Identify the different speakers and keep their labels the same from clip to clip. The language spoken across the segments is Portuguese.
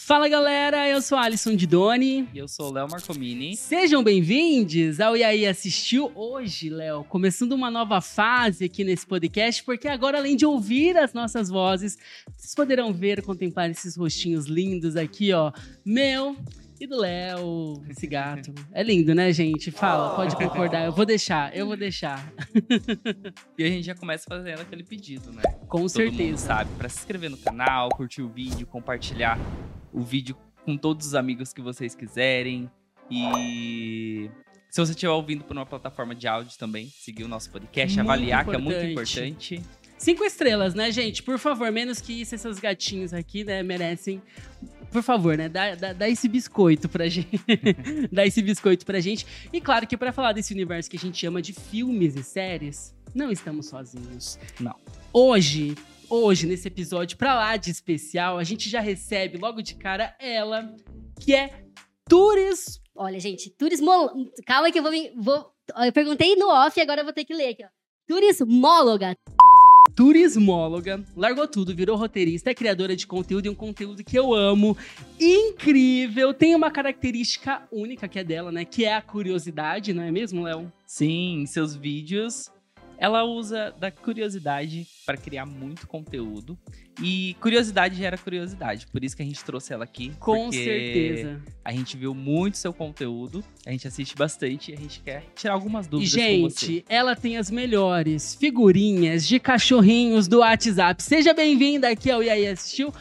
Speaker 1: Fala galera, eu sou Alisson Didoni.
Speaker 2: E eu sou o Léo Marcomini.
Speaker 1: Sejam bem-vindos ao E aí Assistiu hoje, Léo, começando uma nova fase aqui nesse podcast, porque agora além de ouvir as nossas vozes, vocês poderão ver, contemplar esses rostinhos lindos aqui, ó, meu e do Léo, esse gato. É lindo, né, gente? Fala, pode concordar, eu vou deixar, eu vou deixar.
Speaker 2: E a gente já começa fazendo aquele pedido, né?
Speaker 1: Com
Speaker 2: Todo mundo
Speaker 1: certeza.
Speaker 2: sabe, pra se inscrever no canal, curtir o vídeo, compartilhar o vídeo com todos os amigos que vocês quiserem. E se você estiver ouvindo por uma plataforma de áudio também, seguir o nosso podcast,
Speaker 1: Muito
Speaker 2: avaliar, que é muito
Speaker 1: importante.
Speaker 2: importante.
Speaker 1: Cinco estrelas, né, gente? Por favor, menos que isso, esses gatinhos aqui, né, merecem. Por favor, né? Dá, dá, dá esse biscoito pra gente. dá esse biscoito pra gente. E claro que pra falar desse universo que a gente chama de filmes e séries, não estamos sozinhos.
Speaker 2: Não.
Speaker 1: Hoje, hoje, nesse episódio pra lá de especial, a gente já recebe logo de cara ela, que é Tures.
Speaker 3: Olha, gente, Turis Mol... Calma que eu vou me... Vou... ó, Eu perguntei no off e agora eu vou ter que ler aqui, ó. Turismóloga.
Speaker 1: Turismóloga, largou tudo, virou roteirista, é criadora de conteúdo e um conteúdo que eu amo. Incrível! Tem uma característica única que é dela, né? Que é a curiosidade, não é mesmo, Léo?
Speaker 2: Sim, em seus vídeos. Ela usa da curiosidade para criar muito conteúdo. E curiosidade gera curiosidade. Por isso que a gente trouxe ela aqui.
Speaker 1: Com
Speaker 2: porque
Speaker 1: certeza.
Speaker 2: A gente viu muito seu conteúdo, a gente assiste bastante e a gente quer tirar algumas
Speaker 1: E,
Speaker 2: dúvidas com você.
Speaker 1: gente, ela tem as melhores figurinhas de cachorrinhos do WhatsApp. Seja bem-vinda aqui ao E aí Assistiu,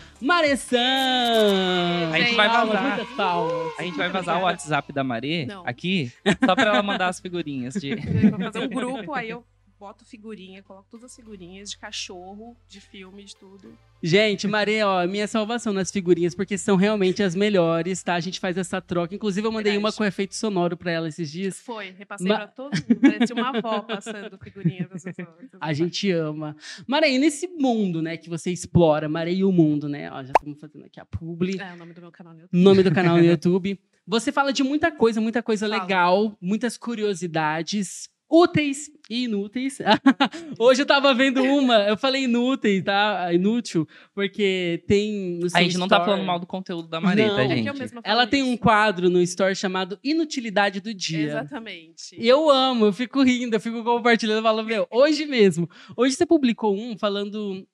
Speaker 1: Maressan!
Speaker 2: A gente vai
Speaker 1: Palmas,
Speaker 2: vazar.
Speaker 1: muitas palmas.
Speaker 2: A gente vai vazar o WhatsApp da Marê
Speaker 4: Não.
Speaker 2: aqui, só pra ela mandar as figurinhas de.
Speaker 4: Eu vou fazer um grupo, aí eu boto figurinha, coloco todas as figurinhas de cachorro, de filme, de tudo.
Speaker 1: Gente, Maré, ó, minha salvação nas figurinhas, porque são realmente as melhores, tá? A gente faz essa troca. Inclusive, eu mandei uma
Speaker 4: Verdade.
Speaker 1: com efeito sonoro pra ela esses dias.
Speaker 4: Foi, repassei
Speaker 1: Ma-
Speaker 4: pra todo mundo. Parecia uma avó passando figurinha das pessoas.
Speaker 1: A gente ama. Maré, e nesse mundo, né, que você explora, Maré e o mundo, né? Ó, já estamos fazendo aqui a publi,
Speaker 4: É o nome do meu canal no YouTube.
Speaker 1: nome do canal no YouTube. Você fala de muita coisa, muita coisa
Speaker 4: Falo.
Speaker 1: legal, muitas curiosidades úteis e inúteis. Hoje eu tava vendo uma, eu falei inútil, tá? Inútil, porque tem no seu
Speaker 2: A gente não tá
Speaker 1: story-
Speaker 2: falando mal do conteúdo da Marê,
Speaker 1: Não.
Speaker 2: tá,
Speaker 1: É que
Speaker 4: É que
Speaker 2: gente?
Speaker 4: eu mesma falo
Speaker 1: Ela tem um
Speaker 4: isso.
Speaker 1: quadro no Store chamado Inutilidade do Dia.
Speaker 4: Exatamente.
Speaker 1: E é Eu amo, eu fico rindo, eu fico compartilhando, eu falo, meu, hoje mesmo. Hoje você publicou um falando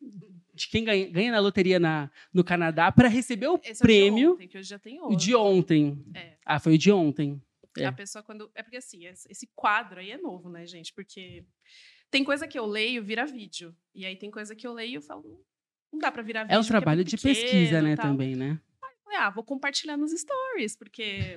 Speaker 1: de quem ganha, ganha na loteria na, no Canadá para receber o
Speaker 4: Esse é o
Speaker 1: prêmio.
Speaker 4: de ontem, que hoje já tem
Speaker 1: O
Speaker 4: outro.
Speaker 1: de ontem.
Speaker 4: É.
Speaker 1: Ah, foi o de ontem. é.
Speaker 4: A pessoa quando. É porque assim, esse esse quadro aí é novo, né, gente? Porque tem coisa que eu leio, vira vídeo. E aí tem coisa que eu leio e eu falo. Não dá pra virar vídeo.
Speaker 1: É um
Speaker 4: porque
Speaker 1: trabalho
Speaker 4: muito
Speaker 1: de
Speaker 4: pequeno
Speaker 1: pesquisa,
Speaker 4: e
Speaker 1: né,
Speaker 4: tal.
Speaker 1: também, né?
Speaker 4: Falei, ah, vou compartilhar nos stories, porque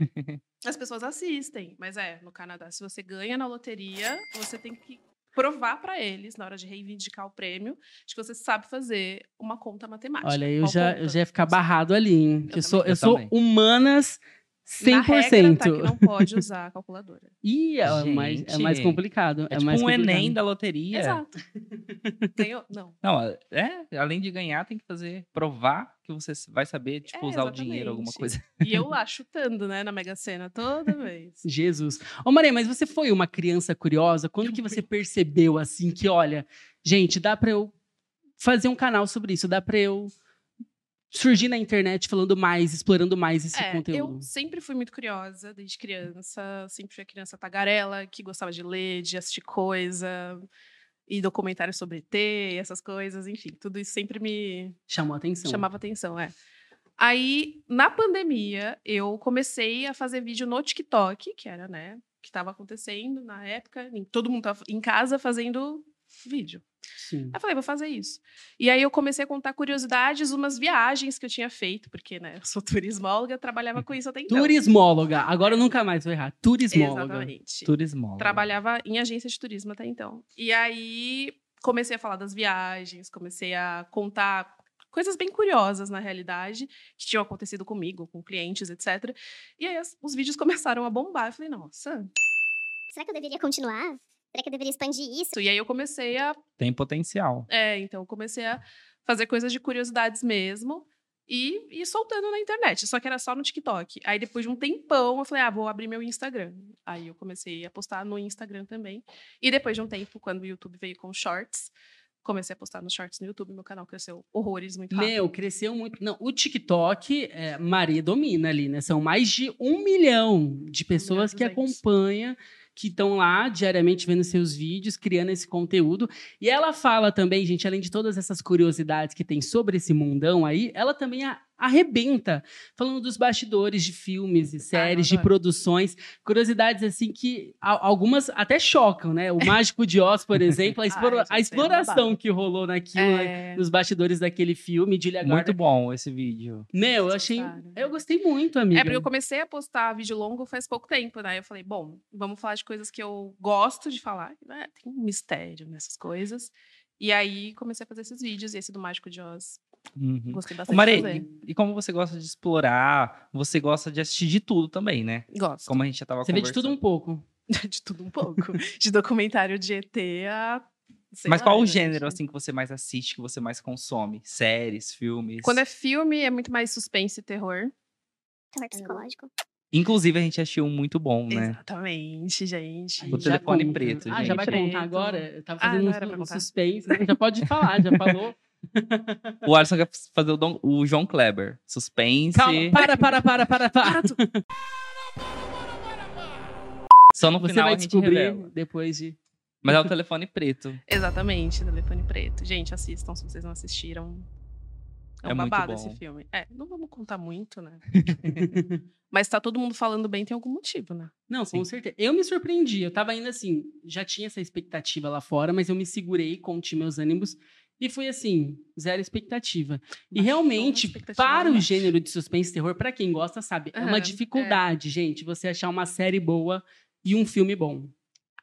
Speaker 4: as pessoas assistem. Mas é, no Canadá, se você ganha na loteria, você tem que provar pra eles, na hora de reivindicar o prêmio, de que você sabe fazer uma conta matemática.
Speaker 1: Olha, eu
Speaker 4: Qual
Speaker 1: já,
Speaker 4: conta?
Speaker 1: eu já ia ficar barrado ali, hein? que eu
Speaker 4: Eu
Speaker 1: sou,
Speaker 4: também.
Speaker 1: eu
Speaker 2: Eu
Speaker 1: sou
Speaker 2: também.
Speaker 1: humanas 100%.
Speaker 4: Na regra, tá que não pode usar a calculadora.
Speaker 1: Ih, é mais, é mais
Speaker 2: Gente,
Speaker 1: complicado. É,
Speaker 2: É, tipo
Speaker 1: mais
Speaker 2: um
Speaker 1: complicado.
Speaker 2: Enem da
Speaker 1: É.
Speaker 2: loteria.
Speaker 4: Exato. Ganhou? Não.
Speaker 2: Não, é, além de ganhar, tem que fazer, provar que você vai saber, tipo,
Speaker 4: É,
Speaker 2: usar o dinheiro, alguma
Speaker 4: exatamente.
Speaker 2: coisa.
Speaker 4: E eu lá chutando, né, na Mega Sena toda vez.
Speaker 1: Jesus. Ô, Maria, mas você foi uma criança curiosa? Quando
Speaker 4: Eu
Speaker 1: que você percebeu, assim, que, olha, gente, dá pra eu fazer um canal sobre isso, dá pra eu surgir na internet falando mais, explorando mais esse
Speaker 4: É,
Speaker 1: conteúdo?
Speaker 4: eu sempre fui muito curiosa desde criança, sempre fui a criança tagarela que gostava de ler, de assistir coisa e documentários sobre ET, e essas coisas, enfim, tudo isso sempre me
Speaker 1: Chamou a atenção.
Speaker 4: chamava atenção, é. Aí, na pandemia, eu comecei a fazer vídeo no TikTok, que era, né, o que estava acontecendo na época, nem- todo mundo tava em casa fazendo vídeo.
Speaker 1: Sim.
Speaker 4: Aí eu falei, vou fazer isso. E aí eu comecei a contar curiosidades, umas viagens que eu tinha feito, porque, né, eu sou turismóloga, trabalhava
Speaker 1: Uhum.
Speaker 4: com isso até então.
Speaker 1: Turismóloga. Agora eu nunca mais vou errar. Turismóloga.
Speaker 4: Exatamente.
Speaker 2: Turismo.
Speaker 4: Trabalhava em agência de turismo até então. E aí comecei a falar das viagens, comecei a contar coisas bem curiosas na realidade que tinham acontecido comigo, com clientes, etc. E aí as- os vídeos começaram a bombar. Eu falei, nossa.
Speaker 5: Será que eu deveria continuar? Será que eu deveria expandir isso?
Speaker 4: E aí eu comecei a
Speaker 2: Tem potencial.
Speaker 4: É, então eu comecei a fazer coisas de curiosidades mesmo e, e soltando na internet. Só que era só no TikTok. Aí depois de um tempão eu falei, ah, vou abrir meu Instagram. Aí eu comecei a postar no Instagram também. E depois de um tempo, quando o YouTube veio com shorts, Comecei a postar nos shorts no YouTube, meu canal cresceu horrores muito rápido.
Speaker 1: Meu, cresceu muito. Não, o TikTok, é, Maria domina ali, né? São mais de um milhão de pessoas que
Speaker 4: 200.
Speaker 1: acompanham, que estão lá diariamente vendo seus vídeos, criando esse conteúdo. E ela fala também, gente, além de todas essas curiosidades que tem sobre esse mundão aí, ela também a- arrebenta, falando dos bastidores de filmes e séries, de
Speaker 4: Ah, adoro.
Speaker 1: produções, curiosidades assim que a- algumas até chocam, né? O Mágico de Oz, por exemplo, a, explora-
Speaker 4: Ai, gente,
Speaker 1: a
Speaker 4: é um
Speaker 1: exploração que rolou naquilo, né?
Speaker 4: É,
Speaker 1: nos bastidores daquele filme de Ilha
Speaker 2: Muito
Speaker 1: Guarda.
Speaker 2: bom esse vídeo.
Speaker 1: Meu, eu achei.
Speaker 4: Gostaram.
Speaker 1: Eu gostei muito, amiga.
Speaker 4: É, porque eu comecei a postar vídeo longo faz pouco tempo, né? Eu falei, bom, vamos falar de coisas que eu gosto de falar, né? Tem um mistério nessas coisas. E aí comecei a fazer esses vídeos, e esse do Mágico de Oz.
Speaker 2: Uhum.
Speaker 4: Gostei
Speaker 2: Ô,
Speaker 4: bastante
Speaker 2: Mari,
Speaker 4: de fazer.
Speaker 2: e, e como você gosta de explorar, você gosta de assistir de tudo também, né?
Speaker 4: Gosto.
Speaker 2: Como a gente já tava
Speaker 1: Você vê de tudo um pouco.
Speaker 4: De tudo um pouco. de documentário de ET a. sei
Speaker 2: Mas
Speaker 4: lá, né,
Speaker 2: qual o
Speaker 4: gente.
Speaker 2: gênero, assim, que você mais assiste, que você mais consome? Séries, filmes?
Speaker 4: Quando é filme, é muito mais suspense e terror.
Speaker 5: Terror psicológico.
Speaker 2: Inclusive, a gente achou um muito bom, né?
Speaker 4: Exatamente, gente.
Speaker 2: O
Speaker 1: Já
Speaker 2: telefone
Speaker 1: conta.
Speaker 2: preto,
Speaker 1: Ah, já
Speaker 2: gente.
Speaker 1: vai
Speaker 4: Preto.
Speaker 1: contar agora? Eu tava
Speaker 4: Ah,
Speaker 1: fazendo
Speaker 4: não
Speaker 1: um
Speaker 4: era pra
Speaker 1: su- um
Speaker 4: contar.
Speaker 1: suspense. né? Já pode falar, já falou.
Speaker 2: O Alisson quer fazer o, Dom- o João Kleber. Suspense.
Speaker 1: Calma, para, para, para, para, para.
Speaker 2: Só no
Speaker 1: Você
Speaker 2: final
Speaker 1: vai
Speaker 2: a gente
Speaker 1: descobrir
Speaker 2: revela.
Speaker 1: depois de.
Speaker 2: Mas é o telefone preto.
Speaker 4: Exatamente, Telefone Preto. Gente, assistam se vocês não assistiram. É um
Speaker 2: É muito
Speaker 4: babado
Speaker 2: bom.
Speaker 4: esse filme. É, não vamos contar muito, né? Mas tá todo mundo falando bem, tem algum motivo, né?
Speaker 1: Não,
Speaker 2: Sim.
Speaker 1: com certeza. Eu me surpreendi. Eu tava ainda assim, já tinha essa expectativa lá fora, mas eu me segurei, conti meus ânimos e fui assim, zero expectativa. E
Speaker 4: Baixou
Speaker 1: realmente,
Speaker 4: a expectativa
Speaker 1: para
Speaker 4: lá
Speaker 1: o
Speaker 4: embaixo.
Speaker 1: gênero de suspense e terror, pra quem gosta, sabe, é
Speaker 4: Aham, é.
Speaker 1: uma dificuldade, gente, você achar uma série boa e um filme bom.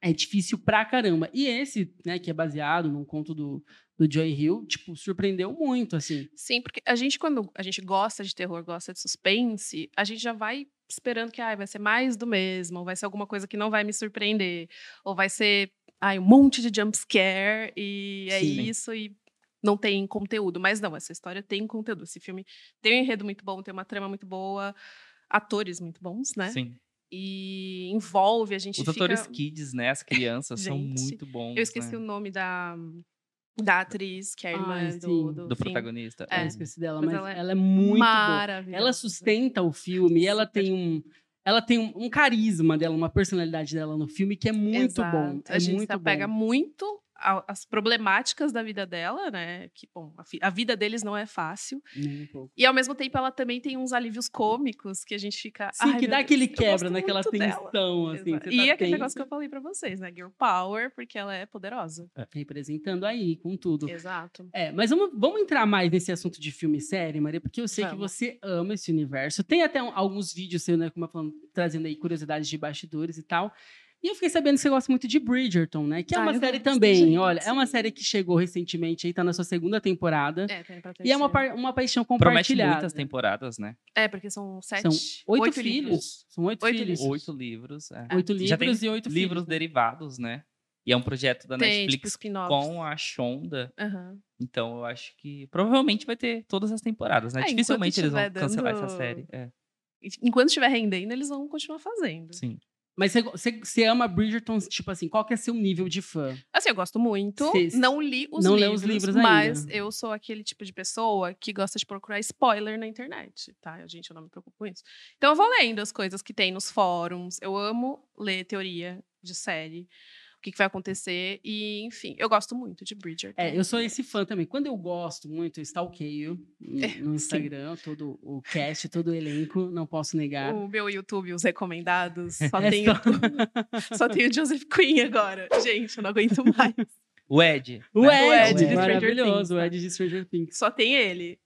Speaker 1: É difícil pra caramba. E esse, né, que é baseado num conto do, do Joy Hill, tipo, surpreendeu muito, assim.
Speaker 4: Sim, porque a gente, quando a gente gosta de terror, gosta de suspense, a gente já vai esperando que ai, vai ser mais do mesmo, ou vai ser alguma coisa que não vai me surpreender, ou vai ser ai, um monte de jumpscare e é
Speaker 1: Sim.
Speaker 4: isso e não tem conteúdo. Mas não, essa história tem conteúdo. Esse filme tem um enredo muito bom, tem uma trama muito boa, atores muito bons, né?
Speaker 2: Sim.
Speaker 4: E envolve, a gente
Speaker 2: Os
Speaker 4: fica...
Speaker 2: atores kids, né? As crianças são
Speaker 4: Gente,
Speaker 2: muito bons.
Speaker 4: Eu esqueci
Speaker 2: né?
Speaker 4: o nome da, da atriz, que é a irmã
Speaker 1: Ai,
Speaker 4: do,
Speaker 1: sim.
Speaker 4: do,
Speaker 2: do
Speaker 4: Finn.
Speaker 2: protagonista.
Speaker 4: É.
Speaker 1: Eu esqueci dela,
Speaker 4: Mas
Speaker 1: mas,
Speaker 4: ela
Speaker 1: ela,
Speaker 4: é
Speaker 1: é, muito boa.
Speaker 4: Maravilhosa.
Speaker 1: ela sustenta o filme, ela
Speaker 4: Super.
Speaker 1: tem um ela tem um, um carisma dela, uma personalidade dela no filme que é muito bom.
Speaker 4: Exato.
Speaker 1: é
Speaker 4: a gente
Speaker 1: muito
Speaker 4: se apega
Speaker 1: bom.
Speaker 4: muito ao- às problemáticas da vida dela, né? Que, bom, a, fi- a vida deles não é fácil.
Speaker 1: Nem um pouco.
Speaker 4: E ao mesmo tempo ela também tem uns alívios cômicos que a gente fica.
Speaker 1: Sim,
Speaker 4: "Ai,
Speaker 1: que
Speaker 4: meu
Speaker 1: dá
Speaker 4: Deus,
Speaker 1: aquele
Speaker 4: eu gosto
Speaker 1: quebra naquela
Speaker 4: muito dela."
Speaker 1: tensão, assim.
Speaker 4: Exato.
Speaker 1: você
Speaker 4: E é
Speaker 1: tá
Speaker 4: aquele
Speaker 1: tenso,
Speaker 4: negócio que eu falei pra vocês, né? Girl Power, porque ela é poderosa.
Speaker 1: Representando aí, com tudo.
Speaker 4: Exato.
Speaker 1: É, mas vamos, vamos entrar mais nesse assunto de filme e série, Maria, porque eu sei que
Speaker 4: Vamos.
Speaker 1: você ama esse universo. Tem até um- alguns vídeos seus, né, como eu falando, trazendo aí curiosidades de bastidores e tal. E eu fiquei sabendo que você gosta muito de Bridgerton, né? Que é
Speaker 4: Ah,
Speaker 1: uma
Speaker 4: eu
Speaker 1: série
Speaker 4: gosto,
Speaker 1: também,
Speaker 4: gente.
Speaker 1: olha, é uma série que chegou recentemente aí, tá na sua segunda temporada.
Speaker 4: É, tem pra
Speaker 1: E é uma,
Speaker 4: terceira.
Speaker 1: par- uma paixão
Speaker 2: Promete
Speaker 1: compartilhada.
Speaker 2: muitas temporadas, né?
Speaker 4: É, porque são sete.
Speaker 1: São oito, filhos.
Speaker 4: livros.
Speaker 1: São oito,
Speaker 4: Oito
Speaker 1: filhos.
Speaker 4: livros.
Speaker 2: Oito livros. é.
Speaker 1: Oito
Speaker 2: Já tem
Speaker 1: livros e oito
Speaker 2: livros
Speaker 1: filhos.
Speaker 2: derivados, né? E é um projeto da
Speaker 4: Tem, tipo,
Speaker 2: Netflix
Speaker 4: spin-offs.
Speaker 2: com a Shonda.
Speaker 4: Aham.
Speaker 2: Então eu acho que provavelmente vai ter todas as temporadas, né?
Speaker 4: É, enquanto
Speaker 2: Dificilmente eles vão
Speaker 4: tiver
Speaker 2: cancelar
Speaker 4: dando- Hum.
Speaker 2: essa série. É,
Speaker 4: E Enquanto estiver rendendo, eles vão continuar fazendo.
Speaker 2: sim.
Speaker 1: Mas você- você você ama Bridgerton, tipo assim, qual que é seu nível de fã?
Speaker 4: Assim, eu gosto muito.
Speaker 1: Cês-
Speaker 4: Não li os
Speaker 1: não leu
Speaker 4: livros,
Speaker 1: os livros ainda.
Speaker 4: mas eu sou aquele tipo de pessoa que gosta de procurar spoiler na internet, tá? Gente, eu não me preocupo com isso. Então eu vou lendo as coisas que tem nos fóruns. Eu amo ler teoria de série, o que, que vai acontecer. E, enfim, eu gosto muito de Bridgerton.
Speaker 1: É, eu sou esse fã também. Quando eu gosto muito, eu stalkeio
Speaker 4: É,
Speaker 1: no no Instagram, todo o cast, todo o elenco, não posso negar.
Speaker 4: O meu YouTube, os recomendados, só
Speaker 1: É
Speaker 4: tem, o- só tem o Joseph Quinn agora. Gente, eu não aguento mais.
Speaker 2: O Ed.
Speaker 1: O
Speaker 2: né?
Speaker 1: Ed, é
Speaker 4: O Ed de Stranger Things,
Speaker 1: maravilhoso, o
Speaker 4: tá?
Speaker 1: Ed de Stranger Things.
Speaker 4: Só tem ele.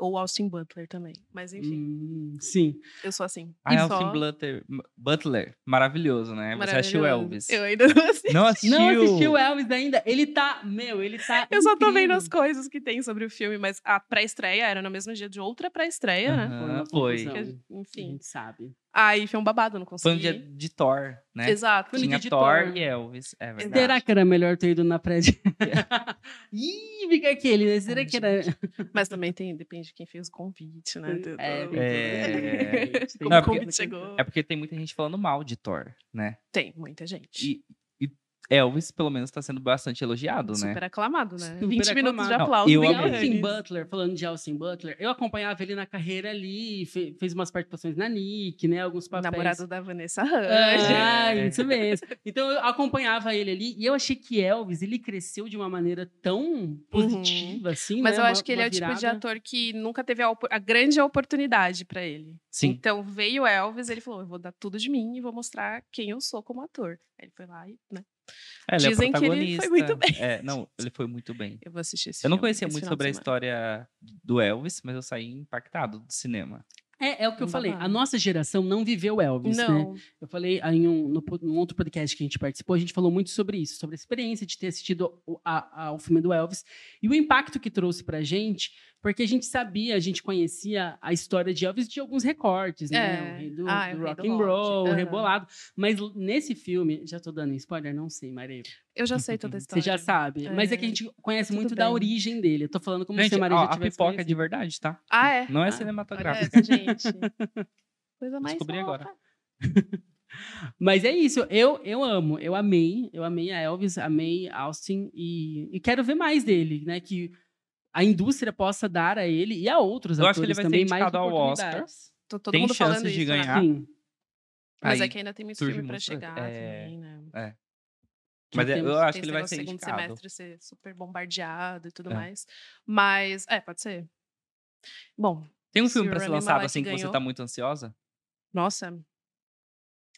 Speaker 4: Ou Austin Butler também. Mas, tá? enfim,
Speaker 1: Hum, sim.
Speaker 4: eu sou assim.
Speaker 2: Ah,
Speaker 4: E
Speaker 2: é o
Speaker 4: só-
Speaker 2: Austin Butler, Butler, maravilhoso, né? Você assistiu Elvis.
Speaker 4: Maravilhoso. Eu ainda não assisti.
Speaker 2: Não assistiu?
Speaker 1: Não assistiu Elvis ainda. Ele tá, meu, ele tá
Speaker 4: Eu só tô
Speaker 1: incrível.
Speaker 4: vendo as coisas que tem sobre o filme, mas a pré-estreia era no mesmo dia de outra pré-estreia, né?
Speaker 2: Aham,
Speaker 1: Foi uma confusão.
Speaker 2: foi.
Speaker 4: Que-
Speaker 1: A
Speaker 4: Enfim.
Speaker 1: gente sabe.
Speaker 4: Aí foi um babado, eu não
Speaker 2: Foi um
Speaker 4: consegui.
Speaker 2: dia de Thor, né?
Speaker 4: Exato.
Speaker 1: Foi no
Speaker 2: Tinha
Speaker 1: dia de
Speaker 2: Thor,
Speaker 1: Thor.
Speaker 2: e Elvis. É verdade.
Speaker 1: Será que era melhor ter ido na prédia? Ih, fica aquele, né? Será
Speaker 4: Ai,
Speaker 1: que era...
Speaker 4: Mas também tem, depende de quem fez o convite, né? Do-
Speaker 1: tem
Speaker 4: do-
Speaker 2: É.
Speaker 1: tudo, né? Tem
Speaker 4: Como
Speaker 2: Não, é
Speaker 4: o
Speaker 1: tudo.
Speaker 2: porque-
Speaker 4: convite chegou.
Speaker 2: É porque tem muita gente falando mal de Thor, né?
Speaker 4: Tem muita gente.
Speaker 2: E, e Elvis, pelo menos, tá sendo bastante elogiado, né?
Speaker 4: Super aclamado, né?
Speaker 1: Super
Speaker 4: 20 minutos de
Speaker 1: aclamado.
Speaker 4: aplausos.
Speaker 2: Não, eu
Speaker 4: em
Speaker 2: amei.
Speaker 4: Cannes.
Speaker 1: Austin Butler, falando de Austin Butler, eu acompanhava ele na carreira ali, fe- fez umas participações na Nick, né? Alguns papéis.
Speaker 4: Namorado da
Speaker 1: É,
Speaker 4: Vanessa Hudgens.
Speaker 1: Ah,
Speaker 2: É.
Speaker 1: isso mesmo. Então eu acompanhava ele ali e eu achei que Elvis ele cresceu de uma maneira tão positiva assim.
Speaker 4: Uhum. Mas
Speaker 1: né?
Speaker 4: eu
Speaker 1: Uma-
Speaker 4: acho que ele
Speaker 1: uma
Speaker 4: é o tipo de
Speaker 1: virada.
Speaker 4: ator que nunca teve a, opo- a grande oportunidade pra ele.
Speaker 2: Sim.
Speaker 4: Então veio Elvis, ele falou: eu vou dar tudo de mim e vou mostrar quem eu sou como ator. Aí ele foi lá e, né?
Speaker 2: É, ele
Speaker 4: Dizem
Speaker 2: é
Speaker 4: que ele
Speaker 2: protagonista.
Speaker 4: foi muito bem.
Speaker 2: É, não, ele foi muito bem.
Speaker 4: Eu vou assistir esse
Speaker 2: Eu não
Speaker 4: filme
Speaker 2: conhecia
Speaker 4: esse
Speaker 2: muito
Speaker 4: final de
Speaker 2: sobre a
Speaker 4: semana.
Speaker 2: história do Elvis, mas eu saí impactado do cinema.
Speaker 1: É, é o que eu
Speaker 4: Um
Speaker 1: falei. A
Speaker 4: babado.
Speaker 1: nossa geração não viveu Elvis, né?
Speaker 4: Não,
Speaker 1: Eu falei aí em um, no, po- num outro podcast que a gente participou, a gente falou muito sobre isso, sobre a experiência de ter assistido o- a- ao filme do Elvis e o impacto que trouxe pra gente, porque a gente sabia, a gente conhecia a história de Elvis de alguns recortes, né?
Speaker 4: É.
Speaker 1: O rei do,
Speaker 4: Ah, é
Speaker 1: do
Speaker 4: o rei
Speaker 1: rock
Speaker 4: do
Speaker 1: and
Speaker 4: rock.
Speaker 1: roll, o
Speaker 4: Aham.
Speaker 1: rebolado. Mas l- nesse filme, já tô dando spoiler, não sei, Maria.
Speaker 4: eu já sei toda a
Speaker 1: Você
Speaker 4: história.
Speaker 1: já sabe. Mas é que a
Speaker 4: É.
Speaker 1: gente conhece
Speaker 4: Tudo
Speaker 1: muito da
Speaker 4: bem.
Speaker 1: origem dele. Eu tô falando
Speaker 4: Hum,
Speaker 1: como
Speaker 2: Gente,
Speaker 1: se a Maria
Speaker 2: ó,
Speaker 1: já
Speaker 2: a
Speaker 1: tivesse
Speaker 2: pipoca é
Speaker 1: conhecido.
Speaker 2: de verdade, tá?
Speaker 4: Ah, é?
Speaker 2: Não é
Speaker 4: Ah, Olha
Speaker 2: cinematográfica.
Speaker 4: essa, gente. Coisa mais
Speaker 2: Descobri
Speaker 4: nova.
Speaker 2: agora.
Speaker 1: Mas é isso, eu, eu amo, eu amei, eu amei a Elvis, amei Austin e, e quero ver mais dele, né? Que a indústria possa dar a ele e a outros
Speaker 2: Eu
Speaker 1: atores
Speaker 2: acho que ele vai ser
Speaker 1: também mais
Speaker 2: indicado ao Oscar. É.
Speaker 1: oportunidades.
Speaker 4: Tô todo
Speaker 2: Tem
Speaker 4: mundo
Speaker 2: chances
Speaker 4: falando
Speaker 2: de
Speaker 4: isso, né?
Speaker 2: ganhar.
Speaker 1: Sim,
Speaker 4: Mas
Speaker 2: Aí,
Speaker 4: é que ainda tem muito
Speaker 2: surge
Speaker 4: filme pra
Speaker 2: muitos-
Speaker 4: chegar
Speaker 2: é,
Speaker 4: também, né?
Speaker 2: Mas é-
Speaker 1: temos-
Speaker 2: eu acho
Speaker 4: Tem
Speaker 2: que ele
Speaker 4: esse
Speaker 2: vai
Speaker 4: negócio
Speaker 2: ser
Speaker 4: do segundo
Speaker 2: indicado.
Speaker 4: semestre ser super bombardeado e tudo
Speaker 2: É.
Speaker 4: mais. Mas, é, pode ser. Bom,
Speaker 2: Tem um filme
Speaker 4: Se
Speaker 2: pra
Speaker 4: o
Speaker 2: ser
Speaker 4: Rami
Speaker 2: lançado
Speaker 4: Malek
Speaker 2: assim que você
Speaker 4: ganhou.
Speaker 2: tá muito ansiosa?
Speaker 4: nossa,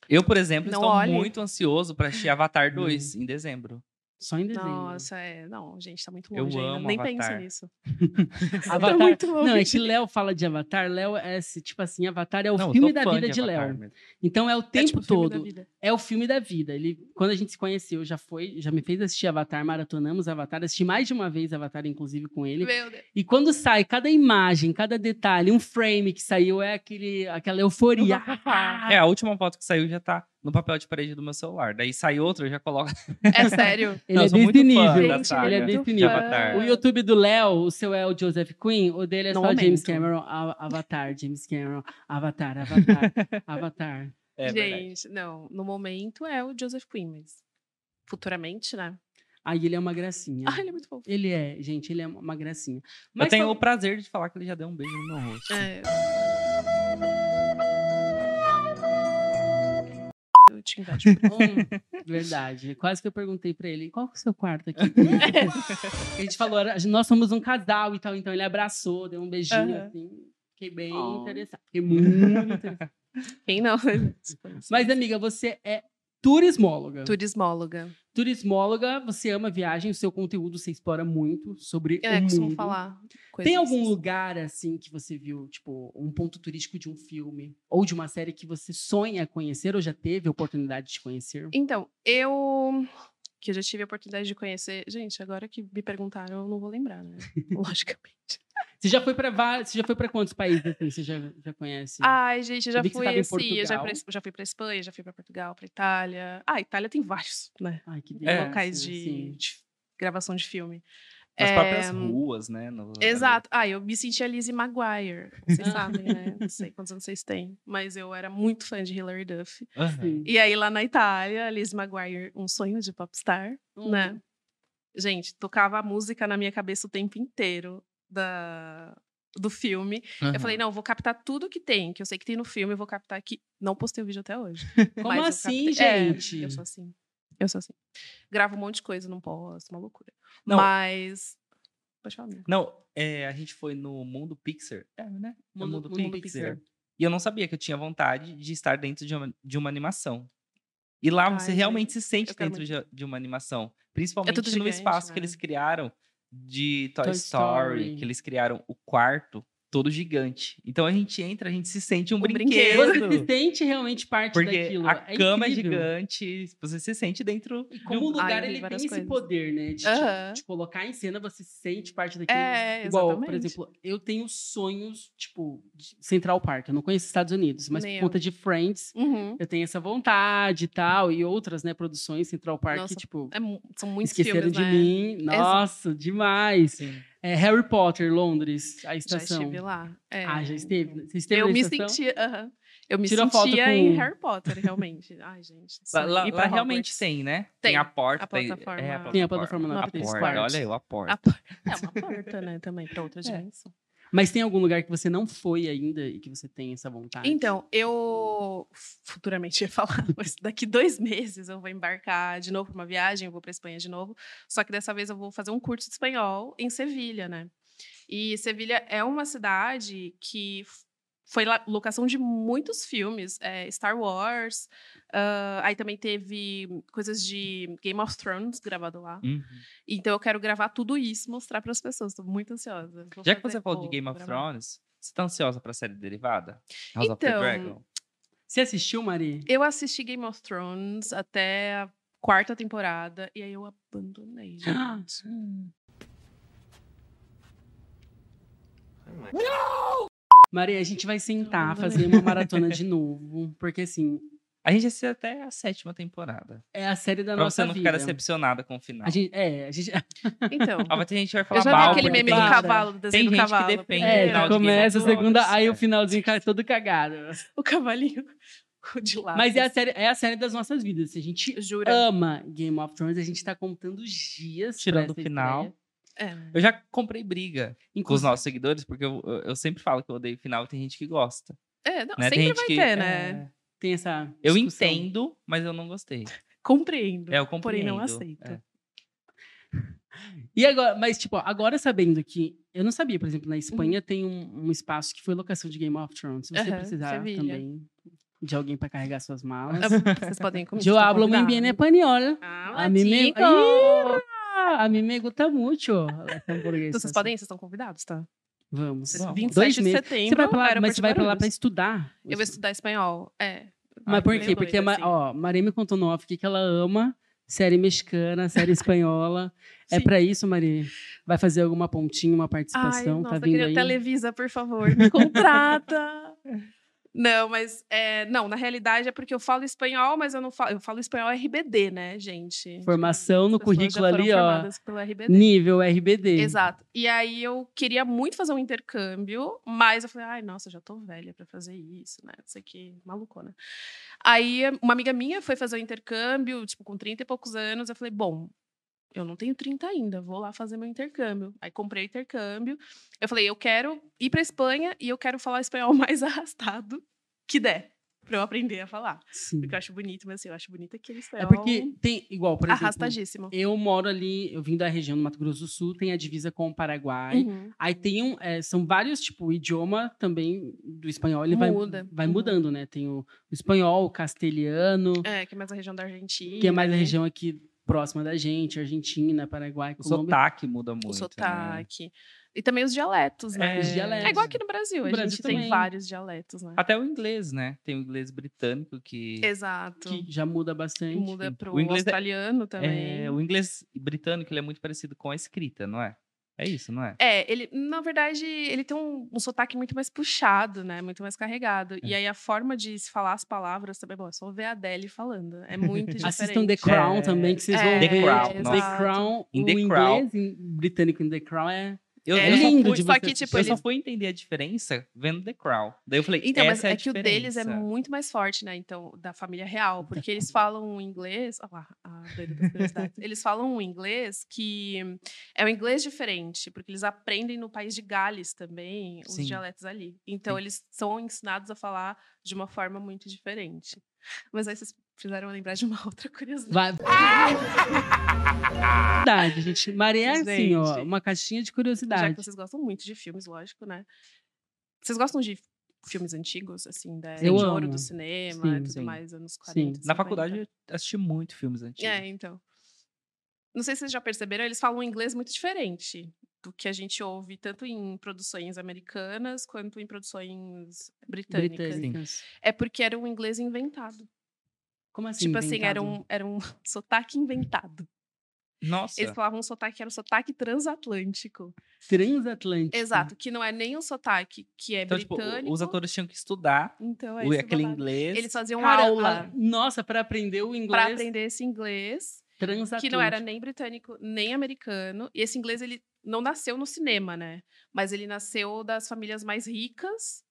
Speaker 2: Eu, por exemplo,
Speaker 4: Não
Speaker 2: estou
Speaker 4: olhe. Hum.
Speaker 2: muito ansioso pra assistir Avatar 2 em dezembro.
Speaker 1: só em desenho.
Speaker 4: nossa, é. Não, gente, tá muito
Speaker 2: Eu
Speaker 4: longe ainda.
Speaker 2: amo
Speaker 4: Nem pense
Speaker 2: Avatar.
Speaker 4: nisso.
Speaker 1: Avatar.
Speaker 4: Tá muito
Speaker 1: Não, é
Speaker 4: longe.
Speaker 1: que Léo fala de Avatar, Léo é esse- tipo assim, Avatar é o
Speaker 2: Não, eu
Speaker 1: filme
Speaker 2: sou
Speaker 1: da
Speaker 2: fã
Speaker 1: vida de
Speaker 2: Avatar
Speaker 1: Léo.
Speaker 2: mesmo.
Speaker 1: Então é o
Speaker 4: É
Speaker 1: tempo
Speaker 4: tipo o filme da
Speaker 1: todo,
Speaker 4: vida.
Speaker 1: é o filme da vida. Ele, quando a gente se conheceu, já foi, já me fez assistir Avatar, maratonamos Avatar, assisti mais de uma vez Avatar inclusive com ele.
Speaker 4: Meu Deus.
Speaker 1: E quando sai, cada imagem, cada detalhe, um frame que saiu é aquele, aquela euforia. Ah,
Speaker 4: Ah.
Speaker 2: É, a última foto que saiu já tá no papel de parede do meu celular. Daí sai outra, eu já coloco.
Speaker 4: É sério.
Speaker 1: Ele
Speaker 2: Não,
Speaker 1: é
Speaker 2: eu sou
Speaker 1: desse
Speaker 2: muito fã
Speaker 1: nível.
Speaker 2: da
Speaker 4: Gente,
Speaker 2: saga
Speaker 1: ele é
Speaker 4: muito
Speaker 1: desse
Speaker 2: de
Speaker 1: nível.
Speaker 2: Avatar.
Speaker 1: O YouTube do Léo, o seu é o Joseph Quinn, o dele é
Speaker 4: No
Speaker 1: só James
Speaker 4: momento.
Speaker 1: Cameron, a- Avatar, James Cameron, Avatar, Avatar, Avatar.
Speaker 2: É verdade.
Speaker 4: gente, não. No momento é o Joseph Quinn, mas futuramente, né?
Speaker 1: Aí ele é uma gracinha.
Speaker 4: Ah, ele é muito fofo.
Speaker 1: Ele é, gente, ele é uma gracinha.
Speaker 2: Eu tenho
Speaker 1: fal-
Speaker 2: o prazer de falar que ele já deu um beijo no meu rosto.
Speaker 4: É. Eu te invejo.
Speaker 1: Hum, verdade. Quase que eu perguntei pra ele, qual que é o seu quarto aqui? a gente falou, era- nós somos um casal e tal, então ele abraçou, deu um beijinho
Speaker 4: Aham.
Speaker 1: assim. Fiquei bem
Speaker 4: Oh.
Speaker 1: interessada. Fiquei muito interessada.
Speaker 4: Quem não?
Speaker 1: Mas, amiga, você é turismóloga.
Speaker 4: Turismóloga.
Speaker 1: Turismóloga, você ama viagem, o seu conteúdo você explora muito sobre
Speaker 4: É,
Speaker 1: o
Speaker 4: costumo
Speaker 1: mundo.
Speaker 4: falar. coisas
Speaker 1: Uhum. Tem algum
Speaker 4: assim.
Speaker 1: lugar assim que você viu, tipo, um ponto turístico de um filme ou de uma série que você sonha conhecer ou já teve a oportunidade de conhecer?
Speaker 4: Então, eu. Que eu já tive a oportunidade de conhecer. Gente, agora que me perguntaram, eu não vou lembrar, né? Logicamente.
Speaker 1: Você já foi para vários, você já foi para quantos países assim, você já, já conhece?
Speaker 4: Ai, gente, eu já
Speaker 1: vi que você
Speaker 4: fui
Speaker 1: tava em
Speaker 4: assim. Eu já,
Speaker 1: Portugal.
Speaker 4: pra Es- já fui pra Espanha, já fui pra Portugal, pra Itália. Ah, Itália tem vários, né?
Speaker 1: Ai, que
Speaker 2: É.
Speaker 4: locais de,
Speaker 1: assim.
Speaker 4: de gravação de filme.
Speaker 2: As
Speaker 4: É,
Speaker 2: próprias ruas, né? no-
Speaker 4: Exato. Ah, eu me senti a Lizzie Maguire. Vocês sabem, né? Não sei quantos anos vocês têm. Mas eu era muito fã de Hilary Duff.
Speaker 2: Aham.
Speaker 1: Sim.
Speaker 4: E aí, lá na Itália, a Lizzie Maguire, um sonho de popstar.
Speaker 1: Hum.
Speaker 4: né? Gente, tocava a música na minha cabeça o tempo inteiro da, do filme.
Speaker 2: Aham.
Speaker 4: Eu falei, não, eu vou captar tudo que tem, que eu sei que tem no filme, eu vou captar aqui. Não postei o vídeo até hoje.
Speaker 1: Como
Speaker 4: mas eu
Speaker 1: assim,
Speaker 4: captei- é,
Speaker 1: gente?
Speaker 4: eu sou assim. Eu sou assim. Gravo um monte de coisa, não posto, uma loucura.
Speaker 2: Não.
Speaker 4: Mas. Pode falar, amigo.
Speaker 2: Não, é, a gente foi no Mundo Pixar. É, né? No
Speaker 1: Mundo-
Speaker 2: Mundo,
Speaker 1: Mundo
Speaker 2: Pixar.
Speaker 1: Pixar.
Speaker 2: E eu não sabia que eu tinha vontade de estar dentro de uma, de uma animação. E lá
Speaker 4: Ai,
Speaker 2: você realmente se
Speaker 4: eu
Speaker 2: sente
Speaker 4: quero
Speaker 2: dentro de, de uma animação. Principalmente no
Speaker 4: gigante,
Speaker 2: espaço
Speaker 4: né?
Speaker 2: que eles criaram de Toy,
Speaker 1: Toy
Speaker 2: Story,
Speaker 1: Story.
Speaker 2: que eles criaram o quarto todo gigante. Então a gente entra, a gente se sente um
Speaker 4: Um
Speaker 2: brinquedo.
Speaker 1: Você se sente realmente parte
Speaker 2: Porque
Speaker 1: daquilo.
Speaker 2: a cama é
Speaker 1: incrível.
Speaker 2: gigante, você se sente dentro.
Speaker 1: E como o
Speaker 4: Ai, eu
Speaker 1: lugar
Speaker 4: vi
Speaker 1: ele tem
Speaker 4: várias
Speaker 1: esse
Speaker 4: coisas.
Speaker 1: poder, né? De, te-
Speaker 4: Aham.
Speaker 1: te colocar em cena, você se sente parte daquilo.
Speaker 4: É,
Speaker 1: Igual, por
Speaker 4: exatamente.
Speaker 1: exemplo, eu tenho sonhos, tipo, de Central Park. Eu não conheço Estados Unidos, mas por
Speaker 4: Nem eu.
Speaker 1: conta de Friends,
Speaker 4: Uhum.
Speaker 1: eu tenho essa vontade e tal. E outras, né, produções Central Park,
Speaker 4: Nossa,
Speaker 1: tipo,
Speaker 4: É mu- são muitos
Speaker 1: esqueceram
Speaker 4: filmes,
Speaker 1: de
Speaker 4: né?
Speaker 1: mim.
Speaker 4: Exato.
Speaker 1: Nossa, demais.
Speaker 2: Sim.
Speaker 1: É Harry Potter, Londres, a
Speaker 4: Já
Speaker 1: estação.
Speaker 4: estive lá. é.
Speaker 1: Ah, já esteve? Você esteve
Speaker 4: eu
Speaker 1: na
Speaker 4: me
Speaker 1: estação?
Speaker 4: senti, aham. Eu me
Speaker 2: Tira foto
Speaker 4: sentia
Speaker 2: com-
Speaker 4: em Harry Potter, realmente. Ai, gente.
Speaker 2: Lá, lá-
Speaker 4: e
Speaker 2: lá realmente tem, né?
Speaker 4: Tem.
Speaker 2: a porta.
Speaker 4: A
Speaker 2: tem-
Speaker 4: plataforma-
Speaker 2: é,
Speaker 4: Tem
Speaker 1: a plataforma na
Speaker 2: A
Speaker 1: frente dos
Speaker 2: porta,
Speaker 1: quartos.
Speaker 2: olha eu, a porta.
Speaker 4: A- É uma porta, né? Também, pra
Speaker 1: É.
Speaker 4: outra dimensão.
Speaker 1: Mas tem algum lugar que você não foi ainda e que você tem essa vontade?
Speaker 4: Então, eu futuramente ia falar, mas daqui dois meses eu vou embarcar de novo pra uma viagem, eu vou pra Espanha de novo. Só que dessa vez eu vou fazer um curso de espanhol em Sevilha, né? E Sevilha é uma cidade que f- foi la- locação de muitos filmes, é, Star Wars. ah, aí também teve coisas de Game of Thrones gravado lá.
Speaker 2: Uhum.
Speaker 4: Então eu quero gravar tudo isso, mostrar para as pessoas. Estou muito ansiosa. Vou
Speaker 2: Já que
Speaker 4: fazer-
Speaker 2: você falou de
Speaker 4: vou
Speaker 2: Game of
Speaker 4: gravar.
Speaker 2: Thrones, você tá ansiosa pra série derivada? House of the
Speaker 4: Então,
Speaker 2: Dragon?
Speaker 1: Você assistiu, Mari?
Speaker 4: Eu assisti Game of Thrones até a quarta temporada e aí eu abandonei. gente.
Speaker 1: Maria, a gente vai sentar,
Speaker 4: Abandonei.
Speaker 1: fazer uma maratona de novo. Porque, assim,
Speaker 2: A gente assistiu até a sétima temporada.
Speaker 1: é a série da
Speaker 2: pra
Speaker 1: nossa
Speaker 2: você não
Speaker 1: vida.
Speaker 2: ficar decepcionada com o final.
Speaker 1: a gente, é, a gente.
Speaker 4: Então,
Speaker 2: Ah, vai ter gente que vai falar
Speaker 4: eu já vi
Speaker 2: mal.
Speaker 4: aquele
Speaker 2: porque
Speaker 4: meme
Speaker 2: tem-
Speaker 4: do
Speaker 1: para.
Speaker 4: cavalo, do
Speaker 2: Tem
Speaker 4: desenho
Speaker 2: gente
Speaker 4: do cavalo.
Speaker 2: que depende
Speaker 4: primeiro.
Speaker 1: É,
Speaker 2: do final de
Speaker 1: começa a
Speaker 2: Game of
Speaker 1: segunda,
Speaker 2: Thrones.
Speaker 1: aí o
Speaker 2: É.
Speaker 1: finalzinho cai todo cagado.
Speaker 4: o cavalinho de lado.
Speaker 1: Mas é a, Ah. série, é a série das nossas vidas. Se a gente
Speaker 4: Jura.
Speaker 1: ama Game of Thrones, a gente tá contando os dias. pra
Speaker 2: Tirando o
Speaker 1: essa
Speaker 2: final.
Speaker 1: estreia.
Speaker 4: É.
Speaker 2: Eu já comprei briga com os
Speaker 1: Inclusive,
Speaker 2: nossos seguidores, porque eu, eu- eu sempre falo que eu odeio final e tem gente que gosta.
Speaker 4: É, não,
Speaker 2: né? Tem
Speaker 4: sempre
Speaker 2: gente
Speaker 4: vai
Speaker 2: que-
Speaker 4: ter, né?
Speaker 1: é, tem essa.
Speaker 2: Eu
Speaker 1: discussão.
Speaker 2: entendo, mas eu não gostei.
Speaker 4: Compreendo.
Speaker 2: É, eu
Speaker 4: Porém, não
Speaker 2: compreendo,
Speaker 4: aceito.
Speaker 2: é.
Speaker 1: E agora, mas, tipo, agora sabendo que. Eu não sabia, por exemplo, na Espanha
Speaker 2: Uhum.
Speaker 1: tem um, um espaço que foi locação de Game of Thrones. Se você
Speaker 4: Aham,
Speaker 1: precisar
Speaker 4: Sevilha.
Speaker 1: também de alguém pra carregar suas malas.
Speaker 4: Ah, Vocês podem comer.
Speaker 2: tá
Speaker 1: Eu hablo muito bem espanhol.
Speaker 4: Ah,
Speaker 1: A mim né? me...
Speaker 4: chico!
Speaker 1: Ih, A mim me gusta muito. essa hamburguesa.
Speaker 4: Então, vocês podem ir, vocês estão convidados, tá?
Speaker 1: Vamos.
Speaker 2: Bom,
Speaker 4: 27
Speaker 1: Dois
Speaker 4: de
Speaker 1: meses.
Speaker 4: setembro.
Speaker 1: Você vai pra lá,
Speaker 4: aeroporto
Speaker 1: mas você vai
Speaker 4: de
Speaker 1: pra lá pra
Speaker 4: Guarulhos.
Speaker 1: estudar.
Speaker 4: Eu vou estudar espanhol. É.
Speaker 1: Mas por
Speaker 4: meio
Speaker 1: quê? Porque, é
Speaker 4: doida,
Speaker 1: ma-
Speaker 4: assim.
Speaker 1: ó, Maria me contou no off aqui que ela ama série mexicana, série espanhola. É
Speaker 4: Sim.
Speaker 1: pra isso, Maria? Vai fazer alguma pontinha, uma participação?
Speaker 4: Ai, nossa,
Speaker 1: tá
Speaker 4: eu
Speaker 1: vindo
Speaker 4: queria
Speaker 1: aí?
Speaker 4: Televisa, por favor, me contrata. não, mas é, não, na realidade é porque eu falo espanhol, mas eu não falo, eu falo espanhol RBD, né, gente?
Speaker 1: Formação no
Speaker 4: As pessoas
Speaker 1: currículo
Speaker 4: já foram
Speaker 1: ali, ó.
Speaker 4: formadas pelo RBD.
Speaker 1: Nível RBD.
Speaker 4: Exato. E aí eu queria muito fazer um intercâmbio, mas eu falei, ai, nossa, eu já tô velha pra fazer isso, né? Isso aqui, malucona. Aí uma amiga minha foi fazer o intercâmbio, tipo, com 30 e poucos anos, eu falei, bom, eu não tenho 30 ainda, vou lá fazer meu intercâmbio. Aí comprei o intercâmbio. Eu falei, eu quero ir pra Espanha e eu quero falar espanhol mais arrastado que der, pra eu aprender a falar.
Speaker 1: Sim.
Speaker 4: Porque eu acho bonito, mas assim, eu acho bonito aquele espanhol
Speaker 1: É porque tem, igual, por exemplo,
Speaker 4: arrastadíssimo.
Speaker 1: eu moro ali, eu vim da região do Mato Grosso do Sul, tem a divisa com o Paraguai.
Speaker 4: Uhum.
Speaker 1: Aí tem um, é, são vários, tipo, o idioma também do espanhol, ele vai,
Speaker 4: Muda.
Speaker 1: vai
Speaker 4: Uhum.
Speaker 1: mudando, né? Tem o, o espanhol, o castelhano,
Speaker 4: É, que é mais a região da Argentina.
Speaker 1: que é mais a
Speaker 4: né?
Speaker 1: região aqui próxima da gente, Argentina, Paraguai,
Speaker 2: O
Speaker 1: Colômbia.
Speaker 2: sotaque muda muito.
Speaker 4: o
Speaker 2: né?
Speaker 4: sotaque. E também os dialetos, né?
Speaker 1: Os dialetos.
Speaker 4: É igual aqui no Brasil,
Speaker 1: No
Speaker 4: a
Speaker 1: Brasil
Speaker 4: gente
Speaker 1: também.
Speaker 4: tem vários dialetos, né?
Speaker 2: Até o inglês, né? Tem o inglês britânico
Speaker 4: É
Speaker 2: que.
Speaker 4: Exato.
Speaker 1: que já muda bastante.
Speaker 4: Muda
Speaker 2: enfim.
Speaker 4: pro
Speaker 2: O inglês é-
Speaker 4: australiano também.
Speaker 2: É, o inglês britânico ele é muito parecido com a escrita, não é? É isso, não é?
Speaker 4: É, ele, na verdade, ele tem um, um sotaque muito mais puxado, né? Muito mais carregado.
Speaker 2: É.
Speaker 4: E aí a forma de se falar as palavras também, bom, é só ver a Adele falando. É muito diferente.
Speaker 1: Assistam The Crown
Speaker 2: É.
Speaker 1: também, que vocês vão
Speaker 4: É,
Speaker 1: ver.
Speaker 2: The Crown,
Speaker 1: The
Speaker 2: nossa.
Speaker 1: Crown,
Speaker 2: In
Speaker 1: o
Speaker 2: The Crown.
Speaker 1: inglês em- britânico em The Crown é...
Speaker 2: Eu,
Speaker 4: É
Speaker 2: eu só
Speaker 1: lindo
Speaker 2: fui-
Speaker 1: de
Speaker 2: só
Speaker 1: você
Speaker 2: que,
Speaker 1: assistir.
Speaker 2: tipo, eu só
Speaker 1: Eles-
Speaker 2: fui entender a diferença vendo The Crown. Daí eu falei,
Speaker 4: Então, mas
Speaker 2: essa
Speaker 4: é,
Speaker 2: é, a
Speaker 4: que o deles é
Speaker 2: diferença.
Speaker 4: muito mais forte, né? Então, da família real, porque eles falam um inglês. Olha lá, a doida das curiosidades. Eles falam um inglês que é um inglês diferente, porque eles aprendem no país de Gales também os
Speaker 2: Sim.
Speaker 4: dialetos ali. Então,
Speaker 2: Sim.
Speaker 4: eles são ensinados a falar de uma forma muito diferente. Mas aí vocês fizeram eu lembrar de uma outra curiosidade.
Speaker 1: Vai. Verdade, gente. Maria é assim, ó,
Speaker 4: Gente.
Speaker 1: uma caixinha de
Speaker 4: Já
Speaker 1: curiosidade.
Speaker 4: que vocês gostam muito de filmes, lógico, né? Vocês gostam de filmes antigos, assim, da era
Speaker 1: Eu
Speaker 4: de ouro
Speaker 1: amo.
Speaker 4: do cinema
Speaker 1: Sim,
Speaker 4: e tudo
Speaker 2: sim.
Speaker 4: mais, anos 40.
Speaker 2: Na
Speaker 4: 50.
Speaker 2: faculdade eu assisti muito filmes antigos.
Speaker 4: É, então. Não sei se vocês já perceberam, eles falam um inglês muito diferente do que a gente ouve tanto em produções americanas quanto em produções britânicas.
Speaker 1: Britânicas.
Speaker 4: É porque era um inglês inventado.
Speaker 1: Como assim?
Speaker 4: tipo assim, era
Speaker 1: inventado?
Speaker 4: um, era um sotaque inventado.
Speaker 2: Nossa,
Speaker 4: Eles falavam um sotaque que era um sotaque transatlântico.
Speaker 1: Transatlântico.
Speaker 4: Exato, que não é nem um sotaque que é
Speaker 2: então, tipo,
Speaker 4: britânico.
Speaker 2: os atores tinham que estudar
Speaker 4: Então, é
Speaker 2: o,
Speaker 4: esse
Speaker 2: aquele
Speaker 4: babado.
Speaker 2: inglês.
Speaker 4: Eles faziam
Speaker 1: Cara, Então, a-
Speaker 4: aula
Speaker 1: nossa, pra aprender o inglês
Speaker 4: para aprender esse inglês.
Speaker 1: transatlântico.
Speaker 2: Tá
Speaker 4: que não era nem britânico nem americano. E esse inglês ele não nasceu no cinema, né? Mas ele nasceu das famílias mais ricas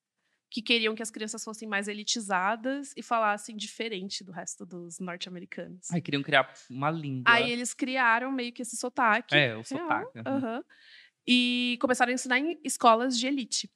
Speaker 4: que queriam que as crianças fossem mais elitizadas e falassem diferente do resto dos norte-americanos.
Speaker 2: Ai, queriam criar uma língua.
Speaker 4: Aí eles criaram meio que esse sotaque.
Speaker 2: é, o
Speaker 4: Real,
Speaker 2: sotaque. aham.
Speaker 4: aham. E começaram a ensinar em escolas de elite.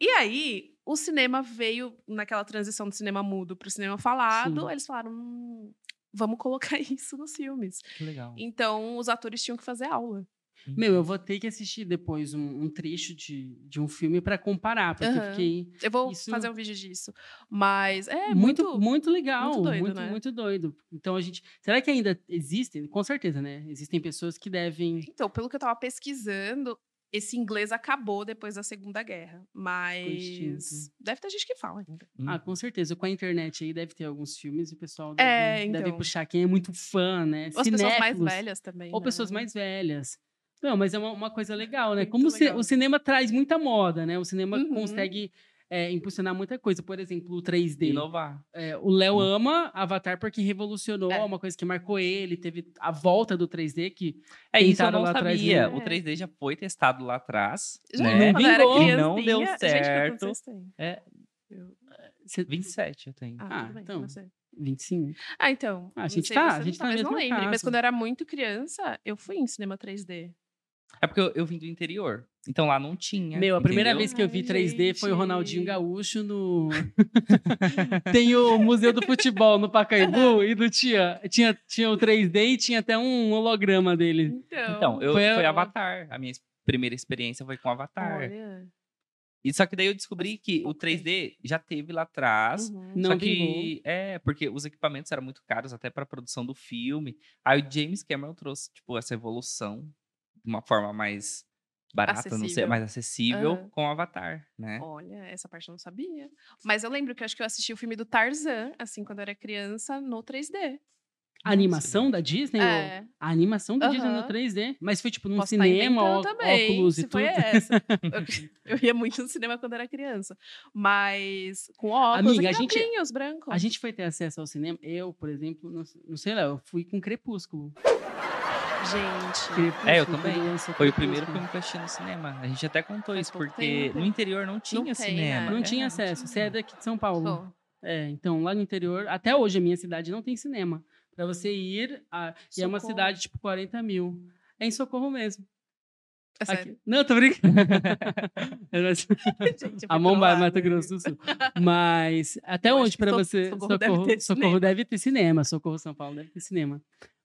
Speaker 4: E aí, o cinema veio naquela transição do cinema mudo para o cinema falado.
Speaker 1: Sim.
Speaker 4: aí Eles falaram, "Hum, vamos colocar isso nos filmes.
Speaker 2: Que legal. Uhum.
Speaker 4: Então, os atores tinham que fazer aula.
Speaker 1: Meu, eu vou ter que assistir depois um, um trecho de, de um filme pra comparar, porque eu
Speaker 4: Aham.
Speaker 1: fiquei
Speaker 4: Eu vou
Speaker 1: Isso-
Speaker 4: fazer um vídeo disso. Mas é
Speaker 1: muito,
Speaker 4: muito...
Speaker 1: muito, legal, muito
Speaker 4: muito
Speaker 1: doido,
Speaker 4: doido,
Speaker 1: muito,
Speaker 4: né?
Speaker 1: doido. Então a gente, será que ainda existem? Com certeza, né? Existem pessoas que devem
Speaker 4: Então, pelo que eu tava pesquisando, esse inglês acabou depois da Segunda Guerra. Mas
Speaker 1: extinto.
Speaker 4: deve ter gente que fala ainda.
Speaker 2: Hum.
Speaker 1: Ah, com certeza. Com a internet aí deve ter alguns filmes e o pessoal deve,
Speaker 4: É,
Speaker 1: deve
Speaker 4: então.
Speaker 1: puxar quem é muito fã, né?
Speaker 4: Ou as pessoas mais
Speaker 1: Cinéfilos,
Speaker 4: velhas também.
Speaker 1: Ou
Speaker 4: né?
Speaker 1: pessoas mais velhas. Não, mas é uma, uma coisa legal, né?
Speaker 4: Hum, Muito
Speaker 1: Como o ci-
Speaker 4: legal.
Speaker 1: o cinema traz muita moda, né? O cinema
Speaker 4: Uhum.
Speaker 1: consegue é, impulsionar muita coisa. Por exemplo, o 3D.
Speaker 2: Inovar.
Speaker 1: É, o Léo ama Avatar porque revolucionou,
Speaker 4: É.
Speaker 1: uma coisa que marcou ele. Teve a volta do 3D que...
Speaker 2: É isso, eu
Speaker 1: Tentaram
Speaker 2: não
Speaker 1: lá atrás,
Speaker 2: sabia.
Speaker 4: né?
Speaker 2: O 3D já foi testado lá atrás.
Speaker 4: Já
Speaker 2: né?
Speaker 4: quando eu era
Speaker 1: Vingou.
Speaker 4: criancinha-
Speaker 2: Não deu
Speaker 4: Gente, quantos
Speaker 2: certo.
Speaker 4: vocês têm?
Speaker 1: Cê-
Speaker 2: 27 eu tenho.
Speaker 1: Ah,
Speaker 4: Ah, tudo bem,
Speaker 1: então.
Speaker 4: não sei.
Speaker 1: 25?
Speaker 4: Ah, então.
Speaker 1: Ah, a
Speaker 4: não
Speaker 1: gente
Speaker 4: sei
Speaker 1: tá-
Speaker 4: você,
Speaker 1: a gente tá na
Speaker 4: talvez não
Speaker 1: mesma
Speaker 4: lembre, mas
Speaker 1: casa.
Speaker 4: quando eu era muito criança, eu fui em cinema 3D.
Speaker 2: É porque eu, eu vim do interior. Então lá não tinha.
Speaker 1: Meu, a primeira
Speaker 2: entendeu?
Speaker 1: vez que eu vi
Speaker 4: Ai,
Speaker 1: 3D foi o Ronaldinho
Speaker 4: gente.
Speaker 1: Gaúcho no. Tem o Museu do Futebol no Pacaembu e não tinha. Tinha, tinha o 3D e tinha até um holograma dele.
Speaker 4: Então.
Speaker 2: Então, eu,
Speaker 1: Foi
Speaker 2: foi,
Speaker 1: a-
Speaker 2: Avatar. A minha es- primeira experiência foi com Avatar.
Speaker 4: Olha.
Speaker 2: E só que daí eu descobri que o 3D já teve lá atrás.
Speaker 4: uhum.
Speaker 1: Não
Speaker 2: só
Speaker 1: vingou.
Speaker 2: que é, porque os equipamentos eram muito caros até para produção do filme. Aí o James Cameron trouxe, tipo, essa evolução de uma forma mais barata, não sei,
Speaker 4: Acessível.
Speaker 2: mais acessível
Speaker 4: Aham.
Speaker 2: com o Avatar, né?
Speaker 4: Olha, essa parte eu não sabia. Mas eu lembro que eu acho que eu assisti o filme do Tarzan, assim, quando eu era criança, no 3D.
Speaker 1: A animação da Disney? ou-
Speaker 4: É,
Speaker 1: A animação da Disney no
Speaker 4: Aham.
Speaker 1: 3D. Mas foi tipo num
Speaker 4: posso estar
Speaker 1: cinema,
Speaker 4: inventando
Speaker 1: ó, óculos
Speaker 4: se
Speaker 1: e tudo.
Speaker 4: foi essa. Eu, eu ia muito no cinema quando era criança. Mas com óculos,
Speaker 1: Amiga, a
Speaker 4: aquele
Speaker 1: gente-
Speaker 4: óculinhos brancos.
Speaker 1: A gente foi ter acesso ao cinema. Eu, por exemplo, não, não sei lá, eu fui com Crepúsculo.
Speaker 4: Gente,
Speaker 1: Crepúsculo
Speaker 2: É, eu também.
Speaker 1: quando lançou
Speaker 2: Foi o primeiro
Speaker 1: Crepúsculo.
Speaker 2: filme que eu assisti no cinema. A gente até contou
Speaker 4: Faz
Speaker 2: isso,
Speaker 4: pouco
Speaker 2: porque
Speaker 4: tempo.
Speaker 2: no interior não tinha
Speaker 4: tem, né?
Speaker 2: cinema.
Speaker 4: que-
Speaker 1: Não
Speaker 4: É,
Speaker 1: tinha
Speaker 4: não
Speaker 1: acesso.
Speaker 4: tinha.
Speaker 1: Você é daqui de São Paulo.
Speaker 4: sou.
Speaker 1: É, então lá no interior, até hoje a minha cidade não tem cinema. Pra você ir, a- e é uma
Speaker 4: Socorro.
Speaker 1: cidade tipo 40 mil. É em Socorro mesmo.
Speaker 4: É
Speaker 1: Aqui-
Speaker 4: sério.
Speaker 1: Não, tô brincando. É, Eu não-
Speaker 4: Gente, é eu
Speaker 1: a
Speaker 4: fui
Speaker 1: Momba,
Speaker 4: trollada,
Speaker 1: Mato
Speaker 4: viu?
Speaker 1: Grosso do Sul. Mas até
Speaker 4: né? Eu acho
Speaker 1: hoje
Speaker 4: que
Speaker 1: pra
Speaker 4: So-
Speaker 1: você
Speaker 4: Socorro deve
Speaker 1: Socorro,
Speaker 4: ter
Speaker 1: Socorro
Speaker 4: cinema.
Speaker 1: deve ter cinema, Socorro São Paulo deve ter cinema.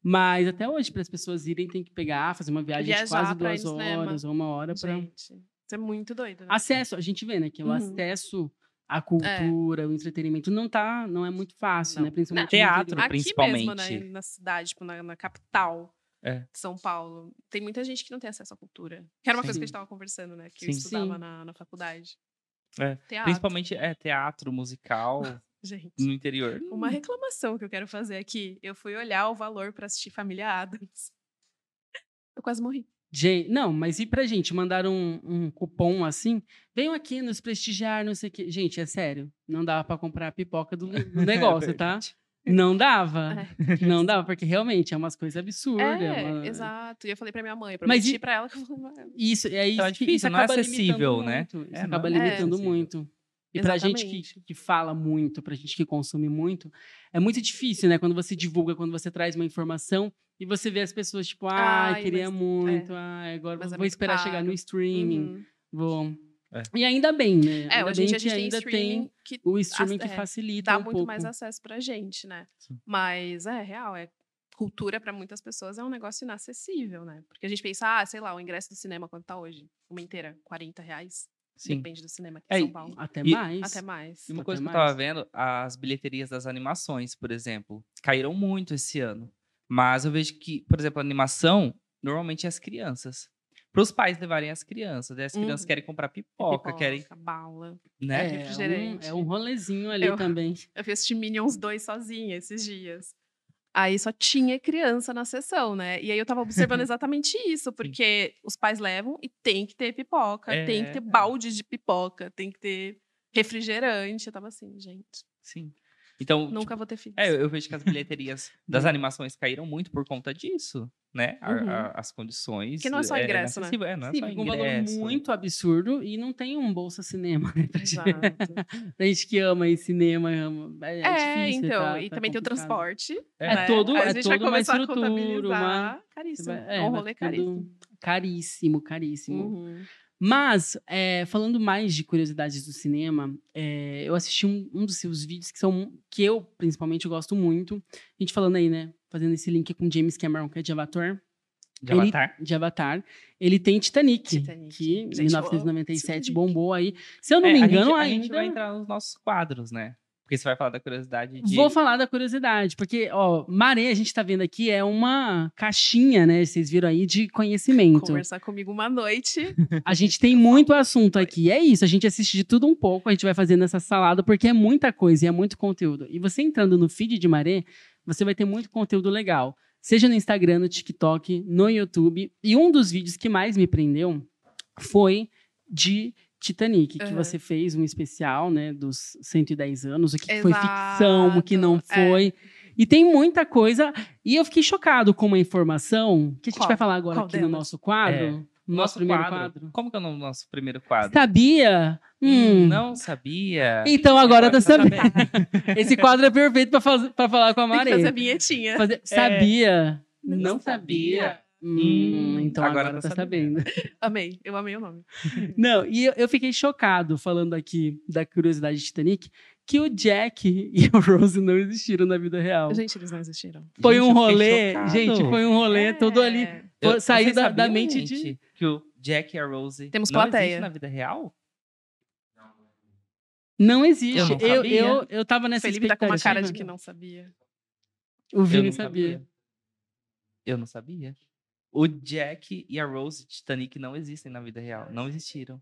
Speaker 1: Mas até hoje para as pessoas irem tem que pegar, fazer uma viagem de
Speaker 4: Viajar
Speaker 1: quase
Speaker 4: pra ir
Speaker 1: duas
Speaker 4: no cinema.
Speaker 1: horas ou uma hora para
Speaker 4: né? Gente, isso é muito doido, né?
Speaker 1: acesso, a gente vê, né, que o
Speaker 4: Uhum. É.
Speaker 1: acesso à cultura, ao entretenimento não tá, não é muito fácil,
Speaker 4: Não.
Speaker 1: né, principalmente no
Speaker 2: Teatro,
Speaker 1: interior.
Speaker 2: Ah,
Speaker 4: Aqui mesmo, né,
Speaker 2: principalmente.
Speaker 4: na cidade, tipo, na, na capital
Speaker 2: É.
Speaker 4: de São Paulo, tem muita gente que não tem acesso à cultura. Que era uma coisa que a
Speaker 1: Sim.
Speaker 4: gente tava conversando, né? Que
Speaker 2: Sim.
Speaker 4: eu estudava
Speaker 1: Sim.
Speaker 4: na, na faculdade.
Speaker 2: É,
Speaker 4: Teatro,
Speaker 2: Principalmente é teatro, musical
Speaker 4: Gente,
Speaker 2: no interior.
Speaker 1: Hum.
Speaker 4: uma reclamação que eu quero fazer aqui. Eu fui olhar o valor pra assistir Família Adams. Eu quase morri.
Speaker 1: Gente, não, mas e pra gente? Mandaram um, um cupom assim? Venham aqui nos prestigiar, não sei o quê. Gente, é sério. Não dava pra comprar a pipoca do, do negócio, tá? Não dava. Não dava, porque realmente é umas coisas absurdas.
Speaker 4: É,
Speaker 1: uma-
Speaker 4: exato. E eu falei pra minha mãe,
Speaker 1: Mas
Speaker 4: prometi
Speaker 1: e-
Speaker 4: pra ela que eu vou levar.
Speaker 1: Isso, é isso.
Speaker 2: Então é
Speaker 1: que- isso
Speaker 2: difícil, não é
Speaker 1: acaba
Speaker 2: acessível,
Speaker 1: limitando
Speaker 2: né?
Speaker 1: muito, Isso
Speaker 2: É,
Speaker 1: acaba
Speaker 2: não
Speaker 4: é
Speaker 1: limitando
Speaker 2: acessível.
Speaker 1: muito. E pra gente que,
Speaker 4: Exatamente.
Speaker 1: que fala muito, pra gente que consome muito, é muito difícil, né? Quando você divulga, quando você traz uma informação e você vê as pessoas, tipo, ai,
Speaker 4: Ai,
Speaker 1: queria
Speaker 4: mas- é,
Speaker 1: muito, ai, agora
Speaker 4: Mas é
Speaker 1: vou
Speaker 4: muito
Speaker 1: esperar chegar no
Speaker 4: caro."
Speaker 1: streaming.
Speaker 4: Uhum.
Speaker 1: Bom.
Speaker 2: É.
Speaker 1: E ainda bem, né?
Speaker 4: É,
Speaker 1: ainda
Speaker 4: hoje em
Speaker 1: bem
Speaker 4: dia a
Speaker 1: que
Speaker 4: gente tem
Speaker 1: ainda
Speaker 4: streaming
Speaker 1: tem
Speaker 4: que
Speaker 1: o streaming que
Speaker 4: é,
Speaker 1: facilita
Speaker 4: dá
Speaker 1: um
Speaker 4: muito
Speaker 1: pouco.
Speaker 4: mais acesso pra gente, né?
Speaker 2: Sim.
Speaker 4: Mas é real, é cultura pra muitas pessoas é um negócio inacessível, né? Porque a gente pensa, ah, sei lá, o ingresso do cinema quanto tá hoje? Uma inteira, 40 reais?
Speaker 2: Sim.
Speaker 4: Depende do cinema aqui
Speaker 2: É,
Speaker 4: em
Speaker 2: e-
Speaker 4: São Paulo.
Speaker 1: Até
Speaker 2: E-
Speaker 1: mais.
Speaker 4: Até mais.
Speaker 2: E uma
Speaker 1: Até
Speaker 2: coisa que eu
Speaker 1: mais.
Speaker 2: tava vendo, as bilheterias das animações, por exemplo, caíram muito esse ano. Mas eu vejo que, por exemplo, a animação, normalmente é as crianças. Para os pais levarem as crianças, né? as crianças
Speaker 4: Uhum.
Speaker 2: querem comprar pipoca, querem,
Speaker 4: Pipoca, bala.
Speaker 2: né?
Speaker 1: É, um,
Speaker 4: refrigerante.
Speaker 1: é um rolezinho ali
Speaker 4: Eu-
Speaker 1: também.
Speaker 4: Eu fui assistir Minions 2 sozinha esses dias. Aí só tinha criança na sessão, né? E aí eu tava observando exatamente isso, porque os pais levam e tem que ter pipoca, tem que
Speaker 2: É.
Speaker 4: ter baldes de pipoca, tem que ter refrigerante. Eu tava assim, gente.
Speaker 2: Sim. Então, tipo,
Speaker 4: Nunca Uhum. vou ter
Speaker 2: é,
Speaker 4: filhos.
Speaker 2: eu eu vejo que as bilheterias das animações caíram muito por conta disso, né? A-
Speaker 4: Uhum.
Speaker 2: a- as condições.
Speaker 4: Porque não é só ingresso, né?
Speaker 2: inacessível, É, não é
Speaker 1: Sim,
Speaker 2: só
Speaker 1: fica um valor
Speaker 2: ingresso.
Speaker 1: muito absurdo e não tem um Bolsa Cinema, né? Pra gente,
Speaker 4: Exato.
Speaker 1: pra gente que ama esse cinema, ama, é,
Speaker 4: É,
Speaker 1: difícil.
Speaker 4: então,
Speaker 1: tá-
Speaker 4: e
Speaker 1: tá
Speaker 4: também tem o
Speaker 1: complicado.
Speaker 4: transporte.
Speaker 1: É
Speaker 4: né?
Speaker 1: todo-
Speaker 4: Aí
Speaker 1: é
Speaker 4: a gente vai
Speaker 1: toda uma
Speaker 4: começar a
Speaker 1: estrutura,
Speaker 4: contabilizar.
Speaker 1: Você
Speaker 4: Caríssimo.
Speaker 1: vai-
Speaker 4: É um
Speaker 1: vai
Speaker 4: rolê
Speaker 1: ficando
Speaker 4: caríssimo.
Speaker 1: Caríssimo, caríssimo.
Speaker 4: Uhum.
Speaker 1: Mas, é, falando mais de curiosidades do cinema, é, eu assisti um, um dos seus vídeos que são que eu, principalmente, gosto muito. A gente falando aí, né? Fazendo esse link com James Cameron, que é de Avatar.
Speaker 2: De
Speaker 1: Ele-
Speaker 2: Avatar.
Speaker 1: de Avatar. Ele tem Titanic,
Speaker 4: Titanic.
Speaker 1: que em
Speaker 4: Gente,
Speaker 1: 1997
Speaker 4: eu amo
Speaker 1: bombou aí. Se eu não
Speaker 2: É,
Speaker 1: me
Speaker 2: a
Speaker 1: engano,
Speaker 2: gente, A gente
Speaker 1: ainda...
Speaker 2: vai entrar nos nossos quadros, né? Porque você vai falar da curiosidade de.
Speaker 1: Vou falar da curiosidade, porque, ó, maré, a gente tá vendo aqui, é uma caixinha, né? Vocês viram aí, de conhecimento.
Speaker 4: Conversar comigo uma noite.
Speaker 1: A gente tem muito assunto aqui. É isso, a gente assiste de tudo um pouco, a gente vai fazendo essa salada, porque é muita coisa e é muito conteúdo. E você entrando no feed de Maré, você vai ter muito conteúdo legal. Seja no Instagram, no TikTok, no YouTube. E um dos vídeos que mais me prendeu foi de Titanic, que
Speaker 4: Aham.
Speaker 1: você fez um especial, né, dos 110 anos, o que que foi ficção, o que não
Speaker 4: Exato, é.
Speaker 1: foi. E tem muita coisa. E eu fiquei chocado com uma informação que a gente
Speaker 4: Qual?
Speaker 1: vai falar agora
Speaker 4: Qual
Speaker 1: aqui no
Speaker 4: delas?
Speaker 1: nosso quadro.
Speaker 2: É.
Speaker 1: No nosso, primeiro quadro.
Speaker 2: Como que é o nome do nosso primeiro quadro?
Speaker 1: Sabia? Hum.
Speaker 2: Não é. sabia.
Speaker 1: Então agora tá
Speaker 2: tá
Speaker 1: sabendo. Esse quadro é perfeito pra, faz- pra falar com a
Speaker 4: Tem que fazer a
Speaker 1: Maré.
Speaker 4: vinhetinha.
Speaker 1: Fazer- Sabia? Não sabia. Hum,
Speaker 2: Hum,
Speaker 1: então agora,
Speaker 2: agora
Speaker 1: tá
Speaker 2: tá
Speaker 1: sabendo.
Speaker 4: Amei. Eu amei o nome.
Speaker 1: Não, e eu, eu fiquei chocado falando aqui da curiosidade de Titanic que o Jack e o Rose não existiram na vida real.
Speaker 4: Gente, eles não existiram.
Speaker 1: foi
Speaker 2: Gente,
Speaker 1: um
Speaker 2: eu fiquei
Speaker 1: rolê,
Speaker 2: chocado.
Speaker 1: gente, foi um rolê
Speaker 4: É.
Speaker 1: todo ali.
Speaker 2: Eu-
Speaker 1: Foi- saiu
Speaker 2: vocês
Speaker 1: da, da
Speaker 2: sabiam,
Speaker 1: mente de.
Speaker 2: gente, Que o Jack e a Rose.
Speaker 4: Temos
Speaker 2: não
Speaker 4: plateia.
Speaker 2: existe na vida real?
Speaker 1: Não existe.
Speaker 2: Eu não
Speaker 1: eu,
Speaker 2: sabia.
Speaker 1: eu, eu tava nessa
Speaker 4: Felipe tá com uma cara de que
Speaker 1: expectativa.
Speaker 4: não sabia.
Speaker 1: O
Speaker 2: Eu
Speaker 1: Vini
Speaker 2: não
Speaker 1: sabia.
Speaker 2: Eu não sabia. O Jack e a Rose Titanic não existem na vida real. Não existiram.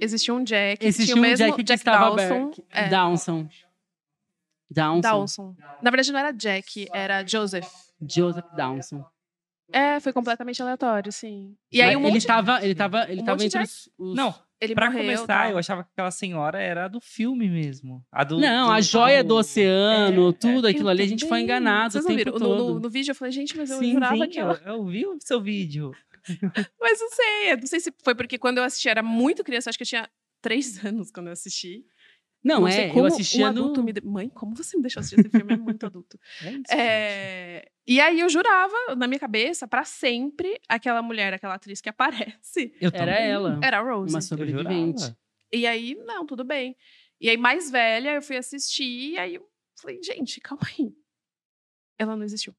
Speaker 4: Existia um Jack.
Speaker 1: Existia
Speaker 4: tinha o
Speaker 1: um
Speaker 4: mesmo
Speaker 1: Jack que
Speaker 4: Jack
Speaker 1: estava
Speaker 4: Dawson.
Speaker 1: aberto.
Speaker 4: É,
Speaker 1: Downson. Downson.
Speaker 4: Dawson. Na verdade, não era Jack, era Joseph.
Speaker 1: Joseph Downson.
Speaker 4: É, foi completamente aleatório, sim. E aí
Speaker 1: Mas
Speaker 4: um
Speaker 1: ele
Speaker 4: monte
Speaker 1: tava, ele tava, ele
Speaker 4: um
Speaker 1: tava
Speaker 4: monte de
Speaker 1: entre os, os-
Speaker 2: Não,
Speaker 4: ele
Speaker 2: pra
Speaker 4: morreu,
Speaker 2: começar,
Speaker 4: tal.
Speaker 2: eu achava que aquela senhora era a do filme mesmo. A do,
Speaker 1: Não,
Speaker 2: do-
Speaker 1: a joia do oceano,
Speaker 2: É,
Speaker 1: tudo aquilo
Speaker 4: Eu
Speaker 1: ali, a gente foi
Speaker 4: também.
Speaker 1: enganado
Speaker 4: Vocês
Speaker 1: o
Speaker 4: não
Speaker 1: tempo
Speaker 4: viram? No-
Speaker 1: todo.
Speaker 4: No, no vídeo eu falei, gente, mas eu
Speaker 2: Sim,
Speaker 4: jurava
Speaker 2: sim,
Speaker 4: que
Speaker 2: eu,
Speaker 4: ela...
Speaker 2: eu vi o seu vídeo.
Speaker 4: Mas não sei, eu não sei se foi porque quando eu assisti, eu era muito criança, eu acho que eu tinha três anos quando eu assisti.
Speaker 1: Não,
Speaker 4: sei
Speaker 1: é,
Speaker 4: como
Speaker 1: eu assistia
Speaker 4: um
Speaker 1: no...
Speaker 4: adulto me... de- Mãe, como você me deixou assistir esse filme? É muito adulto.
Speaker 2: É isso, gente.
Speaker 4: É, E aí eu jurava, na minha cabeça, pra sempre, aquela mulher, aquela atriz que aparece,
Speaker 2: Eu
Speaker 1: Era
Speaker 2: também,
Speaker 1: ela,
Speaker 4: era a Rose.
Speaker 1: uma
Speaker 2: eu jurava.
Speaker 1: sobrevivente.
Speaker 4: E aí, não, tudo bem. E aí, mais velha, eu fui assistir, e aí eu falei, gente, calma aí. Ela não existiu.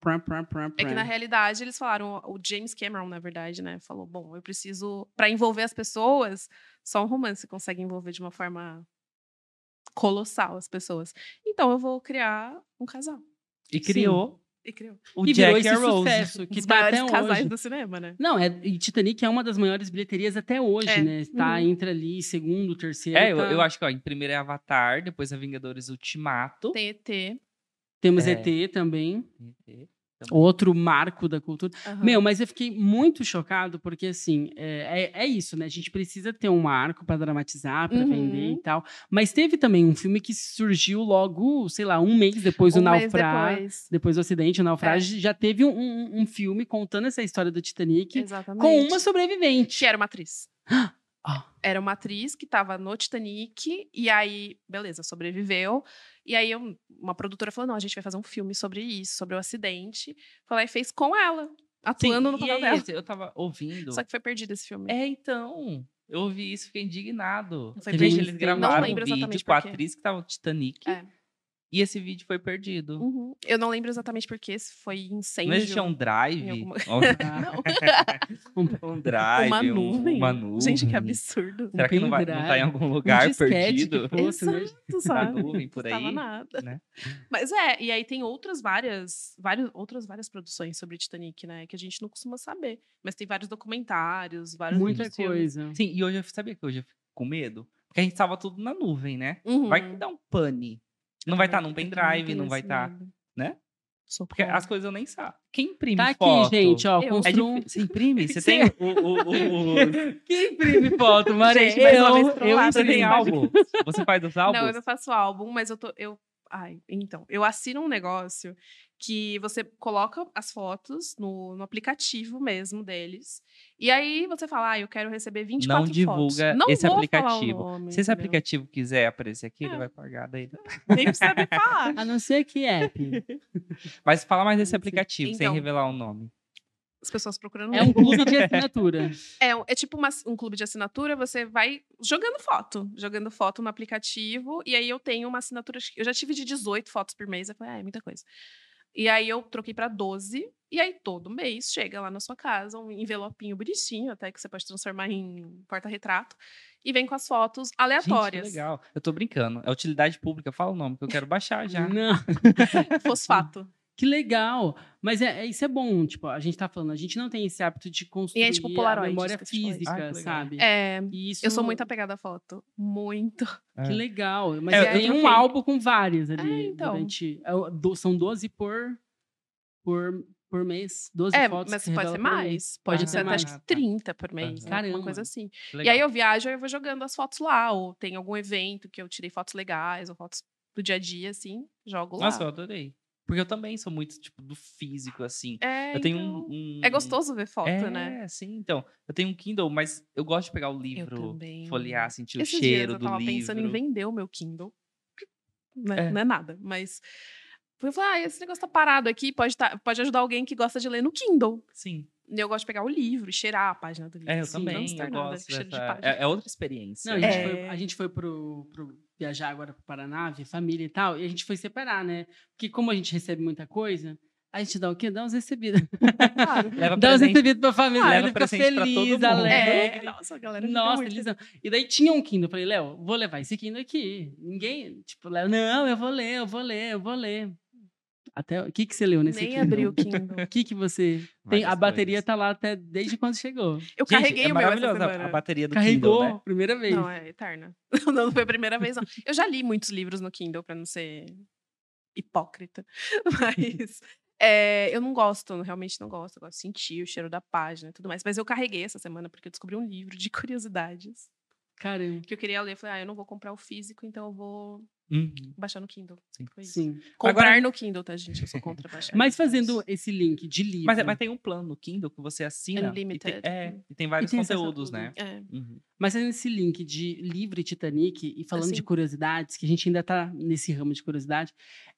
Speaker 1: Pram, pram, pram,
Speaker 4: É que na
Speaker 1: pram.
Speaker 4: realidade eles falaram, o James Cameron, na verdade, né? Falou: bom, eu preciso, Pra envolver as pessoas, só um romance consegue envolver de uma forma colossal as pessoas. Então eu vou criar um casal.
Speaker 2: E criou
Speaker 4: E criou.
Speaker 2: o
Speaker 1: e virou
Speaker 2: Jack
Speaker 1: esse
Speaker 2: e a Rose.
Speaker 1: sucesso que
Speaker 4: Os
Speaker 1: tá
Speaker 4: maiores
Speaker 1: até
Speaker 4: casais
Speaker 1: hoje.
Speaker 4: do cinema, né?
Speaker 1: Não, é, e Titanic é uma das maiores bilheterias até hoje,
Speaker 4: É.
Speaker 1: né? Tá,
Speaker 4: Uhum.
Speaker 1: entre ali, segundo, terceiro.
Speaker 2: É, eu,
Speaker 4: Então
Speaker 1: tá.
Speaker 2: eu acho que ó, em primeiro é Avatar, depois é Vingadores Ultimato.
Speaker 4: Tem ET.
Speaker 1: Temos
Speaker 2: É.
Speaker 1: ET também,
Speaker 2: Tem.
Speaker 1: outro marco da cultura.
Speaker 4: aham.
Speaker 1: Meu, mas eu fiquei muito chocado, porque assim, é, é- é isso, né? A gente precisa ter um arco pra dramatizar, pra
Speaker 4: Uhum.
Speaker 1: vender e tal. Mas teve também um filme que surgiu logo, sei lá, um mês depois do
Speaker 4: Um mês
Speaker 1: naufrágio. Depois.
Speaker 4: depois. É.
Speaker 1: do acidente, o naufrágio, já teve um, um- um filme contando essa história do Titanic
Speaker 4: Exatamente.
Speaker 1: com uma sobrevivente.
Speaker 4: Que era uma atriz.
Speaker 1: Ah.
Speaker 4: Era uma atriz que tava no Titanic, e aí, beleza, sobreviveu. E aí, um- uma produtora falou: não, a gente vai fazer um filme sobre isso, sobre o acidente. Foi lá e fez com ela, atuando no
Speaker 2: e
Speaker 4: papel
Speaker 2: é
Speaker 4: dela.
Speaker 2: isso, Eu tava ouvindo.
Speaker 4: Só que foi perdido esse filme.
Speaker 2: É, então. Eu ouvi isso, fiquei indignado.
Speaker 4: Não foi
Speaker 2: Foi gente,
Speaker 1: perdido.
Speaker 2: eles
Speaker 1: Não
Speaker 2: gravaram um
Speaker 4: lembro
Speaker 2: vídeo
Speaker 4: exatamente
Speaker 2: com a
Speaker 4: por quê.
Speaker 2: atriz que tava no Titanic.
Speaker 4: É.
Speaker 2: E esse vídeo foi perdido.
Speaker 4: Uhum. Eu não lembro exatamente porque, se foi incêndio.
Speaker 2: Não existia um drive.
Speaker 4: em alguma-
Speaker 1: Ah,
Speaker 2: Um drive.
Speaker 4: uma,
Speaker 2: um-
Speaker 4: nuvem.
Speaker 2: uma nuvem.
Speaker 4: Gente, que absurdo.
Speaker 2: Será que não, vai, não tá em
Speaker 1: pendrive,
Speaker 2: algum
Speaker 1: um
Speaker 2: lugar
Speaker 1: disquete
Speaker 2: perdido?
Speaker 1: Que fosse, né?
Speaker 4: Exato,
Speaker 2: Na
Speaker 4: sabe?
Speaker 2: nuvem por
Speaker 4: Não tava
Speaker 2: aí?
Speaker 4: nada.
Speaker 2: né?
Speaker 4: Mas é, e aí tem outras várias, vários, outras várias produções sobre Titanic, né? Que a gente não costuma saber. Mas tem vários documentários, vários
Speaker 1: Muita
Speaker 4: outros filmes.
Speaker 1: coisa.
Speaker 2: Sim, e hoje eu sabia que hoje eu fico com medo. Porque a gente salva tudo na nuvem, né?
Speaker 4: Uhum.
Speaker 2: tá
Speaker 4: assim.
Speaker 2: Vai que dá um pane. Não vai estar num pendrive, não vai estar.
Speaker 4: Tá...
Speaker 2: Porque as coisas eu nem sabe. Quem imprime
Speaker 1: Tá aqui,
Speaker 2: foto?
Speaker 1: gente, ó.
Speaker 4: Eu.
Speaker 2: É
Speaker 1: Construa um...
Speaker 2: difícil. Você imprime? Você
Speaker 1: Sim.
Speaker 2: tem o, o- o- o-
Speaker 1: Quem imprime foto, Maria?
Speaker 4: Gente, mais
Speaker 1: eu,
Speaker 4: uma vez
Speaker 1: eu
Speaker 4: trollada,
Speaker 2: Você tem
Speaker 1: imprimo.
Speaker 4: né?
Speaker 2: álbum? Você faz os álbuns?
Speaker 4: Não, eu não faço álbum, mas eu tô. Eu... Ai, então, eu assino um negócio que você coloca as fotos no, no aplicativo mesmo deles. E aí você fala, ah, eu quero receber 24
Speaker 2: Não divulga
Speaker 4: fotos. Não
Speaker 2: esse
Speaker 4: vou falar o
Speaker 2: aplicativo.
Speaker 4: nome,
Speaker 2: Se esse
Speaker 4: entendeu?
Speaker 2: aplicativo quiser aparecer aqui, ele
Speaker 4: É.
Speaker 2: vai pagar daí.
Speaker 4: Nem precisa me falar.
Speaker 2: Ah,
Speaker 1: A não ser que é, app.
Speaker 2: Mas fala mais desse aplicativo, sem
Speaker 4: Então.
Speaker 2: revelar o nome.
Speaker 4: As pessoas procurando.
Speaker 1: É um clube de assinatura.
Speaker 4: É, um- é tipo uma- um clube de assinatura, você vai jogando foto, jogando foto no aplicativo, e aí eu tenho uma assinatura. acho que- Eu já tive de 18 fotos por mês, eu falei, ah, é muita coisa. E aí eu troquei pra 12, e aí todo mês chega lá na sua casa um envelopinho bonitinho, até que você pode transformar em porta-retrato, e vem com as fotos
Speaker 2: Gente,
Speaker 4: aleatórias.
Speaker 2: que legal. Eu tô brincando. É utilidade pública. Fala o nome que eu quero baixar já.
Speaker 1: Não.
Speaker 4: Fosfato.
Speaker 1: Que legal! Mas é, é- isso é bom, tipo, a gente tá falando, a gente não tem esse hábito de construir
Speaker 4: tipo,
Speaker 1: a
Speaker 4: Polaroid,
Speaker 1: memória
Speaker 4: isso que eu te falei.
Speaker 1: física,
Speaker 2: Ah, que legal.
Speaker 1: sabe?
Speaker 4: É,
Speaker 1: E isso,
Speaker 4: eu sou muito apegada à foto. Muito.
Speaker 1: Que legal. Mas
Speaker 2: É,
Speaker 1: eu
Speaker 2: eu
Speaker 1: tem um
Speaker 4: troquei.
Speaker 1: álbum com várias ali.
Speaker 4: É, então.
Speaker 1: durante- é, o- do- são 12 por, por, por mês. 12
Speaker 4: É,
Speaker 1: fotos.
Speaker 4: mas
Speaker 1: que
Speaker 4: pode
Speaker 1: revela
Speaker 4: ser
Speaker 1: por mês.
Speaker 4: mais. Pode
Speaker 1: Ah,
Speaker 4: ser até
Speaker 1: mais.
Speaker 4: acho que 30 por mês,
Speaker 2: Aham.
Speaker 4: né, alguma
Speaker 1: Caramba.
Speaker 4: coisa assim. E
Speaker 2: Legal.
Speaker 4: aí eu viajo e eu vou jogando as fotos lá, ou tem algum evento que eu tirei fotos legais, ou fotos do dia a dia, assim, jogo lá.
Speaker 2: Nossa, eu adorei. Porque eu também sou muito, tipo, do físico, assim.
Speaker 4: é,
Speaker 2: eu tenho um,
Speaker 4: então,
Speaker 2: um-
Speaker 4: É gostoso ver foto,
Speaker 2: é,
Speaker 4: né?
Speaker 2: sim, então. Eu tenho um Kindle, mas eu gosto de pegar o livro,
Speaker 4: também.
Speaker 2: folhear, sentir
Speaker 4: Esses
Speaker 2: o
Speaker 4: dias
Speaker 2: cheiro
Speaker 4: eu
Speaker 2: do
Speaker 4: tava
Speaker 2: livro.
Speaker 4: pensando em vender o meu Kindle. Não é,
Speaker 2: É.
Speaker 4: não é nada, mas. Eu falei, ah, esse negócio tá parado aqui, pode, tá, pode ajudar alguém que gosta de ler no Kindle.
Speaker 2: Sim,
Speaker 4: E Eu gosto de pegar o livro e cheirar a página do livro.
Speaker 2: é, eu
Speaker 4: assim,
Speaker 2: também.
Speaker 4: não se
Speaker 2: Eu
Speaker 4: tornar nada,
Speaker 2: gosto
Speaker 4: cheiro de
Speaker 2: dessa...
Speaker 4: página.
Speaker 2: É, é outra experiência.
Speaker 1: Não, a
Speaker 2: né?
Speaker 1: gente
Speaker 4: É.
Speaker 1: foi, a gente foi pro, pro- viajar agora pro Paraná, ver família e tal, e a gente foi separar, né? Porque como a gente recebe muita coisa, a gente dá o quê? Dá uns recebidos.
Speaker 4: Claro.
Speaker 2: Leva
Speaker 1: Dá uns
Speaker 2: presente.
Speaker 1: recebidos pra família,
Speaker 2: Leva
Speaker 1: ele fica
Speaker 2: presente pra todo
Speaker 1: feliz,
Speaker 2: mundo.
Speaker 1: alegre.
Speaker 4: É, nossa, a galera. fica
Speaker 1: Nossa,
Speaker 4: muito-
Speaker 1: eles amam. E daí tinha um Kindle. Eu falei, Léo, vou levar esse Kindle aqui. Ninguém, tipo, Léo, não, eu vou ler, eu vou ler, eu vou ler. Até, o que que você leu nesse
Speaker 4: Nem
Speaker 1: Kindle?
Speaker 4: abri o Kindle.
Speaker 1: O que que você... tem-
Speaker 2: Várias
Speaker 1: a bateria
Speaker 2: coisas.
Speaker 1: tá lá até desde quando chegou.
Speaker 4: Eu
Speaker 2: Gente,
Speaker 4: carreguei
Speaker 2: é
Speaker 4: o meu essa
Speaker 2: maravilhosa a-
Speaker 4: semana.
Speaker 2: a bateria do
Speaker 1: Carregou,
Speaker 2: Kindle, né?
Speaker 1: primeira vez.
Speaker 4: Não, é eterna. Não, não foi a primeira vez, não. Eu já li muitos livros no Kindle, pra não ser hipócrita. Mas é, eu não gosto, eu realmente não gosto. Eu gosto de sentir o cheiro da página e tudo mais. Mas eu carreguei essa semana, porque eu descobri um livro de curiosidades
Speaker 1: Caramba.
Speaker 4: que eu queria ler. Eu Falei, ah, eu não vou comprar o físico, então eu vou
Speaker 2: Uhum.
Speaker 4: baixar no Kindle.
Speaker 2: Sim.
Speaker 4: Foi isso.
Speaker 1: Sim.
Speaker 4: Comprar
Speaker 2: Agora-
Speaker 4: no Kindle, tá, gente? Eu sou contra baixar.
Speaker 1: Mas
Speaker 4: no Kindle.
Speaker 1: fazendo esse link de livro...
Speaker 2: Mas, mas tem um plano no Kindle que você assina. E
Speaker 4: Uhum. Unlimited.
Speaker 2: tem, é, e tem vários
Speaker 1: tem acesso a
Speaker 2: conteúdos,
Speaker 1: tudo.
Speaker 2: né?
Speaker 4: É.
Speaker 2: Uhum.
Speaker 1: Mas fazendo esse link de livro e Titanic, e falando de
Speaker 4: Assim.
Speaker 1: curiosidades, que a gente ainda tá nesse ramo de curiosidade,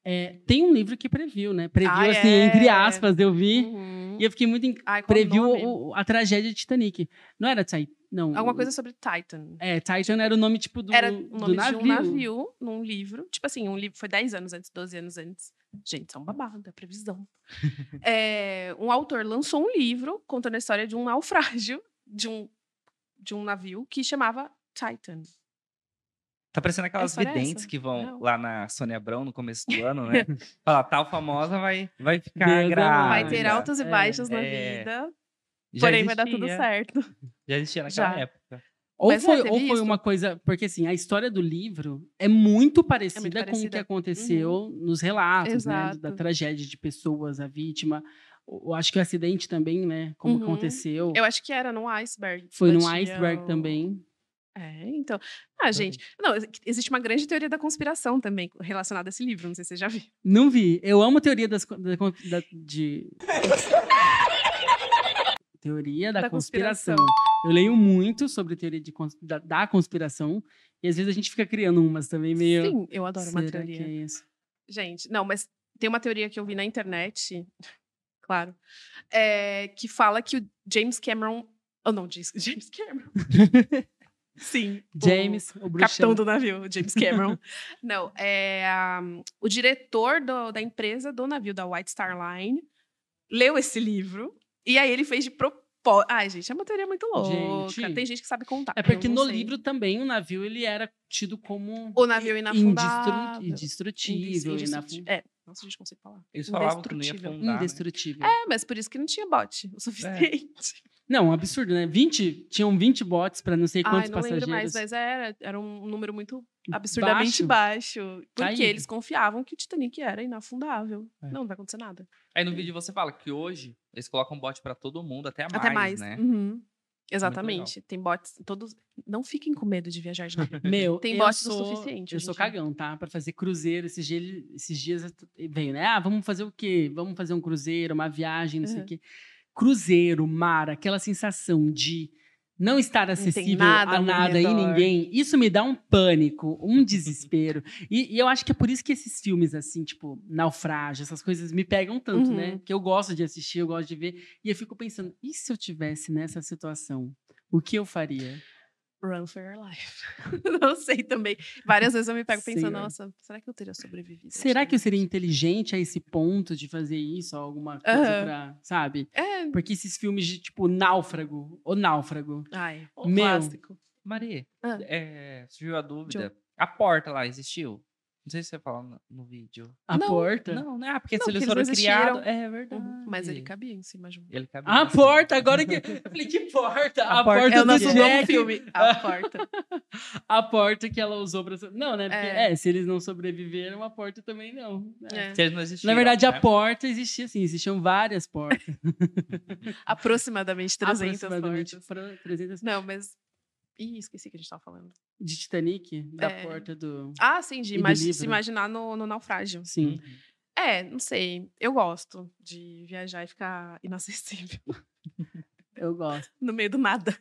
Speaker 1: é, tem um livro que previu, né? Previu,
Speaker 4: Ah,
Speaker 1: assim,
Speaker 4: é.
Speaker 1: entre aspas, eu vi.
Speaker 4: Uhum.
Speaker 1: E eu fiquei muito em-
Speaker 4: Ai, qual o
Speaker 1: previu
Speaker 4: nome?
Speaker 1: o- o- a tragédia de Titanic. Não era Titan, não.
Speaker 4: Alguma coisa sobre Titan.
Speaker 1: É, Titan era o nome, tipo, do,
Speaker 4: Era o
Speaker 1: do
Speaker 4: nome
Speaker 1: navio.
Speaker 4: de um navio num livro. Tipo assim, um livro foi 10 anos antes, 12 anos antes. Gente, isso é um babado, é previsão. É, um autor lançou um livro contando a história de um naufrágio de um, de um navio que chamava Titan.
Speaker 2: Tá parecendo aquelas
Speaker 4: história é
Speaker 2: videntes
Speaker 4: essa?
Speaker 2: que vão
Speaker 4: Não.
Speaker 2: lá na Sônia Abrão no começo do ano, né? Fala, tal famosa vai, vai ficar
Speaker 1: Deus é
Speaker 2: grávida.
Speaker 1: mais.
Speaker 4: vai ter altas e
Speaker 1: é,
Speaker 4: baixas na
Speaker 2: é.
Speaker 4: vida,
Speaker 2: Já
Speaker 4: porém vai dar tudo
Speaker 2: existia,
Speaker 4: certo.
Speaker 2: Já existia naquela
Speaker 4: Já.
Speaker 2: época.
Speaker 1: Ou,
Speaker 4: Mas
Speaker 1: foi,
Speaker 4: é, teve
Speaker 1: ou foi
Speaker 4: isso?
Speaker 1: uma coisa... Porque, assim, a história do livro é muito parecida, com o que
Speaker 4: parecida. Uhum.
Speaker 1: aconteceu nos relatos, né?
Speaker 4: Exato.
Speaker 1: Da tragédia de pessoas, a vítima. Eu acho que o acidente também, né? Como
Speaker 4: Uhum.
Speaker 1: aconteceu.
Speaker 4: Eu acho que era num iceberg.
Speaker 1: Foi num
Speaker 4: batia
Speaker 1: iceberg
Speaker 4: o-
Speaker 1: também.
Speaker 4: É, então. Ah, gente. Não, existe uma grande teoria da conspiração também relacionada a esse livro, não sei se você já viu.
Speaker 1: Não vi. Eu amo teoria das, co- da, con- da- de. teoria da,
Speaker 4: Da
Speaker 1: conspiração.
Speaker 4: conspiração.
Speaker 1: Eu leio muito sobre teoria de, cons- da, da conspiração. E às vezes a gente fica criando umas também, meio.
Speaker 4: Sim, eu adoro uma
Speaker 1: "Será
Speaker 4: teoria.
Speaker 1: que é isso?"
Speaker 4: Gente, não, mas tem uma teoria que eu vi na internet, claro, é, que fala que o James Cameron. Oh, não, James- James Cameron. Sim. o
Speaker 1: James, o, bruxão.
Speaker 4: Capitão do navio, o James Cameron. não, é ah, o diretor do- da empresa do navio da White Star Line leu esse livro e aí ele fez de propósito. Ai, gente, é uma teoria muito louca.
Speaker 1: Gente.
Speaker 4: Tem gente que sabe contar.
Speaker 1: É
Speaker 4: eu
Speaker 1: porque
Speaker 4: não
Speaker 1: no
Speaker 4: sei.
Speaker 1: livro também o navio ele era tido como
Speaker 4: o navio
Speaker 1: indestru-
Speaker 4: inafundável.
Speaker 1: indestrutível,
Speaker 4: indestrutível.
Speaker 1: inafu-
Speaker 4: É, nossa, a gente consegue falar.
Speaker 2: Eles falavam que não ia
Speaker 4: Indestrutível.
Speaker 2: afundar, né?
Speaker 1: indestrutível. É.
Speaker 4: É, mas por isso que não tinha bote o suficiente.
Speaker 1: Não, um absurdo, né? 20, tinham 20 bots pra não sei
Speaker 4: Ai,
Speaker 1: quantos
Speaker 4: não
Speaker 1: passageiros. Hum,
Speaker 4: lembro mais, mas era, era um número muito absurdamente baixo.
Speaker 1: Tá
Speaker 4: porque
Speaker 1: aí.
Speaker 4: eles confiavam que o Titanic era inafundável.
Speaker 1: É.
Speaker 4: Não, não vai acontecer nada.
Speaker 2: Aí no vídeo você fala que hoje eles colocam bot pra todo mundo, até mais,
Speaker 4: Até mais.
Speaker 2: né?
Speaker 4: Uhum. Exatamente. Tem bots. Todos. Não fiquem com medo de viajar de navio.
Speaker 1: Meu,
Speaker 4: Tem
Speaker 1: eu
Speaker 4: bote o
Speaker 1: sou,
Speaker 4: suficiente
Speaker 1: Eu
Speaker 4: hoje em
Speaker 1: sou
Speaker 4: dia.
Speaker 1: cagão, tá? Pra fazer cruzeiro. Esses dias, ele- esses dias eu t- veio, né? Ah, vamos fazer o quê? Vamos fazer um cruzeiro, uma viagem, não sei o
Speaker 4: Uhum.
Speaker 1: quê. Cruzeiro, mar, aquela sensação de não estar acessível
Speaker 4: nada
Speaker 1: a
Speaker 4: ao
Speaker 1: nada e
Speaker 4: redor.
Speaker 1: ninguém. Isso me dá um pânico, um desespero. e, e eu acho que é por isso que esses filmes, assim, tipo, naufrágio, essas coisas me pegam tanto,
Speaker 4: Uhum.
Speaker 1: né? Que eu gosto de assistir, eu gosto de ver. E eu fico pensando, e se eu tivesse nessa situação? O que eu faria?
Speaker 4: Run for your life. não sei também. Várias vezes eu me pego pensando,
Speaker 1: Senhor.
Speaker 4: nossa, será que eu teria sobrevivido?
Speaker 1: Será
Speaker 4: Então, Acho
Speaker 1: que eu seria inteligente a esse ponto de fazer isso? ou Alguma coisa
Speaker 4: Aham.
Speaker 1: pra. Sabe?
Speaker 4: É.
Speaker 1: Porque esses filmes de tipo Náufrago, ou Náufrago.
Speaker 4: Ai, o
Speaker 1: Meu.
Speaker 4: clássico.
Speaker 2: Maria,
Speaker 4: Ah.
Speaker 2: é, surgiu a dúvida. A porta lá existiu? Não sei se você fala no, no vídeo.
Speaker 1: A
Speaker 4: Não,
Speaker 1: porta.
Speaker 2: Não, né? Ah, porque
Speaker 4: Tá. Não,
Speaker 2: se eles
Speaker 4: porque
Speaker 2: foram
Speaker 4: eles não
Speaker 2: criados.
Speaker 4: existiram.
Speaker 2: É verdade.
Speaker 4: Uhum. Mas ele cabia em cima de um.
Speaker 2: Ele cabia
Speaker 1: A
Speaker 2: nessa-
Speaker 1: porta, agora que. Eu falei, que porta? A,
Speaker 2: A
Speaker 1: porta,
Speaker 2: porta
Speaker 4: É o
Speaker 1: do
Speaker 4: nosso novo
Speaker 1: Jack,
Speaker 4: filme, A Porta.
Speaker 1: A porta que ela usou pra. so- Não, né? Porque, é.
Speaker 4: É.
Speaker 1: se eles não sobreviveram, a porta também não. É.
Speaker 4: É.
Speaker 2: Se eles não
Speaker 1: Na
Speaker 2: existiram.
Speaker 1: verdade, a
Speaker 2: né?
Speaker 1: porta existia, assim, existiam várias portas.
Speaker 4: Aproximadamente 300
Speaker 1: aproximadamente
Speaker 4: portas.
Speaker 1: fra- 300
Speaker 4: Não, mas. Ih, esqueci que a gente tava falando.
Speaker 1: de Titanic, da
Speaker 4: É.
Speaker 1: porta do.
Speaker 4: Ah, sim, de
Speaker 1: E do
Speaker 4: imagi-
Speaker 1: livro.
Speaker 4: se imaginar no, no naufrágio.
Speaker 2: Uhum.
Speaker 1: Sim.
Speaker 4: É, não sei. Eu gosto de viajar e ficar inacessível
Speaker 1: Eu gosto.
Speaker 4: no meio do nada.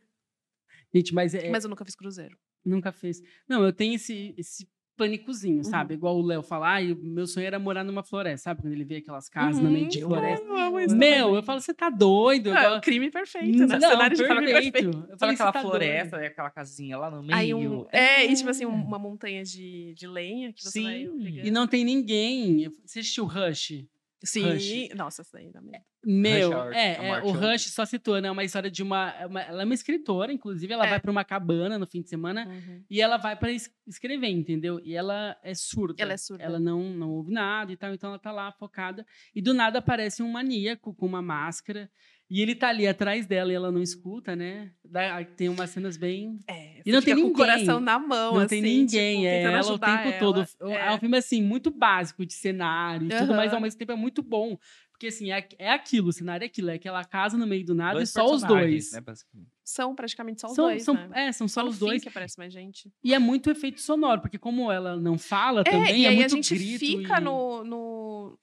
Speaker 1: Gente, mas é,
Speaker 4: Mas eu nunca fiz cruzeiro.
Speaker 1: Nunca fez. Não, eu tenho esse, esse pânicozinho,
Speaker 4: Uhum.
Speaker 1: sabe? Igual o Léo fala, ai, o meu sonho era morar numa floresta, sabe? Quando ele vê aquelas casas no meio de
Speaker 4: Uhum.
Speaker 1: floresta.
Speaker 4: Eu amo isso
Speaker 1: Meu,
Speaker 4: também.
Speaker 1: eu falo, você tá doido? Eu
Speaker 4: Ah, é
Speaker 1: falo,
Speaker 4: o crime perfeito, né?
Speaker 1: Não,
Speaker 4: Cenário de crime
Speaker 1: perfeito.
Speaker 4: perfeito.
Speaker 1: Eu
Speaker 2: Fala
Speaker 1: falei,
Speaker 2: aquela
Speaker 1: "Você tá doido?"
Speaker 2: floresta, né? aquela casinha lá no meio.
Speaker 4: Aí um, é, e tipo assim, um- uma montanha de, de lenha que você vai
Speaker 2: Sim.
Speaker 4: pegando.
Speaker 1: E não tem ninguém. Eu- Você assistiu o Rush?
Speaker 4: Sim,
Speaker 1: Rush.
Speaker 4: nossa, essa daí também.
Speaker 1: Meu,
Speaker 2: Rush Hour,
Speaker 1: é,
Speaker 2: a
Speaker 1: é, o
Speaker 2: morte.
Speaker 1: Rush só situando, é uma história de uma, é uma- Ela é uma escritora, inclusive, ela
Speaker 4: É.
Speaker 1: vai pra uma cabana no fim de semana
Speaker 4: Uhum.
Speaker 1: e ela vai pra es- escrever, entendeu? E ela é surda.
Speaker 4: Ela é surda.
Speaker 1: Ela não, não ouve nada e tal, então ela tá lá focada. E do nada aparece um maníaco com uma máscara. E ele tá ali atrás dela e ela não escuta, né? Dá- tem umas cenas bem.
Speaker 4: É,
Speaker 1: E
Speaker 4: você
Speaker 1: não tem
Speaker 4: fica com
Speaker 1: ninguém.
Speaker 4: o coração na mão,
Speaker 1: não
Speaker 4: assim,
Speaker 1: tem ninguém,
Speaker 4: tipo,
Speaker 1: é
Speaker 4: tentando
Speaker 1: ela o
Speaker 4: ajudar
Speaker 1: tempo
Speaker 4: ela.
Speaker 1: todo. O- É.
Speaker 4: É.
Speaker 1: um filme assim, muito básico de cenário e tudo,
Speaker 4: Aham.
Speaker 1: mas ao mesmo tempo é muito bom. Porque assim, é, é aquilo, o cenário é aquilo, é aquela casa no meio do nada e só os
Speaker 2: personagens,
Speaker 1: dois.
Speaker 2: Né, basicamente.
Speaker 4: São praticamente só os
Speaker 1: são,
Speaker 4: dois,
Speaker 1: são,
Speaker 4: né?
Speaker 1: É, são só,
Speaker 4: no
Speaker 1: os
Speaker 4: fim
Speaker 1: dois.
Speaker 4: que aparece mais gente.
Speaker 1: E é muito efeito sonoro, porque como ela não fala
Speaker 4: É,
Speaker 1: também,
Speaker 4: e
Speaker 1: é
Speaker 4: aí
Speaker 1: muito
Speaker 4: a gente
Speaker 1: grito
Speaker 4: fica
Speaker 1: e-
Speaker 4: no, no-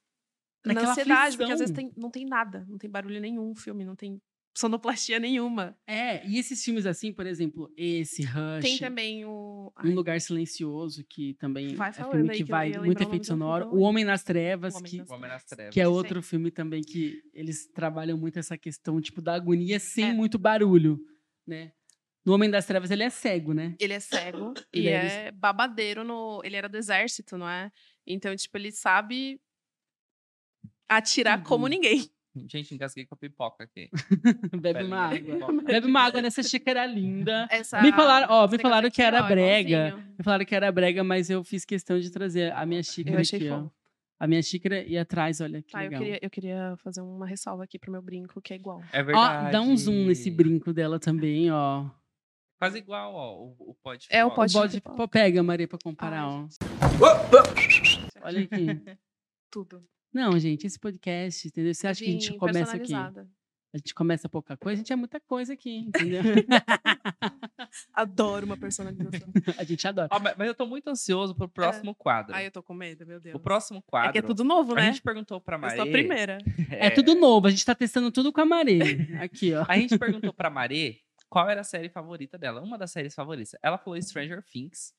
Speaker 4: na
Speaker 1: Naquela
Speaker 4: ansiedade, porque
Speaker 1: aflição.
Speaker 4: às vezes tem- não tem nada, não tem barulho nenhum o filme, não tem sonoplastia nenhuma.
Speaker 1: É, e esses filmes assim, por exemplo, esse Rush,
Speaker 4: Tem também o. Ai,
Speaker 1: Um Lugar Silencioso, que também
Speaker 4: Vai
Speaker 1: é
Speaker 4: falando
Speaker 1: filme
Speaker 4: aí
Speaker 1: que
Speaker 4: que eu
Speaker 1: vai
Speaker 4: ia lembrar
Speaker 1: muito
Speaker 4: o nome
Speaker 1: efeito
Speaker 4: do
Speaker 1: sonoro.
Speaker 4: filme.
Speaker 1: O Homem nas Trevas,
Speaker 4: O Homem
Speaker 1: que,
Speaker 4: nas
Speaker 2: O Homem nas Trevas.
Speaker 1: que é
Speaker 4: Sim.
Speaker 1: outro filme também que eles trabalham muito essa questão, tipo, da agonia sem
Speaker 4: É.
Speaker 1: muito barulho, né? No Homem das Trevas ele é cego, né?
Speaker 4: Ele é cego
Speaker 1: Ele
Speaker 4: e
Speaker 1: é-
Speaker 4: é babadeiro no. Ele era do exército, não é? Então, tipo, ele sabe atirar
Speaker 1: Tudo.
Speaker 4: como ninguém.
Speaker 2: Gente, engasguei com a pipoca aqui.
Speaker 1: Bebe uma
Speaker 2: Pera aí,
Speaker 1: água.
Speaker 2: pipoca.
Speaker 1: Bebe uma água nessa xícara linda.
Speaker 4: Essa-
Speaker 1: Me falaram- ó, me
Speaker 4: esse
Speaker 1: falaram
Speaker 4: negócio
Speaker 1: que era
Speaker 4: aqui, ó,
Speaker 1: brega.
Speaker 4: igualzinho.
Speaker 1: Me falaram que era brega, mas eu fiz questão de trazer a minha xícara
Speaker 4: Eu achei
Speaker 1: aqui, ó.
Speaker 4: fofo.
Speaker 1: A minha xícara e atrás, olha que
Speaker 4: Ah, eu
Speaker 1: legal.
Speaker 4: queria, eu queria fazer uma ressalva aqui pro meu brinco, que é igual.
Speaker 2: É verdade.
Speaker 1: Ó, dá um zoom nesse brinco dela também, ó.
Speaker 2: Quase igual, ó, o, o pó de
Speaker 4: É o
Speaker 2: pipoca.
Speaker 4: pó de-
Speaker 1: Pode,
Speaker 4: pipoca.
Speaker 1: pega, Maria, pra comparar,
Speaker 4: Ai,
Speaker 1: ó. Olha aqui.
Speaker 4: Tudo.
Speaker 1: Não, gente, esse podcast, entendeu? Você acha que a gente
Speaker 4: Vim
Speaker 1: começa aqui? A
Speaker 4: personalizada.
Speaker 1: gente começa pouca coisa, a gente é muita coisa aqui, entendeu?
Speaker 4: Adoro uma personalização.
Speaker 1: a gente adora.
Speaker 2: Ó, mas mas eu tô muito ansioso pro próximo quadro.
Speaker 4: Ai, eu tô com medo, meu Deus.
Speaker 2: O próximo quadro.
Speaker 4: É que é tudo novo,
Speaker 2: A
Speaker 4: né?
Speaker 2: gente perguntou pra
Speaker 4: Eu
Speaker 2: Maria.
Speaker 4: sou a primeira.
Speaker 1: É tudo novo, a gente tá testando tudo com a Marê. Aqui, ó.
Speaker 2: A gente perguntou pra Marê qual era a série favorita dela, uma das séries favoritas. Ela falou Stranger Things.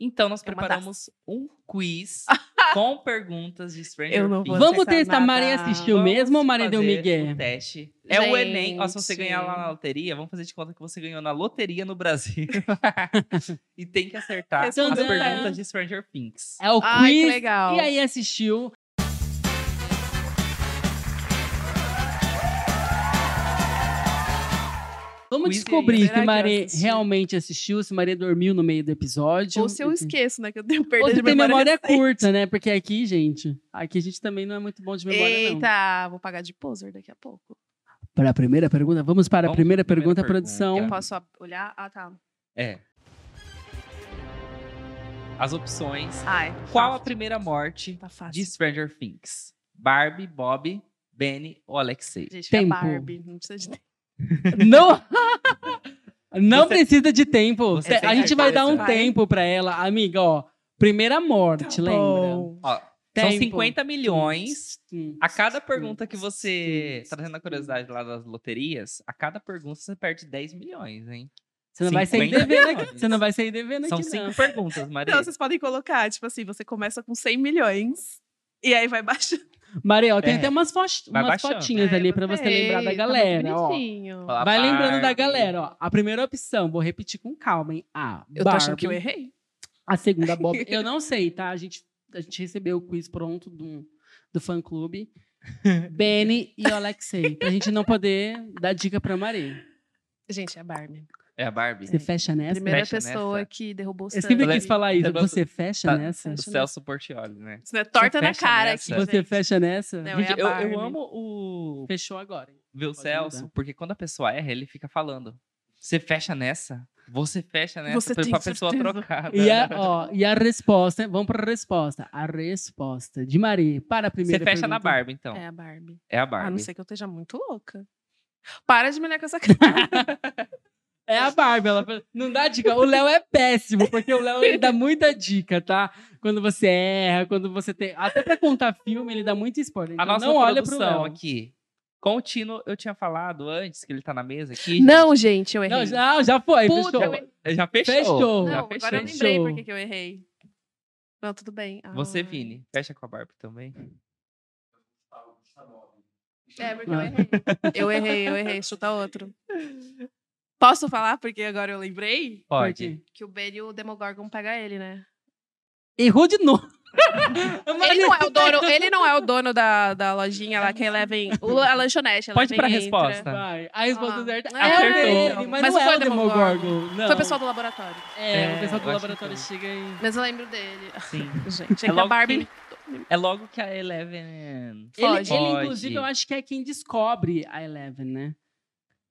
Speaker 2: Então nós
Speaker 4: É uma
Speaker 2: preparamos um quiz com perguntas de Stranger
Speaker 4: Eu não vou
Speaker 2: Things.
Speaker 1: Vamos
Speaker 4: acessar
Speaker 1: testar,
Speaker 4: tá nada.
Speaker 1: Maria assistiu
Speaker 2: Ah, Vamos
Speaker 1: mesmo ou é um Maria deu
Speaker 2: fazer
Speaker 1: migué?
Speaker 2: o teste. É o Enem. Ó, se você
Speaker 4: Gente.
Speaker 2: ganhar lá na loteria, vamos fazer de conta que você ganhou na loteria no Brasil. e tem que acertar as
Speaker 1: Tantã.
Speaker 2: perguntas de Stranger Things.
Speaker 1: É o
Speaker 4: Ai, que
Speaker 1: quiz.
Speaker 4: legal.
Speaker 1: E aí assistiu. Vamos
Speaker 2: Quiz e aí,
Speaker 1: descobrir
Speaker 4: será
Speaker 1: se
Speaker 4: que eu
Speaker 1: Maria
Speaker 4: assisti?
Speaker 1: realmente assistiu, se Maria dormiu no meio do episódio.
Speaker 4: Ou se eu
Speaker 1: Entendeu?
Speaker 4: esqueço, né? Que eu tenho
Speaker 1: Ou
Speaker 4: perda
Speaker 1: se
Speaker 4: de
Speaker 1: tem memória
Speaker 4: memória.
Speaker 1: curta, né? Porque aqui, gente, aqui a gente também não é muito bom de memória, não.
Speaker 4: Eita, vou pagar de poser daqui a pouco.
Speaker 1: Para a primeira pergunta? Vamos para a
Speaker 2: Vamos
Speaker 1: primeira
Speaker 2: para a primeira
Speaker 1: pergunta,
Speaker 2: pergunta.
Speaker 1: produção.
Speaker 4: Eu posso ab- olhar? Ah, tá.
Speaker 2: É. As opções.
Speaker 4: Ah, é.
Speaker 2: Qual a primeira morte
Speaker 4: Tá fácil.
Speaker 2: de Stranger Things? Barbie, Bob, Benny ou Alexei?
Speaker 4: Gente,
Speaker 1: Tempo. Tá
Speaker 4: é Barbie. Não precisa de tempo.
Speaker 1: Não, não
Speaker 2: Você-
Speaker 1: precisa de tempo.
Speaker 2: Você
Speaker 1: a
Speaker 2: tem
Speaker 1: gente vai dar um
Speaker 4: certeza? Vai. Tá
Speaker 1: tempo para ela. Amiga, ó. Primeira morte, lembra?
Speaker 4: Bom.
Speaker 2: Ó, são
Speaker 1: Tempo.
Speaker 2: 50 milhões.
Speaker 1: Hum.
Speaker 2: A cada pergunta que você. tá Trazendo a curiosidade lá das loterias, a cada pergunta você perde 10 milhões, hein?
Speaker 1: Você não vai sair
Speaker 2: 50
Speaker 1: devendo aqui.
Speaker 2: milhões.
Speaker 1: Você não vai sair devendo
Speaker 2: São
Speaker 1: aqui, não.
Speaker 2: cinco perguntas, Maria.
Speaker 4: Então, vocês podem colocar, tipo assim, você começa com 100 milhões e aí vai baixando.
Speaker 1: Maria, ó, tem
Speaker 2: É.
Speaker 1: até umas, fo-
Speaker 2: Vai
Speaker 1: umas
Speaker 2: baixando.
Speaker 1: fotinhas ali para você lembrar da
Speaker 4: tá
Speaker 1: galera, ó.
Speaker 4: ó.
Speaker 2: Fala
Speaker 1: Vai lembrando da
Speaker 2: Barbie.
Speaker 1: galera, ó. A primeira opção, vou repetir com calma, hein? A.
Speaker 4: Eu tô
Speaker 1: Barbie.
Speaker 4: achando que eu errei.
Speaker 1: A segunda Bob. eu não sei, tá? A gente, a gente recebeu o quiz pronto do, do fã clube. Benny e Alexei. Pra gente não poder dar dica pra Maria.
Speaker 4: Gente, é Barbie.
Speaker 2: É a Barbie.
Speaker 1: Você fecha nessa?
Speaker 4: Primeira
Speaker 2: Fecha
Speaker 4: pessoa
Speaker 2: nessa.
Speaker 4: que derrubou o
Speaker 1: Né, assim, Eu sempre
Speaker 4: Stanley.
Speaker 1: quis falar isso.
Speaker 2: Tá bom.
Speaker 1: Você fecha
Speaker 2: Tá.
Speaker 1: nessa?
Speaker 2: O Celso Portioli, né?
Speaker 4: Isso não é torta na
Speaker 2: fecha
Speaker 4: cara
Speaker 2: nessa.
Speaker 4: aqui,
Speaker 1: Você
Speaker 4: gente.
Speaker 1: fecha nessa?
Speaker 4: Não,
Speaker 2: Gente,
Speaker 4: é a
Speaker 2: eu,
Speaker 4: Barbie.
Speaker 2: eu amo o
Speaker 1: Fechou agora. hein?
Speaker 2: ver o
Speaker 1: Pode
Speaker 2: Celso,
Speaker 1: mudar.
Speaker 2: porque quando a pessoa erra, ele fica falando. Você fecha nessa, você fecha nessa,
Speaker 4: Você
Speaker 2: pra,
Speaker 4: tem
Speaker 2: pra pessoa
Speaker 4: certeza?
Speaker 2: trocar.
Speaker 1: E a, ó, e a resposta, hein? vamos pra resposta. A resposta de Maria para a
Speaker 2: Você
Speaker 1: primeira
Speaker 2: fecha na
Speaker 1: pergunta.
Speaker 2: Barbie, então. É,
Speaker 4: É a Barbie.
Speaker 2: a
Speaker 4: A não
Speaker 2: Barbie.
Speaker 4: ser que eu esteja muito louca. Para de me olhar com essa cara.
Speaker 1: É a Barbie, ela fala- não dá dica. O Léo é péssimo, porque o Léo ele dá muita dica, tá? Quando você erra, quando você tem. Até pra contar filme, ele dá muito spoiler.
Speaker 2: a
Speaker 1: Então
Speaker 2: nossa
Speaker 1: não olha pro
Speaker 2: produção
Speaker 1: Léo.
Speaker 2: aqui. Com o Tino, eu tinha falado antes que ele tá na mesa aqui.
Speaker 4: não, gente, eu errei.
Speaker 1: Não, já, já foi,
Speaker 4: Puta,
Speaker 1: fechou.
Speaker 4: eu errei.
Speaker 2: Já fechou.
Speaker 1: Fechou.
Speaker 2: Já
Speaker 4: Não,
Speaker 2: Ah, fechou.
Speaker 4: agora eu lembrei
Speaker 1: Fechou.
Speaker 4: por que que eu errei. Não, tudo bem. Ah.
Speaker 2: Você,
Speaker 4: Ai.
Speaker 2: Vini, fecha com a Barbie também.
Speaker 4: É, porque eu
Speaker 1: Ah.
Speaker 4: errei. Eu errei, eu errei. Chuta outro. Posso falar porque agora eu lembrei?
Speaker 2: Pode.
Speaker 4: Que o Ben e o Demogorgon pega ele, né?
Speaker 1: Errou de novo.
Speaker 4: Ele não é o dono, ele não é o dono da, da lojinha lá que levem. O, a lanchonete. ela
Speaker 2: Pode
Speaker 4: vem
Speaker 2: pra
Speaker 4: e entra.
Speaker 2: resposta.
Speaker 1: Vai. A resposta
Speaker 4: Ah.
Speaker 1: certa
Speaker 4: Ah,
Speaker 1: é
Speaker 2: acertou.
Speaker 1: dele, mas,
Speaker 4: Mas
Speaker 1: não
Speaker 4: foi
Speaker 1: é o
Speaker 4: o Demogorgon.
Speaker 1: Demogorgon. Não.
Speaker 4: Foi o pessoal do laboratório.
Speaker 1: É, o
Speaker 2: É,
Speaker 1: pessoal do
Speaker 2: eu acho
Speaker 1: laboratório
Speaker 2: que foi.
Speaker 1: chega e.
Speaker 4: Mas eu lembro dele.
Speaker 2: Sim.
Speaker 4: Gente,
Speaker 2: É
Speaker 4: é, que a
Speaker 2: logo
Speaker 4: Barbie.
Speaker 2: É logo que a Eleven.
Speaker 1: Ele,
Speaker 4: Foge.
Speaker 1: ele,
Speaker 2: Foge.
Speaker 1: inclusive, eu acho que é quem descobre a Eleven, né?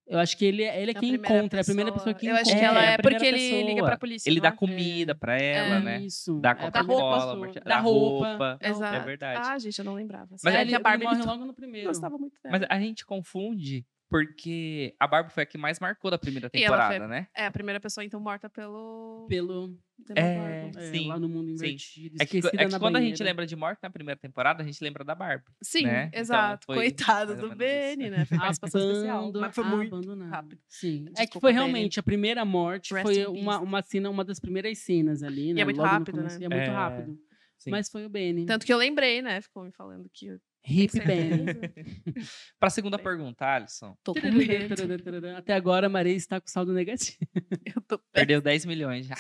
Speaker 1: Eu acho que ele, ele é
Speaker 4: A
Speaker 1: quem
Speaker 4: primeira
Speaker 1: encontra, é a primeira pessoa
Speaker 4: pessoa.
Speaker 1: que
Speaker 4: Eu
Speaker 1: encontra.
Speaker 4: acho que ela
Speaker 2: É,
Speaker 4: é,
Speaker 2: a primeira
Speaker 4: porque ele
Speaker 2: pessoa.
Speaker 4: liga pra polícia.
Speaker 2: Ele
Speaker 4: não
Speaker 2: dá
Speaker 4: é?
Speaker 2: comida pra ela, né?
Speaker 1: Isso.
Speaker 2: Dá
Speaker 1: É,
Speaker 2: Coca-Cola,
Speaker 1: da roupa.
Speaker 2: morte-
Speaker 1: Da
Speaker 2: dá
Speaker 1: roupa.
Speaker 2: roupa.
Speaker 4: Exato.
Speaker 2: É verdade.
Speaker 4: Ah, gente, eu não lembrava. Mas
Speaker 1: Mas
Speaker 4: é
Speaker 1: ele,
Speaker 4: que a Barbie
Speaker 1: morre
Speaker 4: ele
Speaker 1: logo no primeiro.
Speaker 4: gostava muito dela.
Speaker 2: Mas é a gente confunde porque a Barbie foi a que mais marcou da primeira
Speaker 4: E ela
Speaker 2: temporada, né?
Speaker 4: É, a primeira pessoa, então, morta pelo.
Speaker 1: Pelo,
Speaker 4: Demogorgon.
Speaker 1: é,
Speaker 2: Sim,
Speaker 1: lá no mundo
Speaker 2: sim.
Speaker 1: invertido,
Speaker 2: É que,
Speaker 1: esquecida
Speaker 2: é que
Speaker 1: na
Speaker 2: quando a
Speaker 1: banheira.
Speaker 2: gente lembra de morte na primeira temporada, a gente lembra da Barbie.
Speaker 4: Sim,
Speaker 2: né? Então,
Speaker 4: exato.
Speaker 2: foi
Speaker 4: Coitado
Speaker 2: mais ou menos
Speaker 4: do
Speaker 2: isso.
Speaker 4: Benny, né? Foi participação especial.
Speaker 1: Abando-
Speaker 4: Mas foi muito.
Speaker 1: abandonado.
Speaker 4: rápido.
Speaker 1: Sim. é que
Speaker 4: Desculpa,
Speaker 1: foi
Speaker 4: Benny.
Speaker 1: realmente a primeira morte,
Speaker 4: Rest
Speaker 1: foi
Speaker 4: in peace.
Speaker 1: uma, uma cena, uma das primeiras cenas ali, né?
Speaker 4: é muito
Speaker 1: Logo no
Speaker 4: rápido,
Speaker 1: começo,
Speaker 4: né?
Speaker 1: E é muito
Speaker 2: É,
Speaker 1: rápido.
Speaker 2: sim.
Speaker 1: Mas foi o Benny.
Speaker 4: Tanto que eu lembrei, né? Ficou me falando que. eu
Speaker 1: Hip
Speaker 4: tenho
Speaker 1: Benny.
Speaker 4: certeza.
Speaker 2: Pra segunda pergunta, Alisson.
Speaker 4: Tô com medo.
Speaker 1: Até agora a Maria está com saldo negativo.
Speaker 4: Eu tô...
Speaker 2: Perdeu 10 milhões já.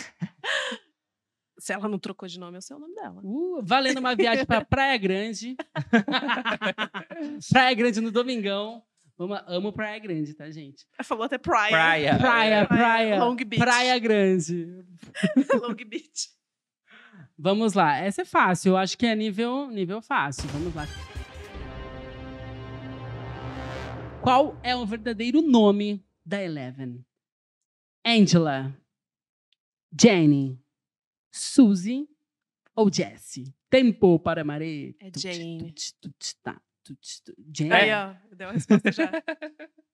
Speaker 4: Se ela não trocou de nome, eu sei o nome dela.
Speaker 1: Uh, valendo uma viagem para Praia Grande. Praia Grande no Domingão. Vamos, lá, amo Praia Grande, tá, gente?
Speaker 4: Ela falou até Praia.
Speaker 2: Praia.
Speaker 1: Praia, praia.
Speaker 4: Long Beach.
Speaker 1: Praia Grande.
Speaker 4: Long Beach.
Speaker 1: Vamos lá. Essa é fácil. Eu acho que é nível, nível fácil. Vamos lá. Qual é o verdadeiro nome da Eleven? Angela, Jenny, Suzy ou Jessie? Tempo para Maria.
Speaker 4: É Jane.
Speaker 1: tá, Jenny.
Speaker 2: É.
Speaker 4: Aí, ó, deu a resposta já.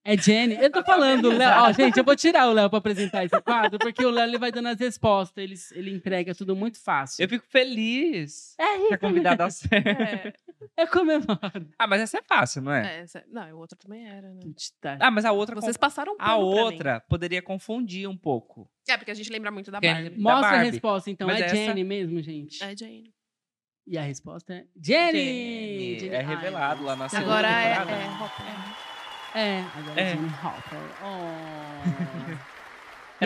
Speaker 1: É Jenny. Eu tô falando, o Léo. Ó, gente, eu vou tirar o Léo pra apresentar esse quadro, porque o Léo ele vai dando as respostas, ele, ele entrega tudo muito fácil.
Speaker 2: Eu fico feliz que a convidada acerta.
Speaker 4: É,
Speaker 1: Eu comemoro.
Speaker 2: Ah, mas essa é fácil, não é?
Speaker 4: é, essa- não, o outro também era, né?
Speaker 1: tá.
Speaker 2: Ah, mas a outra.
Speaker 4: Vocês
Speaker 2: conf-
Speaker 4: passaram um
Speaker 2: A
Speaker 4: pano pra mim.
Speaker 2: outra poderia confundir um pouco.
Speaker 4: É, porque a gente lembra muito da
Speaker 2: Quem-
Speaker 4: Barbie.
Speaker 1: Mostra a
Speaker 2: Barbie.
Speaker 1: resposta, então.
Speaker 2: Mas
Speaker 1: é
Speaker 2: essa-
Speaker 1: Jenny mesmo, gente.
Speaker 4: É Jane.
Speaker 1: E a resposta é Jenny!
Speaker 2: Jenny, É
Speaker 1: Ai,
Speaker 2: revelado lá na segunda
Speaker 4: Agora é,
Speaker 2: temporada.
Speaker 4: é Hopper.
Speaker 1: É, agora é,
Speaker 2: É.
Speaker 1: Jenny Hopper. Oh.
Speaker 2: É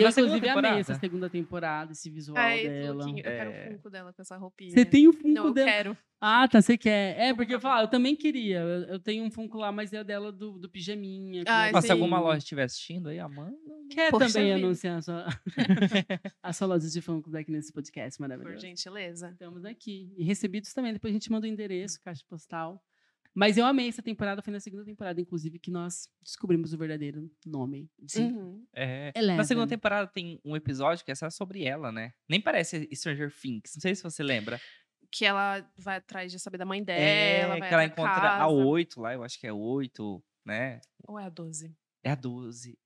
Speaker 1: E eu,
Speaker 2: na segunda
Speaker 1: inclusive, amei
Speaker 2: temporada?
Speaker 1: essa segunda temporada, esse visual
Speaker 4: Ai, esse
Speaker 1: dela.
Speaker 4: lookinho, eu quero
Speaker 2: É.
Speaker 4: o funko dela com essa roupinha.
Speaker 1: Você tem o Funko
Speaker 4: Não, eu
Speaker 1: dela.
Speaker 4: quero.
Speaker 1: Ah, tá, você quer. É, porque eu falo, eu também queria. Eu, eu tenho um Funko lá, mas é dela do, do pijaminha. com
Speaker 4: Ah,
Speaker 1: o
Speaker 2: Ó, se
Speaker 4: sim.
Speaker 2: alguma loja estiver assistindo aí, Amanda.
Speaker 1: Quer
Speaker 4: Poxa
Speaker 1: também
Speaker 4: vida.
Speaker 1: anunciar a sua, a sua loja de Funko daqui nesse podcast
Speaker 4: Por
Speaker 1: maravilhoso.
Speaker 4: gentileza.
Speaker 1: Estamos aqui. E recebidos também. Depois a gente manda o endereço, caixa postal. Mas eu amei essa temporada, foi na segunda temporada, inclusive, que nós descobrimos o verdadeiro nome de
Speaker 4: Uhum.
Speaker 2: É.
Speaker 1: Eleven.
Speaker 2: Na segunda temporada tem um episódio que é só sobre ela, né? Nem parece Stranger Things. Não sei se você lembra.
Speaker 4: Que ela vai atrás de saber da mãe dela.
Speaker 2: é,
Speaker 4: vai
Speaker 2: que ela
Speaker 4: até
Speaker 2: encontra
Speaker 4: casa.
Speaker 2: a 8 lá, eu acho que é 8, né?
Speaker 4: Ou é a 12?
Speaker 2: É a 12.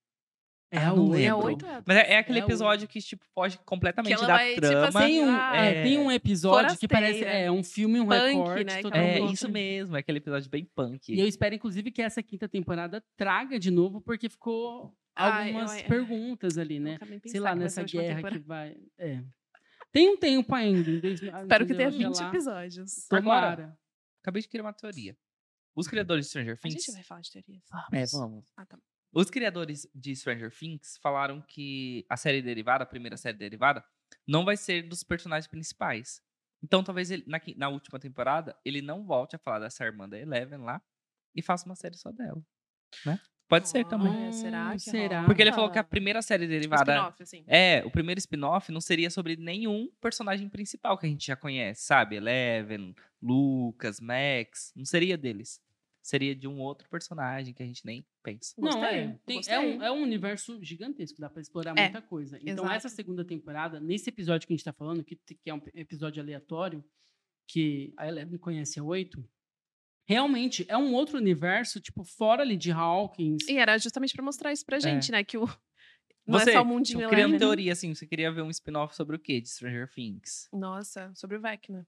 Speaker 1: É
Speaker 2: Ah,
Speaker 1: a
Speaker 2: não
Speaker 1: outra.
Speaker 4: É a
Speaker 2: lembro.
Speaker 4: 8 ou é a 12?
Speaker 2: Mas é, é aquele
Speaker 1: É a
Speaker 2: episódio que, tipo, foge completamente
Speaker 4: ela
Speaker 2: da
Speaker 4: vai, tipo
Speaker 2: trama.
Speaker 4: assim,
Speaker 1: Tem um, é,
Speaker 2: É.
Speaker 1: tem um episódio que parece
Speaker 4: Forasteira.
Speaker 1: é, um filme, um
Speaker 4: né? Punk,
Speaker 1: recorte.
Speaker 4: né, que
Speaker 1: total.
Speaker 4: ela
Speaker 2: É,
Speaker 4: conta.
Speaker 2: isso mesmo, é aquele episódio bem punk.
Speaker 1: E eu espero, inclusive, que essa quinta temporada traga de novo, porque ficou
Speaker 4: Ai,
Speaker 1: algumas
Speaker 4: Ah, eu-
Speaker 1: perguntas ali, né?
Speaker 4: Nunca nem
Speaker 1: Sei
Speaker 4: pensar
Speaker 1: lá,
Speaker 4: que vai
Speaker 1: nessa
Speaker 4: ser a última
Speaker 1: guerra
Speaker 4: temporada.
Speaker 1: que vai. É. Tem um tempo ainda. em 2000, ah,
Speaker 4: Espero que tenha
Speaker 1: entendeu?
Speaker 4: 20
Speaker 1: Até lá.
Speaker 4: episódios.
Speaker 1: Tomara.
Speaker 2: Acabei de criar uma teoria. Os criadores de Stranger
Speaker 4: A
Speaker 2: Things.
Speaker 4: gente vai falar de teorias.
Speaker 2: É, vamos.
Speaker 4: Ah, tá.
Speaker 2: Os criadores de Stranger Things falaram que a série derivada, a primeira série derivada, não vai ser dos personagens principais. Então, talvez ele- na, qui- na última temporada ele não volte a falar dessa irmã da Eleven lá e faça uma série só dela. Né? Pode ser também.
Speaker 4: Ah, será que
Speaker 1: Será?
Speaker 4: rola?
Speaker 2: Porque ele falou que a primeira série derivada.
Speaker 4: spin-off, assim.
Speaker 2: É, o primeiro spin-off não seria sobre nenhum personagem principal que a gente já conhece, sabe? Eleven, Lucas, Max. Não seria deles. Seria de um outro personagem que a gente nem pensa.
Speaker 1: Não,
Speaker 4: Gostei,
Speaker 1: é, tem-
Speaker 4: gostei.
Speaker 1: é, um, é um universo gigantesco, dá pra explorar
Speaker 4: É,
Speaker 1: muita coisa. Então,
Speaker 4: exato.
Speaker 1: essa segunda temporada, nesse episódio que a gente tá falando, que, que é um episódio aleatório, que a Eleven conhece a Oito, realmente é um outro universo, tipo, fora ali de Hawkins.
Speaker 4: E era justamente pra mostrar isso pra gente, né? Que o. Não
Speaker 2: É. Você,
Speaker 4: é só o mundinho
Speaker 2: tipo,
Speaker 4: lá.
Speaker 2: criando teoria, assim, você queria ver um spin-off sobre o quê? De Stranger Things.
Speaker 4: Nossa, sobre o Vecna.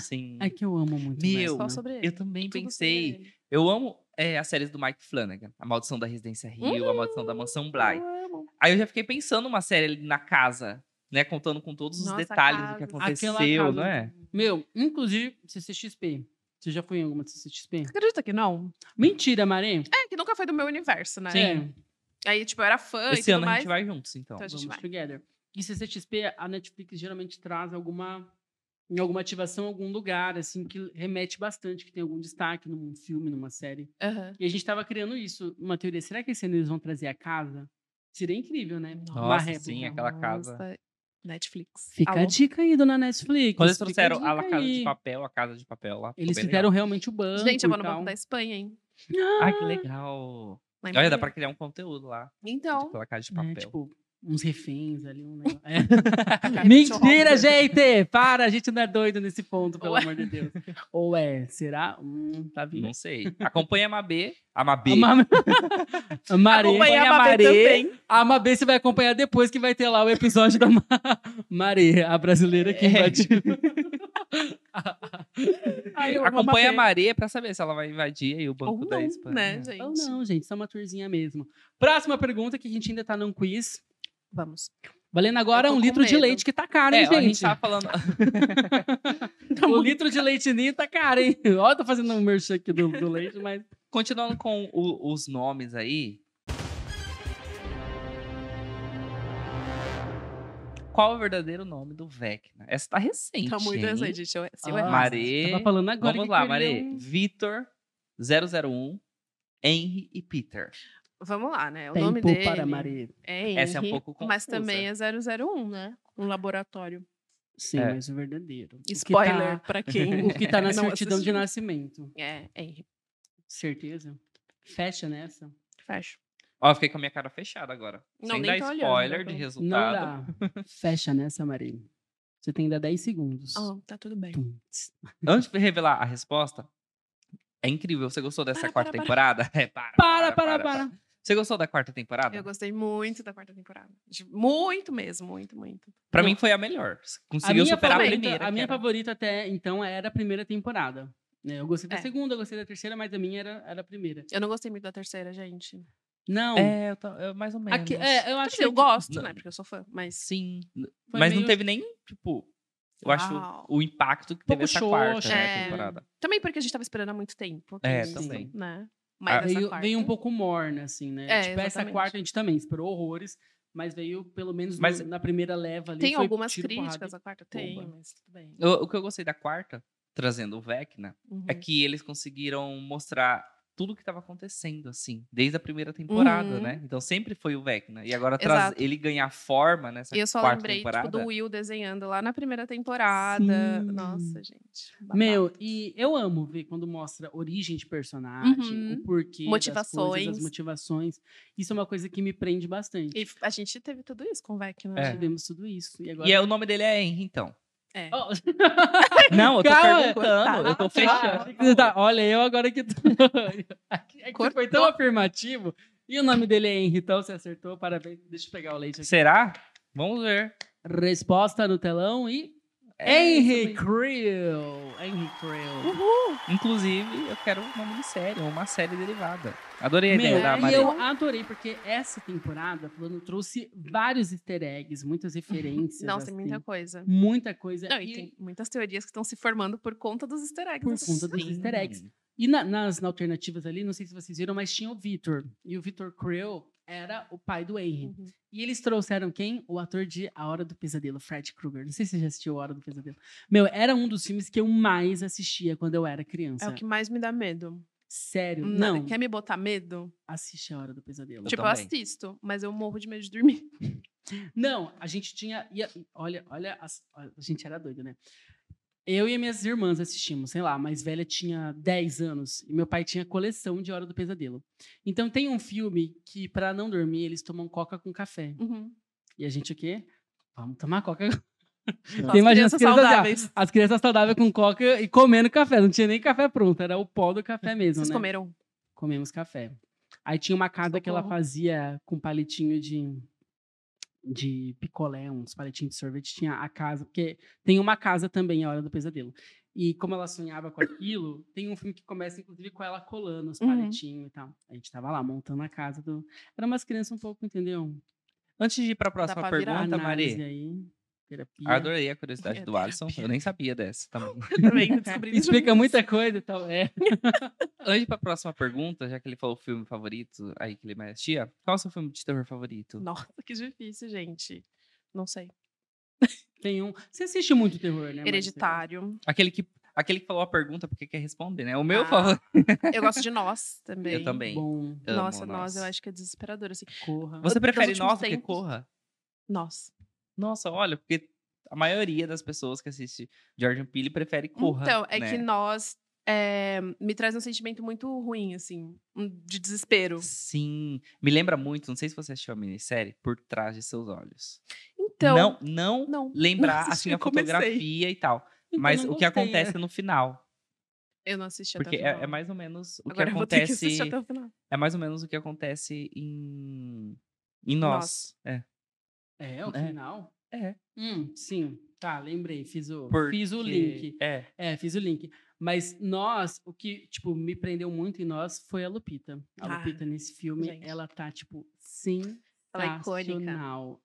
Speaker 2: Sim.
Speaker 1: É que eu amo muito
Speaker 2: Meu,
Speaker 4: Só
Speaker 1: mais, né?
Speaker 4: sobre ele.
Speaker 2: Eu também
Speaker 4: Tudo sobre
Speaker 2: pensei.
Speaker 4: ele.
Speaker 2: Eu amo é, as séries do Mike Flanagan. A Maldição da Residência Rio, A Maldição da Mansão Bly.
Speaker 4: Eu amo.
Speaker 2: Aí eu já fiquei pensando uma série ali na casa, né? Contando com todos os
Speaker 4: Nossa, a
Speaker 2: detalhes do que
Speaker 4: casa.
Speaker 1: Aquela
Speaker 2: aconteceu,
Speaker 1: casa-
Speaker 2: não é?
Speaker 1: Meu, inclusive, CCXP. Você já foi em alguma CCXP?
Speaker 4: Você acredita que não?
Speaker 1: Mentira, Maré.
Speaker 4: É, que nunca foi do meu universo, né?
Speaker 1: É,
Speaker 4: Aí, tipo, eu era fã e
Speaker 2: Esse
Speaker 4: tudo
Speaker 2: ano a
Speaker 4: mais.
Speaker 2: gente vai juntos, então.
Speaker 4: Então a gente
Speaker 1: vamos
Speaker 4: vai.
Speaker 1: together. E CCXP, a Netflix geralmente traz alguma em alguma ativação, algum lugar, assim, que remete bastante, que tem algum destaque num filme, numa série.
Speaker 4: Aham.
Speaker 1: E a gente tava criando isso, uma teoria. Será que esse ano eles vão trazer a casa? Seria incrível, né?
Speaker 4: Nossa,
Speaker 1: Uma
Speaker 2: Nossa,
Speaker 1: réplica.
Speaker 2: sim, é aquela casa.
Speaker 4: Nossa, Netflix.
Speaker 1: Fica
Speaker 4: Alô?
Speaker 1: a dica aí, dona Netflix.
Speaker 2: Quando eles
Speaker 1: fica
Speaker 2: trouxeram
Speaker 1: dica
Speaker 2: a La Casa
Speaker 1: aí.
Speaker 2: de Papel, a Casa de Papel lá. ficou
Speaker 1: Eles
Speaker 2: bem
Speaker 1: fizeram
Speaker 2: legal.
Speaker 1: realmente o banco.
Speaker 4: Gente, eu vou no
Speaker 1: e
Speaker 2: então.
Speaker 1: tal. né,
Speaker 4: Banco da Espanha, hein?
Speaker 2: Ai, que legal.
Speaker 4: Lá em
Speaker 2: Olha, dá
Speaker 4: Madrid.
Speaker 2: pra criar um conteúdo lá.
Speaker 4: é Então,
Speaker 2: Tipo, La Casa de
Speaker 1: né?
Speaker 2: Papel.
Speaker 1: Tipo, uns reféns ali, um negócio. É.
Speaker 4: cara,
Speaker 1: Mentira, gente! Para, a gente não é doido nesse ponto, pelo
Speaker 4: Ué.
Speaker 1: amor de Deus. Ou é, será? Hum, tá vindo.
Speaker 2: Não sei. Acompanha a Mabê. A Mabê.
Speaker 1: Ma- A Mare,
Speaker 4: acompanhar
Speaker 1: acompanha
Speaker 4: a
Speaker 1: a
Speaker 4: Mabê
Speaker 1: Mare.
Speaker 4: também.
Speaker 1: A Mabê você vai acompanhar depois que vai ter lá o episódio da Ma... Mare, a brasileira que
Speaker 2: É.
Speaker 1: invadiu.
Speaker 4: Ai, eu amo
Speaker 2: Acompanha a
Speaker 4: Mabê.
Speaker 2: Maria pra saber se ela vai invadir aí o Banco
Speaker 4: Ou
Speaker 2: da
Speaker 4: não,
Speaker 2: Espanha. É,
Speaker 4: né,
Speaker 1: Ou
Speaker 4: gente?
Speaker 1: não, gente, só uma tourzinha mesmo. Próxima pergunta, que a gente ainda tá num quiz.
Speaker 4: Vamos.
Speaker 1: Valendo agora
Speaker 4: Eu tô
Speaker 1: um
Speaker 4: com
Speaker 1: litro de
Speaker 4: medo.
Speaker 1: leite, que tá caro,
Speaker 2: É,
Speaker 1: hein,
Speaker 2: ó, a gente
Speaker 1: gente?
Speaker 2: tava falando.
Speaker 4: tá
Speaker 1: O litro de leite ninho tá caro, hein? Ó, tô fazendo um merchan aqui do, do leite, mas...
Speaker 2: Continuando com o- os nomes aí. Qual é o verdadeiro nome do Vecna? Essa tá recente.
Speaker 4: Tá muito
Speaker 2: hein?
Speaker 4: recente, gente. Eu, se eu
Speaker 1: Ah,
Speaker 4: errar.
Speaker 2: Mare.
Speaker 1: Tava falando agora
Speaker 2: Vamos
Speaker 1: que
Speaker 2: lá,
Speaker 1: queria
Speaker 2: Maré.
Speaker 1: um-
Speaker 2: Vitor 001, Henry e Peter.
Speaker 4: Vamos lá, né? O
Speaker 1: Tempo
Speaker 4: nome dele
Speaker 1: para Maria.
Speaker 4: é
Speaker 2: Essa é um
Speaker 4: Henry,
Speaker 2: pouco
Speaker 4: mas
Speaker 2: confusa.
Speaker 4: também é 001, né? Um laboratório.
Speaker 1: Sim,
Speaker 2: É.
Speaker 1: mas o verdadeiro. O que tá-
Speaker 4: Spoiler pra quem.
Speaker 1: O que tá na
Speaker 4: não
Speaker 1: certidão de
Speaker 4: assistiu.
Speaker 1: nascimento.
Speaker 4: É, Henry.
Speaker 1: Certeza? Fecha nessa?
Speaker 4: Fecha.
Speaker 2: Ó, fiquei com a minha cara fechada agora.
Speaker 4: Não,
Speaker 2: Sem
Speaker 4: nem
Speaker 2: dar
Speaker 4: tô olhando,
Speaker 2: spoiler de
Speaker 4: né, pelo-
Speaker 1: Não
Speaker 2: resultado.
Speaker 1: dá. Fecha nessa, Maria. Você tem ainda 10 segundos.
Speaker 4: Ah, tá tudo bem.
Speaker 1: Tum, tss.
Speaker 2: Antes de revelar a resposta, é incrível. Você gostou dessa
Speaker 4: Para,
Speaker 2: quarta
Speaker 4: para,
Speaker 2: temporada? É, para,
Speaker 1: Para, para, para.
Speaker 2: Você gostou da quarta temporada?
Speaker 4: Eu gostei muito da quarta temporada. De- Muito mesmo, muito, muito.
Speaker 2: Pra
Speaker 1: Não.
Speaker 2: mim foi a melhor.
Speaker 1: A
Speaker 2: Conseguiu
Speaker 1: minha,
Speaker 2: superar
Speaker 1: favorita,
Speaker 2: a primeira.
Speaker 1: a minha
Speaker 2: que era-
Speaker 1: favorita até então era a primeira temporada. né? Eu gostei da
Speaker 4: É.
Speaker 1: segunda, eu gostei da terceira, mas a minha era, era a primeira.
Speaker 4: Eu não gostei muito da terceira, gente.
Speaker 1: Não.
Speaker 2: É, eu tô- eu mais ou menos.
Speaker 1: aqui- é, eu acho
Speaker 4: Assim,
Speaker 1: que
Speaker 4: eu gosto,
Speaker 2: Não.
Speaker 4: né? Porque eu sou fã, mas.
Speaker 2: Sim.
Speaker 1: foi
Speaker 2: mas
Speaker 1: meio- Ah.
Speaker 2: não teve nem, tipo. Eu acho
Speaker 4: Uau.
Speaker 2: o impacto que teve
Speaker 1: Pouco
Speaker 2: essa
Speaker 1: xoxa,
Speaker 2: quarta né,
Speaker 4: é.
Speaker 2: temporada.
Speaker 4: Também porque a gente tava esperando há muito tempo. que
Speaker 2: É,
Speaker 4: isso,
Speaker 2: também.
Speaker 4: Né?
Speaker 2: Ah,
Speaker 4: Mas essa
Speaker 1: veio,
Speaker 4: quarta-
Speaker 1: veio um pouco morna, assim, né?
Speaker 4: É,
Speaker 1: tipo, essa
Speaker 4: exatamente.
Speaker 1: quarta a gente também esperou horrores, mas veio pelo menos no-
Speaker 2: Mas-
Speaker 1: na primeira leva ali.
Speaker 4: Tem
Speaker 1: foi
Speaker 4: algumas
Speaker 1: tiro, porrada
Speaker 4: críticas, a quarta tem,
Speaker 1: bomba.
Speaker 4: mas tudo bem.
Speaker 2: Eu- o que eu gostei da quarta, trazendo o Vecna,
Speaker 4: Uhum.
Speaker 2: é que eles conseguiram mostrar tudo que estava acontecendo, assim, desde a primeira temporada,
Speaker 4: Uhum.
Speaker 2: né? Então sempre foi o Vecna. E agora traz-
Speaker 4: Exato.
Speaker 2: ele ganhar forma nessa
Speaker 4: E eu só
Speaker 2: quarta
Speaker 4: lembrei tipo,
Speaker 2: temporada.
Speaker 4: do Will desenhando lá na primeira temporada.
Speaker 1: Sim.
Speaker 4: Nossa, gente. babado.
Speaker 1: Meu, e eu amo ver quando mostra origem de personagem,
Speaker 4: Uhum.
Speaker 1: o porquê, das, coisas,
Speaker 4: Motivações.
Speaker 1: as motivações. Isso é uma coisa que me prende bastante. Tipo,
Speaker 4: E a gente teve tudo isso com o Vec,
Speaker 2: É.
Speaker 4: né? gente?
Speaker 1: Tivemos tudo isso. E agora.
Speaker 2: E é, o nome dele é Henry, então.
Speaker 4: É.
Speaker 1: Oh.
Speaker 2: Não, eu tô
Speaker 1: Calma,
Speaker 2: perguntando, eu tô
Speaker 1: Ah,
Speaker 2: fechando.
Speaker 1: tá. Tá, olha, eu agora que. tô- É que
Speaker 4: Cortou.
Speaker 1: foi tão afirmativo. E o nome dele é Henry, então você acertou, parabéns. Deixa eu pegar o leite aqui.
Speaker 2: Será? Vamos ver. É
Speaker 1: Resposta no telão e.
Speaker 4: É
Speaker 1: Henry Creel! Henry Creel.
Speaker 2: Inclusive, eu quero um nome de série, ou uma série derivada. Adorei a
Speaker 1: Meu,
Speaker 2: ideia da
Speaker 4: e
Speaker 1: e
Speaker 2: Maria.
Speaker 1: eu adorei, porque essa temporada, falando, trouxe vários easter eggs, muitas referências.
Speaker 4: Uhum. Nossa, tem
Speaker 1: assim,
Speaker 4: muita coisa.
Speaker 1: muita coisa.
Speaker 4: Não, e
Speaker 1: e
Speaker 4: tem muitas teorias que estão se formando por conta dos easter eggs.
Speaker 1: por
Speaker 4: dessa
Speaker 1: conta dos
Speaker 4: série.
Speaker 1: easter eggs. E na- nas alternativas ali, não sei se vocês viram, mas tinha o Victor. E o Victor Creel era o pai do Henry.
Speaker 4: Uhum.
Speaker 1: E eles trouxeram quem? O ator de A Hora do Pesadelo, Fred Krueger. Não sei se você já assistiu A Hora do Pesadelo. Meu, era um dos filmes que eu mais assistia quando eu era criança.
Speaker 4: É o que mais me dá medo.
Speaker 1: Sério,
Speaker 4: Na-
Speaker 1: não.
Speaker 4: Quer me botar medo?
Speaker 1: Assiste A Hora do Pesadelo.
Speaker 4: tipo, eu
Speaker 2: também.
Speaker 4: assisto, mas eu morro de medo de dormir.
Speaker 1: Não, a gente tinha. ia- olha, olha, as- a gente era doido, né? Eu e minhas irmãs assistimos, sei lá, a mais velha tinha 10 anos e meu pai tinha coleção de Hora do Pesadelo. Então tem um filme que, pra não dormir, eles tomam coca com café.
Speaker 4: Uhum.
Speaker 1: E a gente o quê? Vamos tomar coca.
Speaker 4: Só
Speaker 1: Você
Speaker 4: as
Speaker 1: imagina as
Speaker 4: crianças
Speaker 1: crianças Ah, já-
Speaker 4: saudáveis.
Speaker 1: As crianças saudáveis com coca e comendo café. Não tinha nem café pronto, era o pó do café mesmo,
Speaker 4: Vocês
Speaker 1: né?
Speaker 4: comeram?
Speaker 1: Comemos café. Aí tinha uma casa que ela
Speaker 4: Socorro.
Speaker 1: fazia com palitinho de, de picolé, uns palitinhos de sorvete. Tinha a casa, porque tem uma casa também, é a Hora do Pesadelo. E como ela sonhava com aquilo, tem um filme que começa, inclusive, com ela colando os
Speaker 4: Uhum.
Speaker 1: palitinhos e tal. A gente tava lá montando a casa do. Era umas crianças um pouco, entendeu?
Speaker 2: Antes de ir pra próxima
Speaker 4: pra virar.
Speaker 2: pergunta,
Speaker 1: Análise
Speaker 2: Maria.
Speaker 1: aí, terapia.
Speaker 2: Tá, Adorei a curiosidade do
Speaker 4: Terapia.
Speaker 2: Alisson. Eu nem sabia dessa também.
Speaker 4: Eu também descobri isso.
Speaker 1: Explica muita coisa e tal. É.
Speaker 2: Antes pra próxima pergunta, já que ele falou filme favorito aí que ele mais assistia, qual é o seu filme de terror favorito?
Speaker 4: Nossa, que difícil, gente. Não sei.
Speaker 1: Tem um. Você assiste muito terror, né? Marisa?
Speaker 4: Hereditário.
Speaker 2: Aquele que, aquele que falou a pergunta porque quer responder, né? O meu
Speaker 4: Ah,
Speaker 2: favorito.
Speaker 4: Eu gosto de Nós também.
Speaker 2: Eu também.
Speaker 1: Bom,
Speaker 2: Amo
Speaker 4: Nossa,
Speaker 2: Nós.
Speaker 4: Nós eu acho que é desesperador, assim.
Speaker 1: corra.
Speaker 2: Você
Speaker 4: Dos
Speaker 2: prefere
Speaker 4: últimos
Speaker 2: nós do que
Speaker 4: tempos.
Speaker 2: corra?
Speaker 4: Nós.
Speaker 2: Nossa, olha, porque a maioria das pessoas que assiste Jordan Peele prefere corra.
Speaker 4: então, é
Speaker 2: né?
Speaker 4: que Nós é, me traz um sentimento muito ruim, assim. um- De desespero.
Speaker 2: Sim. Me lembra muito, não sei se você assistiu a minissérie, Por Trás de Seus Olhos.
Speaker 4: Então,
Speaker 2: não, não
Speaker 4: não.
Speaker 2: lembrar
Speaker 4: Não
Speaker 2: assim
Speaker 4: assisti,
Speaker 2: a
Speaker 4: comecei.
Speaker 2: fotografia e tal.
Speaker 1: Então,
Speaker 2: mas
Speaker 1: não
Speaker 2: o que
Speaker 1: gostei,
Speaker 4: é.
Speaker 2: acontece no final.
Speaker 4: eu não assisti até
Speaker 2: Porque
Speaker 4: o
Speaker 2: é,
Speaker 4: final.
Speaker 2: é mais ou menos o
Speaker 4: tá Agora
Speaker 2: que
Speaker 4: eu vou ter que
Speaker 2: acontece.
Speaker 4: assistir até o final.
Speaker 2: É mais ou menos o que acontece em. Em nós. É.
Speaker 1: É, é o
Speaker 2: É.
Speaker 1: final?
Speaker 2: É.
Speaker 1: Hum, sim. Tá, lembrei. Fiz o, fiz o
Speaker 2: Porque-
Speaker 1: link.
Speaker 2: É.
Speaker 1: É, fiz o link. Mas nós, o que, tipo, me prendeu muito em nós foi a Lupita. A
Speaker 4: Ah,
Speaker 1: Lupita nesse filme,
Speaker 4: gente.
Speaker 1: ela tá, tipo, sensacional.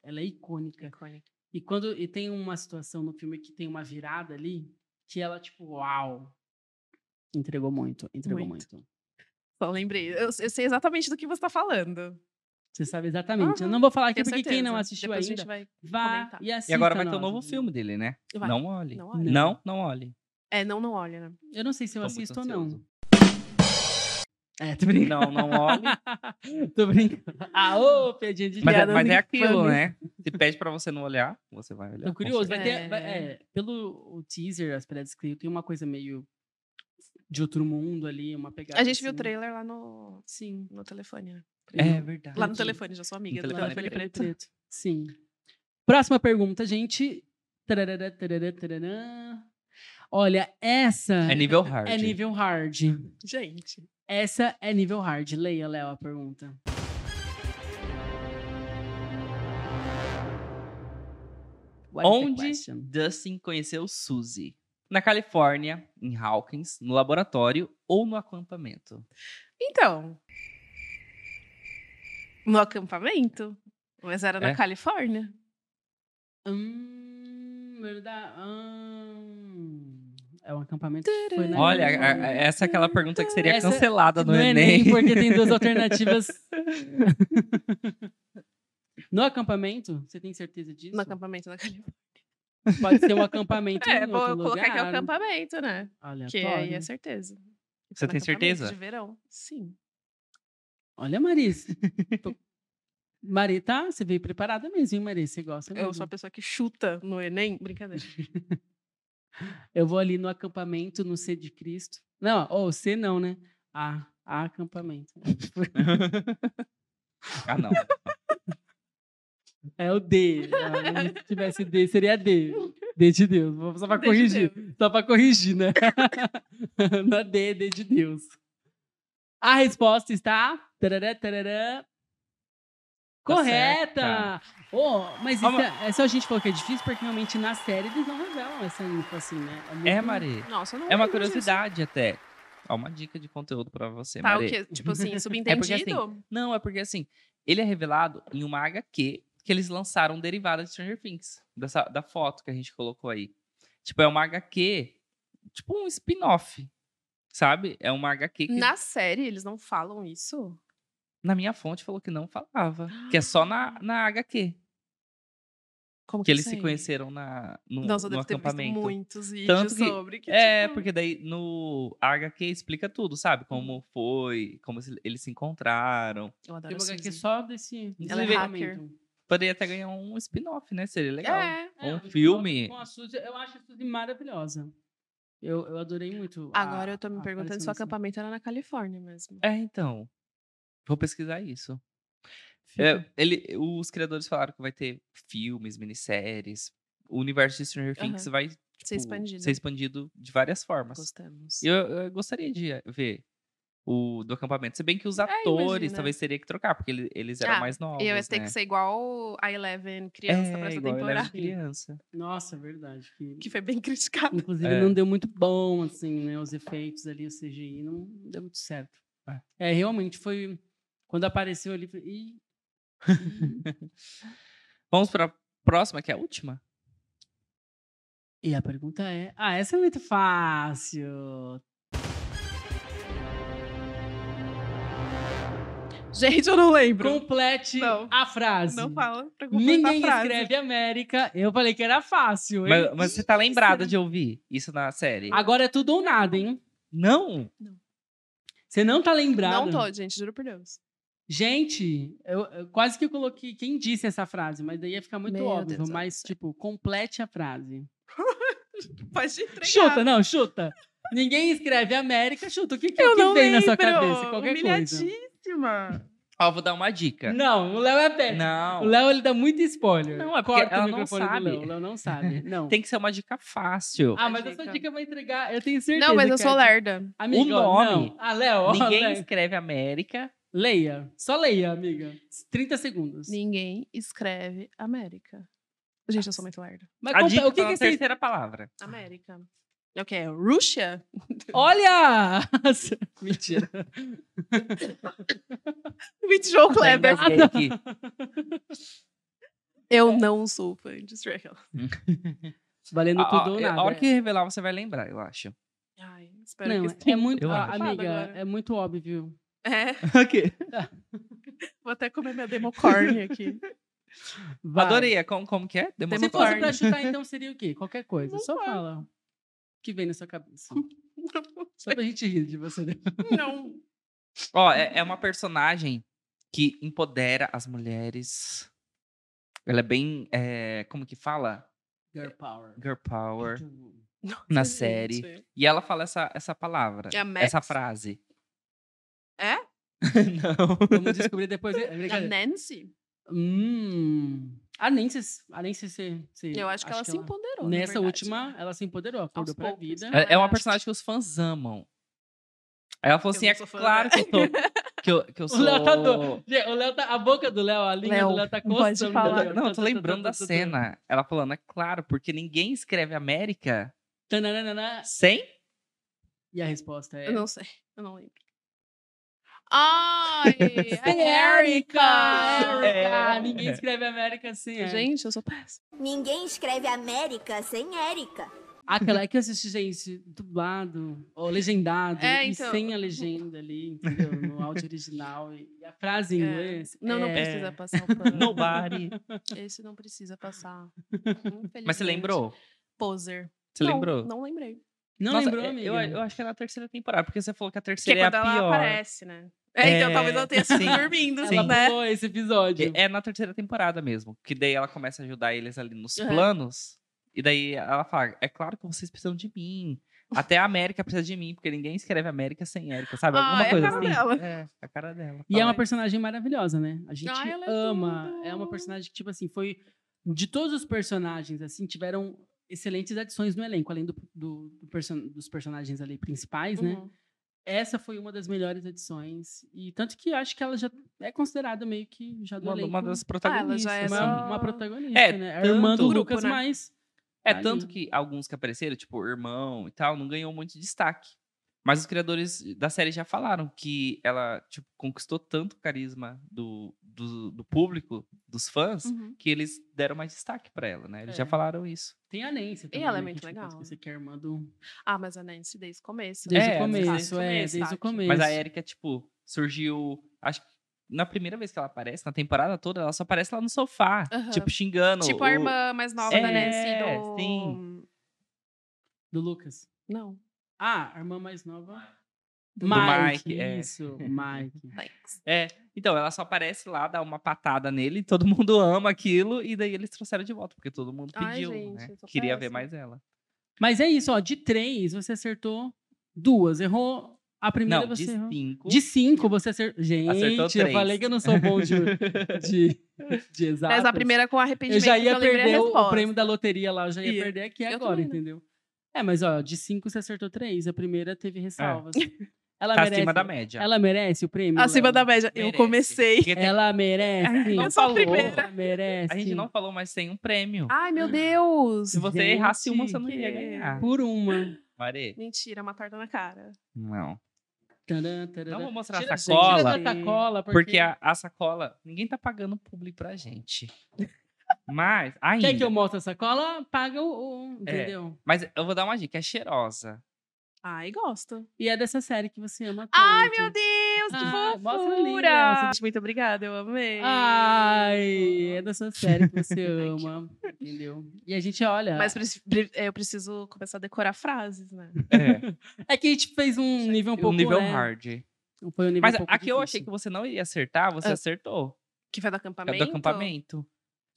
Speaker 4: Ela é icônica.
Speaker 1: Ela é icônica.
Speaker 4: icônica.
Speaker 1: E quando e tem uma situação no filme que tem uma virada ali, que ela, tipo, uau! Entregou muito, entregou
Speaker 4: Muito.
Speaker 1: muito.
Speaker 4: Só lembrei. Eu, eu sei exatamente do que você tá falando.
Speaker 1: Você sabe exatamente. Eu
Speaker 4: Aham,
Speaker 1: não vou
Speaker 2: É
Speaker 1: falar aqui
Speaker 4: Tenho
Speaker 1: porque
Speaker 4: certeza.
Speaker 1: quem não assistiu
Speaker 4: Depois
Speaker 1: ainda,
Speaker 4: a gente vai...
Speaker 1: vá
Speaker 4: comentar.
Speaker 1: e assista.
Speaker 2: E agora vai ter um
Speaker 1: nós,
Speaker 2: novo
Speaker 1: entendeu?
Speaker 2: filme dele, né?
Speaker 4: Vai.
Speaker 2: Não olhe.
Speaker 4: Não
Speaker 2: Não,
Speaker 4: olhe.
Speaker 2: não, olhe.
Speaker 4: É, não, não olha, né?
Speaker 1: Eu não sei se eu
Speaker 2: Tô muito
Speaker 1: assisto ou
Speaker 2: ansioso.
Speaker 1: não. É, tô brincando.
Speaker 2: Não, não olhe.
Speaker 1: tô brincando. Ah, ô, piadinha de
Speaker 2: Mas, é-
Speaker 1: piada.
Speaker 2: mas é
Speaker 1: infame.
Speaker 2: aquilo, né? Se pede pra você não olhar, você vai olhar.
Speaker 1: Tô curioso. Vai ter,
Speaker 4: É.
Speaker 1: vai- é, pelo o teaser, as piadas que tem uma coisa meio de outro mundo ali, uma pegada.
Speaker 4: A gente viu o
Speaker 1: assim.
Speaker 2: né?
Speaker 4: trailer lá no,
Speaker 1: Sim.
Speaker 4: no telefone, né?
Speaker 2: É verdade.
Speaker 4: Lá no telefone, já sou amiga
Speaker 2: No
Speaker 4: do
Speaker 2: telefone
Speaker 4: telefone
Speaker 2: preto.
Speaker 4: preto.
Speaker 1: Sim. Próxima pergunta, gente. Tarará, tarará, tarará. Olha, essa
Speaker 2: É nível hard.
Speaker 1: é nível hard.
Speaker 4: Gente.
Speaker 1: Essa é nível hard. Leia, Léo, a pergunta. What is the
Speaker 2: Onde
Speaker 1: é question?
Speaker 2: Dustin conheceu Suzy? Na Califórnia, em Hawkins, no laboratório ou no acampamento?
Speaker 4: Então. No acampamento. Mas era na
Speaker 2: É?
Speaker 4: Califórnia.
Speaker 1: Hum, verdade. Hum. é um acampamento. que Foi na
Speaker 2: Olha, a-
Speaker 1: Califórnia.
Speaker 2: a- é essa é aquela pergunta que seria
Speaker 1: Essa- é
Speaker 2: cancelada no,
Speaker 1: no
Speaker 2: Enem.
Speaker 1: Enem, porque tem duas alternativas. No acampamento? Você tem certeza disso?
Speaker 4: No acampamento na Califórnia.
Speaker 1: Pode ser um acampamento
Speaker 4: É,
Speaker 1: em
Speaker 4: vou
Speaker 1: outro
Speaker 4: colocar
Speaker 1: lugar.
Speaker 4: que é o acampamento, né?
Speaker 1: Aleatório.
Speaker 4: Que aí é certeza.
Speaker 2: Você tem
Speaker 4: Mas acampamento
Speaker 2: certeza?
Speaker 4: De verão. Sim.
Speaker 1: Olha, Maris. Tô- Mari, tá? Você veio preparada mesmo, hein, Mari? Você gosta mesmo.
Speaker 4: Eu sou a pessoa que chuta no Enem. Brincadeira.
Speaker 1: Eu vou ali no acampamento, no C de Cristo. Não, ou C não, né? A, a acampamento.
Speaker 2: Ah, não.
Speaker 1: É o D. Ah, Se tivesse D, seria D. D de Deus. Vou- Só pra
Speaker 4: Deixa
Speaker 1: corrigir.
Speaker 4: Deus.
Speaker 1: Só pra corrigir, né? Na D, D de Deus. A resposta está. tarará, tarará,
Speaker 2: Tá
Speaker 1: correta! Oh, mas isso
Speaker 2: Ó, ma-
Speaker 1: é, é só a gente falar que é difícil, porque realmente na série eles não revelam essa info assim, né?
Speaker 2: É,
Speaker 1: muito-
Speaker 2: Mari.
Speaker 4: Nossa, eu não
Speaker 2: É uma
Speaker 4: lembro disso.
Speaker 2: curiosidade até. É uma dica de conteúdo pra você,
Speaker 4: Tá,
Speaker 2: Mari.
Speaker 4: o quê? Tipo assim,
Speaker 2: É
Speaker 4: subentendido?
Speaker 2: porque, assim, Não, é porque assim, ele é revelado em uma HQ que eles lançaram derivada de Stranger Things, dessa, da foto que a gente colocou aí. Tipo, é uma HQ, tipo um spin-off, sabe? É uma HQ que na...
Speaker 4: Na série, eles não falam isso?
Speaker 2: minha fonte falou que não falava, que é só na, na HQ,
Speaker 4: Como
Speaker 2: que eles
Speaker 4: isso
Speaker 2: se
Speaker 4: aí?
Speaker 2: conhecendo na, no,
Speaker 4: Nossa, eu
Speaker 2: no
Speaker 4: devo ter visto
Speaker 2: acampamento.
Speaker 4: muitos vídeos
Speaker 2: Tanto que-
Speaker 4: sobre. Que,
Speaker 2: É,
Speaker 4: tipo,
Speaker 2: porque daí no a HQ explica tudo, sabe?
Speaker 4: Hum.
Speaker 2: Como foi, como se- eles se encontraram.
Speaker 4: Eu adoro
Speaker 1: Tem uma HQ
Speaker 4: Suzy.
Speaker 1: só desse.
Speaker 2: Ela é
Speaker 1: desse
Speaker 4: hacker.
Speaker 1: momento.
Speaker 2: Poderia até ganhar um spin-off, né? Seria legal.
Speaker 4: É.
Speaker 1: É,
Speaker 2: Um
Speaker 1: com-
Speaker 2: filme.
Speaker 1: Com a Suzy, eu acho a Suzy maravilhosa. Eu, eu adorei muito. a-
Speaker 4: Agora eu tô me
Speaker 1: a
Speaker 4: perguntando se o
Speaker 1: aparição dessa-
Speaker 4: acampamento era na Califórnia mesmo.
Speaker 2: É, então. Vou pesquisar isso.
Speaker 1: Fica.
Speaker 2: É, ele, os criadores falaram que vai ter filmes, minisséries. O universo de Stranger
Speaker 4: Aham.
Speaker 2: Things vai
Speaker 4: Ser
Speaker 2: tipo,
Speaker 4: expandido.
Speaker 2: ser expandido de várias formas.
Speaker 4: né, Gostamos.
Speaker 2: Eu, eu gostaria de eh, ver o do acampamento. Se bem que os atores
Speaker 4: É, imagina.
Speaker 2: talvez teria que trocar, porque ele- eles eram
Speaker 4: Ah,
Speaker 2: mais novos.
Speaker 4: Eu ia ter
Speaker 2: né? É,
Speaker 4: que ser igual a Eleven criança
Speaker 1: É,
Speaker 4: pra essa
Speaker 2: igual ele era
Speaker 4: temporada.
Speaker 2: criança.
Speaker 1: Nossa, verdade. que-
Speaker 4: Que foi bem criticada.
Speaker 1: Inclusive,
Speaker 2: É.
Speaker 1: não deu muito bom, assim, né? Os efeitos ali, o CGI, não deu muito certo.
Speaker 2: É.
Speaker 1: É, realmente foi. Quando apareceu ali, eu falei, "Ih,
Speaker 2: Vamos pra próxima, que é a última?
Speaker 1: E a pergunta é: Ah, essa é muito fácil.
Speaker 4: Gente, eu não lembro.
Speaker 1: Complete
Speaker 4: Não.
Speaker 1: a frase.
Speaker 4: Não fala pra completar
Speaker 1: assim? Ninguém
Speaker 4: a frase.
Speaker 1: escreve América. Eu falei que era fácil, hein?
Speaker 2: Mas, mas você tá lembrada de ouvir isso na série?
Speaker 1: Agora é tudo ou nada, hein?
Speaker 2: Não!
Speaker 1: Você não tá lembrado.
Speaker 4: Não tô, gente, juro por Deus.
Speaker 1: Gente, eu, eu quase que eu coloquei quem disse essa frase, mas daí ia ficar muito
Speaker 4: Meu
Speaker 1: óbvio.
Speaker 4: Deus, é. eu
Speaker 1: mas, tipo, complete a frase.
Speaker 4: Pode entregar.
Speaker 1: Chuta, não, chuta. Ninguém escreve América, chuta. O que, que, é
Speaker 4: eu
Speaker 1: que
Speaker 4: não
Speaker 1: vem
Speaker 4: lembro.
Speaker 1: na sua cabeça? Qualquer coisa.
Speaker 4: Humilhadíssima.
Speaker 2: Ó, vou dar uma dica.
Speaker 1: Não, o Léo é péssimo.
Speaker 2: Não.
Speaker 1: O Léo, ele dá muito spoiler.
Speaker 2: Não, é porque
Speaker 1: Corta
Speaker 2: ela
Speaker 1: o
Speaker 2: não
Speaker 1: microfone do
Speaker 2: sabe.
Speaker 1: Léo. O Léo não sabe. Não.
Speaker 2: Tem que ser uma dica fácil.
Speaker 1: Ah, mas
Speaker 4: Dica.
Speaker 1: essa dica vai entregar. Eu tenho certeza.
Speaker 4: Não, mas eu
Speaker 1: que
Speaker 4: sou
Speaker 1: é a dica-
Speaker 4: lerda.
Speaker 1: Amiga,
Speaker 2: O
Speaker 1: ó,
Speaker 2: nome.
Speaker 1: Não. Ah, Léo, ó,
Speaker 2: Ninguém
Speaker 1: Léo.
Speaker 2: escreve América.
Speaker 1: Leia. Só leia, amiga. 30 segundos.
Speaker 4: Ninguém escreve América. Gente, eu sou muito lerda.
Speaker 1: Mas
Speaker 2: A
Speaker 1: compa-
Speaker 2: dica
Speaker 1: o que, que
Speaker 2: tá na
Speaker 1: é esse-
Speaker 2: terceira palavra.
Speaker 4: América. É o quê? Rússia?
Speaker 1: Olha! Mentira.
Speaker 4: With
Speaker 2: Ainda
Speaker 4: Joe um Kleber.
Speaker 2: bem que-
Speaker 4: Eu não sou fã de Stray Hill.
Speaker 1: Valendo
Speaker 2: a-
Speaker 1: tudo ou
Speaker 2: a, a Ah, hora
Speaker 1: nada.
Speaker 2: que revelar, você vai lembrar, eu acho.
Speaker 4: Ai, espero
Speaker 1: Não,
Speaker 4: que
Speaker 1: é
Speaker 4: esteja.
Speaker 1: muito.
Speaker 2: Eu
Speaker 1: ah,
Speaker 2: acho.
Speaker 1: Amiga,
Speaker 4: Agora.
Speaker 1: é muito óbvio.
Speaker 4: É, vou até comer minha democorne aqui.
Speaker 1: Vai.
Speaker 2: Adorei. é Como, como que é? Demonstra-
Speaker 1: Se fosse pra
Speaker 4: Democórnio.
Speaker 1: chutar, então seria o quê? Qualquer coisa.
Speaker 4: Não
Speaker 1: Só
Speaker 4: vai.
Speaker 1: fala. O que vem na sua cabeça? Só pra gente rir de você.
Speaker 4: Não.
Speaker 2: Ó, é, é uma personagem que empodera as mulheres. Ela é bem. é, como que fala?
Speaker 1: Girl power.
Speaker 2: Girl power
Speaker 4: Nossa,
Speaker 2: na
Speaker 4: gente.
Speaker 2: série. E ela fala essa, essa palavra.
Speaker 4: É a Max?
Speaker 2: essa frase.
Speaker 4: É?
Speaker 2: Não.
Speaker 1: Vamos descobrir depois. É
Speaker 4: Da
Speaker 1: brincadeira.
Speaker 4: Nancy?
Speaker 1: Hum. A Nancy, a Nancy se, se-
Speaker 4: Eu acho que ela se empoderou. na
Speaker 1: Nessa
Speaker 4: é verdade. né?
Speaker 1: última, ela se empoderou, acordou pra
Speaker 4: poucos.
Speaker 1: vida.
Speaker 4: É.
Speaker 2: É, é uma personagem que os fãs amam. Aí ela falou
Speaker 4: Eu
Speaker 2: assim:
Speaker 4: não
Speaker 2: é
Speaker 4: sou fã
Speaker 2: claro que eu, tô, que eu, que eu sou.
Speaker 1: Léo tá doido. Gente, O Léo tá, a boca do Léo, a língua
Speaker 4: Léo,
Speaker 1: do Léo tá
Speaker 4: não
Speaker 1: coçando.
Speaker 4: pode falar.
Speaker 1: Léo.
Speaker 2: Não, eu tô lembrando da cena. Ela falando, é claro, porque ninguém escreve América
Speaker 1: Tananana.
Speaker 2: sem.
Speaker 1: E a resposta é.
Speaker 4: Eu não sei. Eu não lembro. Ai, é
Speaker 1: Erika!
Speaker 4: Erika!
Speaker 1: Erika!
Speaker 2: É.
Speaker 1: Ninguém escreve América assim, é.
Speaker 4: Gente, eu sou péssima.
Speaker 6: Ninguém escreve América sem Érica.
Speaker 1: Aquela é que eu assisti, gente, dublado, ou legendado,
Speaker 4: É,
Speaker 1: e
Speaker 4: então-
Speaker 1: sem a legenda ali, entendeu? No áudio original. E e a frase em
Speaker 4: É.
Speaker 1: inglês.
Speaker 4: Não, não
Speaker 1: é-
Speaker 4: precisa passar o pano.
Speaker 2: Nobody.
Speaker 4: Esse não precisa passar.
Speaker 2: Mas você
Speaker 4: Infelizmente.
Speaker 2: lembrou?
Speaker 4: Poser.
Speaker 2: Você
Speaker 4: Não,
Speaker 2: lembrou?
Speaker 4: Não lembrei.
Speaker 1: Não
Speaker 2: Nossa,
Speaker 1: lembrou,
Speaker 2: é-
Speaker 1: amiga?
Speaker 2: Eu, eu acho que é na terceira temporada, porque você falou que a
Speaker 4: Que é
Speaker 2: terceira é,
Speaker 4: quando
Speaker 2: a
Speaker 4: ela
Speaker 2: pior.
Speaker 4: aparece, né? É, então
Speaker 2: É,
Speaker 4: talvez ela tenha sido
Speaker 2: sim.
Speaker 4: dormindo,
Speaker 2: Sim.
Speaker 1: Ela
Speaker 4: né?
Speaker 1: pulou esse episódio.
Speaker 2: É é na terceira temporada mesmo. Que daí ela começa a ajudar eles ali nos
Speaker 4: Uhum.
Speaker 2: planos. E daí ela fala: é claro que vocês precisam de mim. Até a América precisa de mim, porque ninguém escreve América sem Érica, sabe?
Speaker 4: Ah,
Speaker 2: Alguma
Speaker 4: é a
Speaker 2: coisa
Speaker 4: cara
Speaker 2: assim.
Speaker 4: dela.
Speaker 2: É, a cara dela.
Speaker 1: E é uma
Speaker 2: Fala,
Speaker 1: personagem maravilhosa, né? A gente
Speaker 4: Ah, ela é
Speaker 1: ama.
Speaker 4: tudo.
Speaker 1: É, uma personagem que, tipo assim, foi. De todos os personagens, assim, tiveram excelentes adições no elenco, além do, do- do person- dos personagens ali principais, né?
Speaker 4: Uhum.
Speaker 1: Essa foi uma das melhores adições. E tanto que eu acho que ela já é considerada meio que já do
Speaker 2: Uma,
Speaker 1: elenco.
Speaker 2: uma das
Speaker 4: já
Speaker 2: protagonistas.
Speaker 4: é
Speaker 1: uma,
Speaker 4: essa-
Speaker 2: assim.
Speaker 4: só-
Speaker 1: uma protagonista,
Speaker 2: É,
Speaker 1: né? A
Speaker 2: tanto-
Speaker 1: irmã do
Speaker 4: Grupo,
Speaker 1: Lucas,
Speaker 4: né?
Speaker 1: mas.
Speaker 2: É
Speaker 1: Tá
Speaker 2: tanto
Speaker 1: ali.
Speaker 2: que alguns que apareceram, tipo irmão e tal, não ganhou muito destaque. Mas os criadores da série já falaram que ela tipo, conquistou tanto o carisma do, do, do público, dos fãs,
Speaker 4: Uhum.
Speaker 2: que eles deram mais destaque pra ela, né? Eles já
Speaker 1: É.
Speaker 2: falaram isso.
Speaker 1: Tem a Nancy também.
Speaker 4: ela é
Speaker 1: né,
Speaker 4: muito
Speaker 1: que a gente não
Speaker 4: legal.
Speaker 1: pode esquecer que é a irmã do.
Speaker 4: Ah, mas a Nancy desde o começo.
Speaker 1: Desde
Speaker 2: É,
Speaker 1: o
Speaker 2: desde o
Speaker 1: começo, é, desde
Speaker 4: tá
Speaker 1: o
Speaker 4: aqui.
Speaker 1: começo.
Speaker 2: Mas a Erika, tipo, surgiu. Acho que na primeira vez que ela aparece, na temporada toda, ela só aparece lá no sofá,
Speaker 4: Aham.
Speaker 2: tipo, xingando.
Speaker 4: Tipo
Speaker 2: o-
Speaker 4: a irmã mais nova
Speaker 2: É,
Speaker 4: da Nancy do...
Speaker 2: sim.
Speaker 1: Do Lucas.
Speaker 4: Não,
Speaker 1: Ah, a irmã mais nova.
Speaker 2: Do
Speaker 1: Mike,
Speaker 2: Mike, é.
Speaker 1: isso, Mike.
Speaker 4: thanks.
Speaker 2: É. Então, ela só aparece lá, dá uma patada nele, todo mundo ama aquilo, e daí eles trouxeram de volta, porque todo mundo
Speaker 4: Ai,
Speaker 2: pediu,
Speaker 4: gente,
Speaker 2: né?
Speaker 4: eu tô
Speaker 2: Queria ver
Speaker 4: péssima.
Speaker 2: mais ela.
Speaker 1: Mas é isso, ó. De três, você acertou duas. Errou a primeira,
Speaker 2: Não,
Speaker 1: você
Speaker 2: de
Speaker 1: errou.
Speaker 2: cinco.
Speaker 1: De cinco, você acertou. Gente,
Speaker 2: Acertou
Speaker 1: eu falei
Speaker 2: três.
Speaker 1: que eu não sou bom de, de, de exatas.
Speaker 4: Mas a primeira com
Speaker 1: eu
Speaker 4: arrependimento,
Speaker 1: já ia
Speaker 4: que eu lembrei é a
Speaker 1: perder o- o
Speaker 4: resposta.
Speaker 1: prêmio da loteria lá, eu já ia
Speaker 4: Ia.
Speaker 1: perder aqui
Speaker 4: Eu
Speaker 1: agora,
Speaker 4: também não.
Speaker 1: entendeu? É, mas ó, de cinco você acertou três. A primeira teve ressalvas. Ela
Speaker 2: É. tá
Speaker 1: merece.
Speaker 2: acima da média.
Speaker 1: Ela merece o prêmio?
Speaker 4: Acima
Speaker 1: Léo?
Speaker 4: da média.
Speaker 2: Merece.
Speaker 4: Eu comecei.
Speaker 2: Porque tem-
Speaker 1: Ela merece.
Speaker 2: Não
Speaker 4: sou a
Speaker 2: falou.
Speaker 4: primeira.
Speaker 1: Ela merece.
Speaker 2: A gente não falou, mas tem um prêmio.
Speaker 4: Ai, meu Deus!
Speaker 2: Se você
Speaker 1: gente,
Speaker 2: errasse uma, você não
Speaker 4: que-
Speaker 2: ia ganhar.
Speaker 1: Por uma.
Speaker 2: Mare,
Speaker 4: Mentira, uma torta na cara.
Speaker 2: não.
Speaker 1: Taran, taran.
Speaker 2: Não vou mostrar
Speaker 1: Tira-
Speaker 2: a
Speaker 1: gente, tira
Speaker 2: sacola,
Speaker 1: da sacola, porque,
Speaker 2: porque a, a sacola, ninguém tá pagando publi pra gente. Mas, ainda.
Speaker 1: Quer que eu mostre a sacola? Paga o. o-
Speaker 2: É.
Speaker 1: entendeu?
Speaker 2: Mas eu vou dar uma dica, é cheirosa.
Speaker 4: Ai, gosto.
Speaker 1: E é dessa série que você ama tanto.
Speaker 4: Ai, meu Deus, que
Speaker 1: Ah, mostra ali,
Speaker 4: fofura!
Speaker 1: Nelson.
Speaker 4: Gente, Muito obrigada, eu amei.
Speaker 1: Ai, é dessa série que você ama. entendeu? E a gente olha.
Speaker 4: Mas preci- pre- é, eu preciso começar a decorar frases, né?
Speaker 2: É,
Speaker 1: É que a gente fez um nível um pouco.
Speaker 2: um nível
Speaker 1: né?
Speaker 2: hard.
Speaker 1: Foi um nível
Speaker 2: Mas
Speaker 1: um pouco
Speaker 2: aqui eu
Speaker 1: difícil.
Speaker 2: achei que você não iria acertar, você
Speaker 4: Ah.
Speaker 2: acertou.
Speaker 4: Que vai do
Speaker 2: É
Speaker 4: acampamento.
Speaker 2: do acampamento.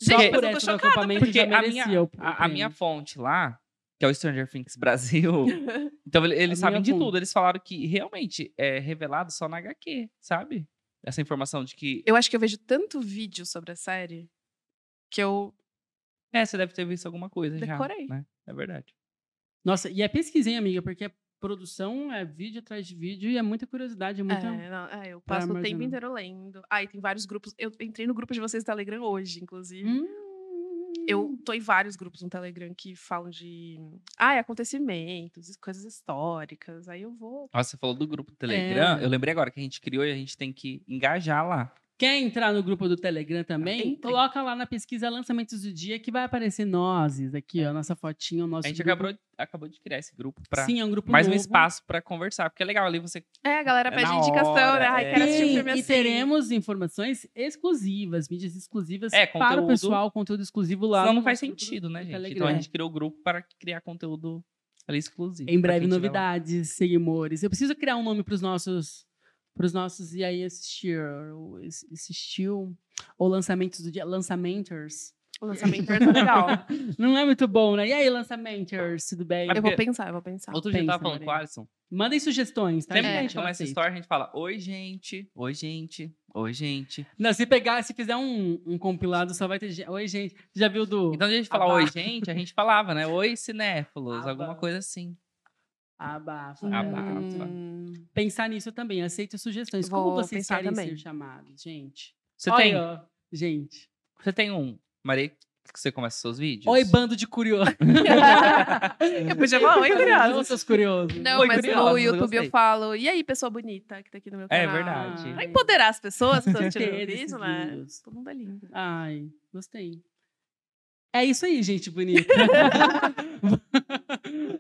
Speaker 4: Gente,
Speaker 1: Só
Speaker 4: mas
Speaker 1: por
Speaker 4: eu tô
Speaker 1: essa do
Speaker 4: chocada.
Speaker 1: acampamento
Speaker 2: Porque
Speaker 1: já
Speaker 2: a
Speaker 1: merecia
Speaker 2: minha,
Speaker 1: o o
Speaker 2: a, a minha
Speaker 1: prêmio.
Speaker 2: fonte lá, que é o Stranger Things Brasil, então ele- eles
Speaker 1: A
Speaker 2: sabem
Speaker 1: minha
Speaker 2: de
Speaker 1: fonte.
Speaker 2: tudo. Eles falaram que realmente é revelado só na HQ, sabe? Essa informação de que.
Speaker 4: Eu acho que eu vejo tanto vídeo sobre a série que eu.
Speaker 2: É, você deve ter visto alguma coisa
Speaker 4: Decorei.
Speaker 2: já. né? É verdade.
Speaker 1: Nossa, e é pesquisa, hein, amiga? Porque é produção, é vídeo atrás de vídeo e é muita curiosidade. É muita...
Speaker 4: É, não, é, eu
Speaker 1: Pra
Speaker 4: passo o tempo
Speaker 1: marginal.
Speaker 4: inteiro lendo. Ai, tem vários grupos. Eu entrei no grupo de vocês do Telegram hoje, inclusive.
Speaker 1: Hum.
Speaker 4: Eu tô em vários grupos no Telegram que falam de ai, acontecimentos, coisas históricas. Aí eu vou.
Speaker 2: Nossa, você falou do grupo do Telegram.
Speaker 1: É.
Speaker 2: Eu lembrei agora que a gente criou e a gente tem que engajar lá.
Speaker 1: Quer entrar no grupo do Telegram também?
Speaker 4: Entre.
Speaker 1: Coloca lá na pesquisa lançamentos do dia que vai aparecer nozes aqui, ó, nossa fotinha, o nosso
Speaker 2: a gente
Speaker 1: grupo.
Speaker 2: acabou, acabou de criar esse grupo pra.
Speaker 1: Sim, é um grupo
Speaker 2: mais um
Speaker 1: novo.
Speaker 2: espaço pra conversar. Porque é legal ali você.
Speaker 4: É, a galera
Speaker 2: É
Speaker 4: pede
Speaker 2: na
Speaker 4: indicação,
Speaker 2: hora,
Speaker 4: né? Ai,
Speaker 2: é.
Speaker 4: quero assistir um
Speaker 1: Sim,
Speaker 4: filme
Speaker 1: e
Speaker 4: assim.
Speaker 1: teremos informações exclusivas, mídias exclusivas
Speaker 2: É,
Speaker 1: para o
Speaker 2: conteúdo-
Speaker 1: pessoal, conteúdo exclusivo lá.
Speaker 2: Senão
Speaker 1: no
Speaker 2: não faz
Speaker 1: nosso grupo do-
Speaker 2: sentido, né,
Speaker 1: do
Speaker 2: gente?
Speaker 1: Telegram.
Speaker 2: Então a gente criou o grupo para criar conteúdo ali exclusivo.
Speaker 1: Em
Speaker 2: pra
Speaker 1: breve
Speaker 2: quem tiver um lá.
Speaker 1: novidades, seguimores. Eu preciso criar um nome para os nossos para os nossos e aí assistir, ou es- assistir ou lançamentos do dia, lançamenters.
Speaker 4: O lançamento é legal.
Speaker 1: Não é muito bom, né? E aí, lançamenters, tudo bem?
Speaker 4: eu vou pensar, eu vou pensar.
Speaker 2: Outro dia eu
Speaker 1: Pensa,
Speaker 2: tava falando com o
Speaker 1: Maria.
Speaker 2: Alisson.
Speaker 1: Mandem sugestões, tá?
Speaker 2: Sempre que a
Speaker 1: gente?
Speaker 2: gente
Speaker 1: Eu
Speaker 2: começa a
Speaker 1: aceito.
Speaker 2: história, a gente fala: Oi, gente. Oi, gente. Oi, gente.
Speaker 1: Não, se pegar, se fizer um, um compilado, só vai ter gente. Oi, gente. Já viu do.
Speaker 2: Então, a gente fala
Speaker 1: Abá.
Speaker 2: oi, gente, a gente falava, né? Oi, cinéfilos,
Speaker 1: Abá.
Speaker 2: alguma coisa assim.
Speaker 1: Abafa.
Speaker 2: Ah,
Speaker 1: abafa.
Speaker 4: Hum,
Speaker 1: Pensar nisso também. Aceito sugestões. Como
Speaker 4: Vou
Speaker 1: vocês
Speaker 4: pensar
Speaker 1: querem
Speaker 4: também.
Speaker 1: ser chamados, gente?
Speaker 2: Você
Speaker 1: Olha,
Speaker 2: tem,
Speaker 1: ó, gente.
Speaker 2: você tem um, Maria, que você começa os seus vídeos?
Speaker 1: Oi, bando de curioso. tá.
Speaker 4: eu podia falar, oi, curioso.
Speaker 1: Não, seus curiosos.
Speaker 4: Não,
Speaker 2: Oi,
Speaker 4: mas
Speaker 2: curiosos,
Speaker 4: no
Speaker 2: eu
Speaker 4: YouTube eu
Speaker 2: gostei.
Speaker 4: falo, e aí, pessoa bonita que tá aqui no meu
Speaker 2: É
Speaker 4: canal.
Speaker 2: verdade.
Speaker 4: Pra empoderar as pessoas que estão tirando
Speaker 1: Ter esses
Speaker 4: vídeo, né?
Speaker 1: vídeos.
Speaker 4: Todo mundo é lindo.
Speaker 1: Ai, gostei. É isso aí, gente bonita.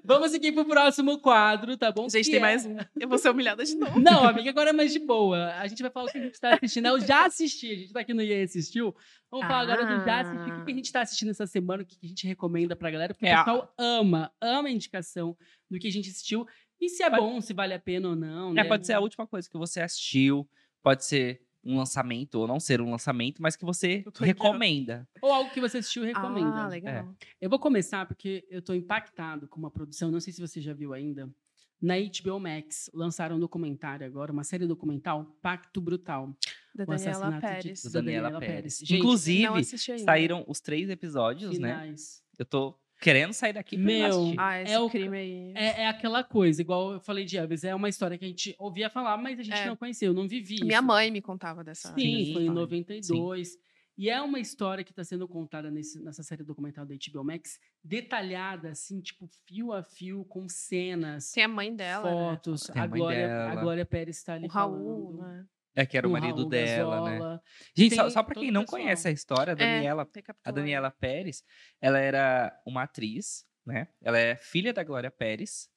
Speaker 1: Vamos seguir pro próximo quadro, tá bom?
Speaker 4: Gente,
Speaker 1: Que
Speaker 4: tem
Speaker 1: é-
Speaker 4: mais um. Eu vou ser humilhada de novo.
Speaker 1: Não, amiga, agora é mais de boa. A gente vai falar o que a gente tá assistindo. Eu já assisti, a gente tá aqui no IE Assistiu. Vamos falar agora do já assisti. O que que a gente tá assistindo essa semana, o que que a gente recomenda pra galera, porque o
Speaker 2: É a-
Speaker 1: pessoal ama, ama a indicação do que a gente assistiu. E se é
Speaker 2: Pode-
Speaker 1: bom, se vale a pena ou não,
Speaker 2: É,
Speaker 1: né?
Speaker 2: pode ser a última coisa que você assistiu, pode ser um lançamento ou não ser um lançamento, mas que você
Speaker 4: Eu tô aqui, ó.
Speaker 2: recomenda.
Speaker 1: Ou algo que você assistiu, recomenda.
Speaker 4: Ah, legal.
Speaker 1: Eu vou começar porque eu tô impactado com uma produção, não sei se você já viu ainda. Na HBO Max lançaram um documentário agora, uma série documental, Pacto Brutal.
Speaker 4: Da
Speaker 1: O
Speaker 4: Daniela
Speaker 1: assassinato de-
Speaker 4: Pérez.
Speaker 1: Da
Speaker 2: Da
Speaker 1: Daniela
Speaker 2: Daniela,
Speaker 1: Pérez.
Speaker 2: Pérez.
Speaker 1: Gente,
Speaker 4: Não
Speaker 2: Inclusive,
Speaker 4: assisti ainda.
Speaker 2: saíram os três episódios, né?
Speaker 1: Finais.
Speaker 2: Eu tô querendo sair daqui pra
Speaker 1: Meu,
Speaker 2: assistir.
Speaker 4: Ah, esse
Speaker 1: É o-
Speaker 4: crime aí.
Speaker 1: É, é aquela coisa, igual eu falei de Elvis, é uma história que a gente ouvia falar, mas a gente
Speaker 4: É.
Speaker 1: não conhecia, eu não vivi. isso.
Speaker 4: Minha mãe me contava
Speaker 1: Sim,
Speaker 4: dessa.
Speaker 2: Sim,
Speaker 1: foi em
Speaker 2: claro.
Speaker 1: 92. E é uma história que está sendo contada nesse- nessa série documental da HBO Max, detalhada, assim, tipo, fio a fio, com cenas,
Speaker 4: Tem a mãe dela, né?
Speaker 1: fotos.
Speaker 2: Tem a
Speaker 1: A,
Speaker 2: mãe
Speaker 1: Glória, a
Speaker 2: dela.
Speaker 1: Glória Pérez está ali
Speaker 4: O Raul,
Speaker 1: falando.
Speaker 4: né?
Speaker 2: É que era o
Speaker 1: Com
Speaker 2: marido
Speaker 1: Raul
Speaker 2: dela, né?
Speaker 1: Gazola.
Speaker 2: Gente,
Speaker 1: Tem
Speaker 2: só, só pra
Speaker 1: todo
Speaker 2: quem
Speaker 1: o
Speaker 2: não
Speaker 1: pessoal. É.
Speaker 2: conhece a história, a Daniela, a
Speaker 4: recapitulando.
Speaker 2: Daniela Pérez, ela era uma atriz, né? Ela é filha da Glória Pérez.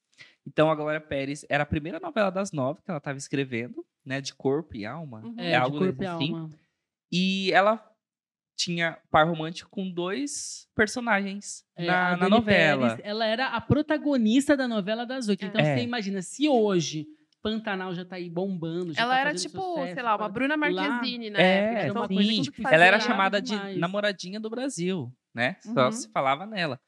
Speaker 2: Então, a Glória Pérez era a primeira novela das nove que ela estava escrevendo, né? De corpo e alma.
Speaker 4: Uhum.
Speaker 1: É,
Speaker 2: É
Speaker 1: de
Speaker 2: algo
Speaker 1: corpo e
Speaker 2: desse assim.
Speaker 1: alma.
Speaker 2: E ela tinha par romântico com dois personagens
Speaker 1: É, a
Speaker 2: na, na
Speaker 1: Dani
Speaker 2: novela.
Speaker 1: Pérez, ela era a protagonista da novela das oito.
Speaker 4: É.
Speaker 1: Então
Speaker 2: É.
Speaker 1: você imagina, se hoje Pantanal já tá aí bombando, já
Speaker 4: Ela
Speaker 1: tá
Speaker 4: era
Speaker 1: fazendo
Speaker 4: tipo,
Speaker 1: sucesso,
Speaker 4: sei lá, uma
Speaker 1: fora-
Speaker 4: Bruna Marquezine, né?
Speaker 2: É,
Speaker 1: Porque
Speaker 4: uma
Speaker 1: sim.
Speaker 4: coisa que a gente
Speaker 1: Ela
Speaker 4: fazia
Speaker 2: Ela era
Speaker 1: Fazer
Speaker 2: chamada
Speaker 1: nada
Speaker 2: de
Speaker 1: demais.
Speaker 2: namoradinha do Brasil, né? Só
Speaker 4: Uhum.
Speaker 2: se falava nela.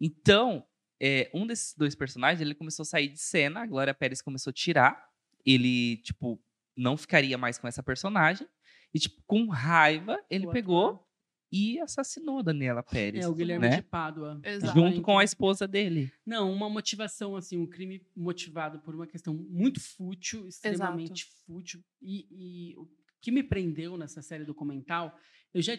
Speaker 2: Então, é, um desses dois personagens, ele começou a sair de cena, a Glória Pérez começou a tirar. Ele, tipo, não ficaria mais com essa personagem. E, tipo, com raiva, ele
Speaker 1: Boa,
Speaker 2: pegou e assassinou a Daniela Pérez.
Speaker 1: É, o né? Guilherme
Speaker 2: né?
Speaker 1: de Pádua.
Speaker 4: Exato.
Speaker 2: Junto com a esposa dele.
Speaker 1: Não, uma motivação, assim, um crime motivado por uma questão muito fútil, extremamente fútil. E, e o que me prendeu nessa série documental, eu já,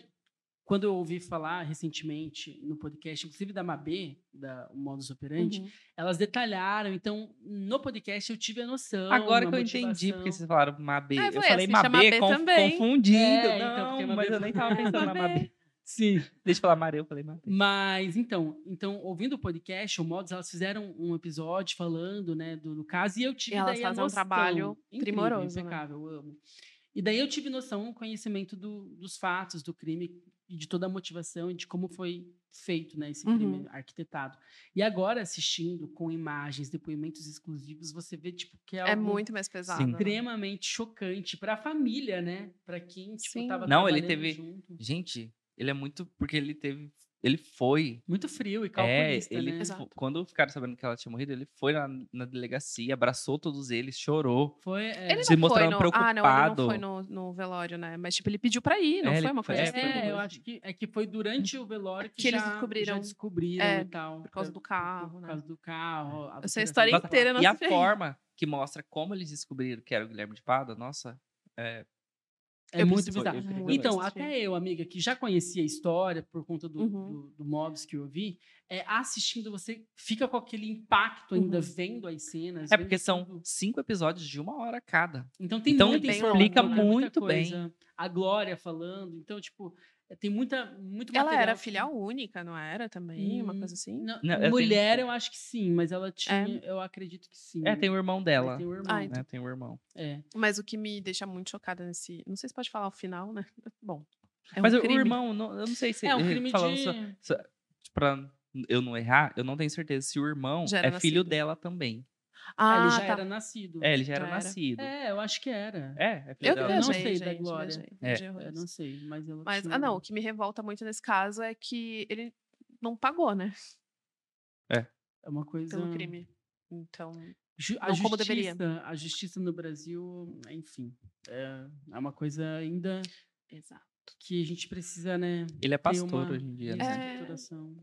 Speaker 1: quando eu ouvi falar recentemente no podcast, inclusive da Mabê, da Modus Operandi,
Speaker 4: Uhum.
Speaker 1: elas detalharam. Então, no podcast eu tive a noção.
Speaker 2: Agora
Speaker 1: Então, uma
Speaker 2: que eu entendi,
Speaker 1: motivação. assim,
Speaker 2: porque vocês falaram Mabê.
Speaker 4: Ah, eu
Speaker 2: eu
Speaker 4: falei,
Speaker 2: falei
Speaker 4: se chama
Speaker 2: Mabê,
Speaker 4: Mabê
Speaker 2: conf-
Speaker 4: também.
Speaker 2: confundindo.
Speaker 1: É, então,
Speaker 2: não,
Speaker 1: porque
Speaker 2: mas
Speaker 1: Mabê-
Speaker 2: eu nem tava pensando na Mabê.
Speaker 1: Sim.
Speaker 2: Deixa eu falar Mabê, eu falei Mabê.
Speaker 1: Mas então, então ouvindo o podcast, o Modos, elas fizeram um episódio falando, né, do, do caso e eu tive
Speaker 4: E elas
Speaker 1: daí a
Speaker 4: fazem um
Speaker 1: noção.
Speaker 4: trabalho
Speaker 1: Incrível,
Speaker 4: primoroso, né?
Speaker 1: impecável, eu amo. E daí eu tive noção, um conhecimento do- dos fatos do crime e de toda a motivação e de como foi feito, né, esse crime
Speaker 4: Uhum.
Speaker 1: arquitetado. E agora assistindo com imagens, depoimentos exclusivos, você vê tipo que é,
Speaker 4: É
Speaker 1: algo
Speaker 4: muito mais pesado.
Speaker 2: Sim.
Speaker 4: né?
Speaker 1: extremamente chocante para a família, né, para quem tipo
Speaker 4: Sim.
Speaker 1: tava
Speaker 2: Não, ele
Speaker 1: trabalhando
Speaker 2: teve-
Speaker 1: junto.
Speaker 2: Gente, ele é muito. Porque ele teve. Ele foi.
Speaker 1: muito frio e
Speaker 2: É,
Speaker 1: calculista,
Speaker 2: ele.
Speaker 1: né?
Speaker 2: fo-
Speaker 4: Exato.
Speaker 2: Quando ficaram sabendo que ela tinha morrido, ele foi na, na delegacia, abraçou todos eles, chorou.
Speaker 1: Foi, é,
Speaker 4: Ele não
Speaker 2: Se
Speaker 4: foi
Speaker 2: mostrando
Speaker 4: no... Ah, não, ele
Speaker 2: preocupado.
Speaker 4: não foi no, no velório, né? Mas, tipo, ele pediu pra ir, não
Speaker 2: É,
Speaker 4: foi
Speaker 2: ele-
Speaker 4: uma coisa
Speaker 2: é,
Speaker 4: assim?
Speaker 2: foi uma
Speaker 1: É, eu
Speaker 2: coisa
Speaker 1: acho que é que foi durante o velório que,
Speaker 4: Que eles
Speaker 1: já-
Speaker 4: descobriram.
Speaker 1: já descobriram
Speaker 4: É,
Speaker 1: e tal.
Speaker 4: por causa
Speaker 1: É,
Speaker 4: do carro,
Speaker 1: Por
Speaker 4: né?
Speaker 1: causa do
Speaker 2: É.
Speaker 1: carro. a
Speaker 4: Eu
Speaker 1: adulteração
Speaker 4: sei a história
Speaker 1: do
Speaker 2: Nossa,
Speaker 4: inteira,
Speaker 1: carro.
Speaker 4: não
Speaker 2: e a
Speaker 4: sei.
Speaker 2: forma que mostra como eles descobriram que era o Guilherme de Pado, nossa.
Speaker 1: É
Speaker 4: Eu
Speaker 1: muito
Speaker 2: preciso- eu
Speaker 1: bizarro.
Speaker 2: queria
Speaker 4: é Muito.
Speaker 2: ver.
Speaker 1: Então,
Speaker 4: assistir.
Speaker 1: até eu, amiga, que já conhecia a história por conta do,
Speaker 4: Uhum.
Speaker 1: do, do Mobs que eu vi, é, assistindo você fica com aquele impacto ainda,
Speaker 4: Uhum.
Speaker 1: vendo as cenas.
Speaker 2: É
Speaker 1: vendo
Speaker 2: porque são
Speaker 1: tudo.
Speaker 2: cinco episódios de uma hora cada.
Speaker 1: Então tem
Speaker 2: Então,
Speaker 1: muita
Speaker 4: bem
Speaker 1: informação,
Speaker 4: explica
Speaker 1: né? muita
Speaker 2: muito bem.
Speaker 1: coisa. A Glória falando. Então, tipo, é, tem muita, muito
Speaker 4: Ela
Speaker 1: material
Speaker 4: era
Speaker 1: que-
Speaker 4: filha única, não era também? Uma
Speaker 1: Hum,
Speaker 4: coisa assim?
Speaker 1: Não,
Speaker 2: Não, eu tenho-
Speaker 1: mulher, eu acho que sim, mas
Speaker 4: É.
Speaker 1: ela tinha. Eu acredito que sim.
Speaker 2: É, tem o irmão
Speaker 1: Mas
Speaker 2: dela.
Speaker 1: tem um o irmão.
Speaker 4: Ah,
Speaker 2: Né, tem o irmão.
Speaker 1: É.
Speaker 4: Mas o que me deixa muito chocada nesse... Não sei se pode falar o final, né? Bom, é um
Speaker 2: Mas o-
Speaker 4: crime.
Speaker 2: o irmão, não- eu não sei se.
Speaker 1: É um crime
Speaker 2: falando
Speaker 1: de.
Speaker 2: só- Tipo, pra eu não errar, eu não tenho certeza se o irmão
Speaker 4: Já
Speaker 2: é
Speaker 4: era
Speaker 2: filho
Speaker 4: nascido.
Speaker 2: dela também.
Speaker 1: Ah,
Speaker 4: Ah,
Speaker 1: ele já
Speaker 4: tá.
Speaker 1: era nascido.
Speaker 2: É, ele já era
Speaker 4: Já era.
Speaker 2: nascido. É,
Speaker 1: É, eu acho que era.
Speaker 2: é filho
Speaker 4: Eu que
Speaker 2: dela.
Speaker 1: Eu não
Speaker 4: viajei,
Speaker 1: sei da
Speaker 4: gente,
Speaker 1: Glória.
Speaker 4: viajei,
Speaker 2: É.
Speaker 4: viajei horrores.
Speaker 1: Eu não sei, mas ela
Speaker 4: Mas,
Speaker 1: tinha
Speaker 4: ah,
Speaker 1: um-
Speaker 4: não, o que me revolta muito nesse caso é que ele não pagou, né?
Speaker 1: É uma coisa.
Speaker 4: Pelo crime. Então,
Speaker 1: Ju- a
Speaker 4: Não
Speaker 1: justiça,
Speaker 4: como deveria.
Speaker 1: A justiça no Brasil, enfim. É, é uma coisa ainda
Speaker 4: exato.
Speaker 1: que a gente precisa, né?
Speaker 2: Ele é
Speaker 1: ter
Speaker 2: pastor
Speaker 1: uma
Speaker 2: hoje em dia, né?
Speaker 1: reestruturação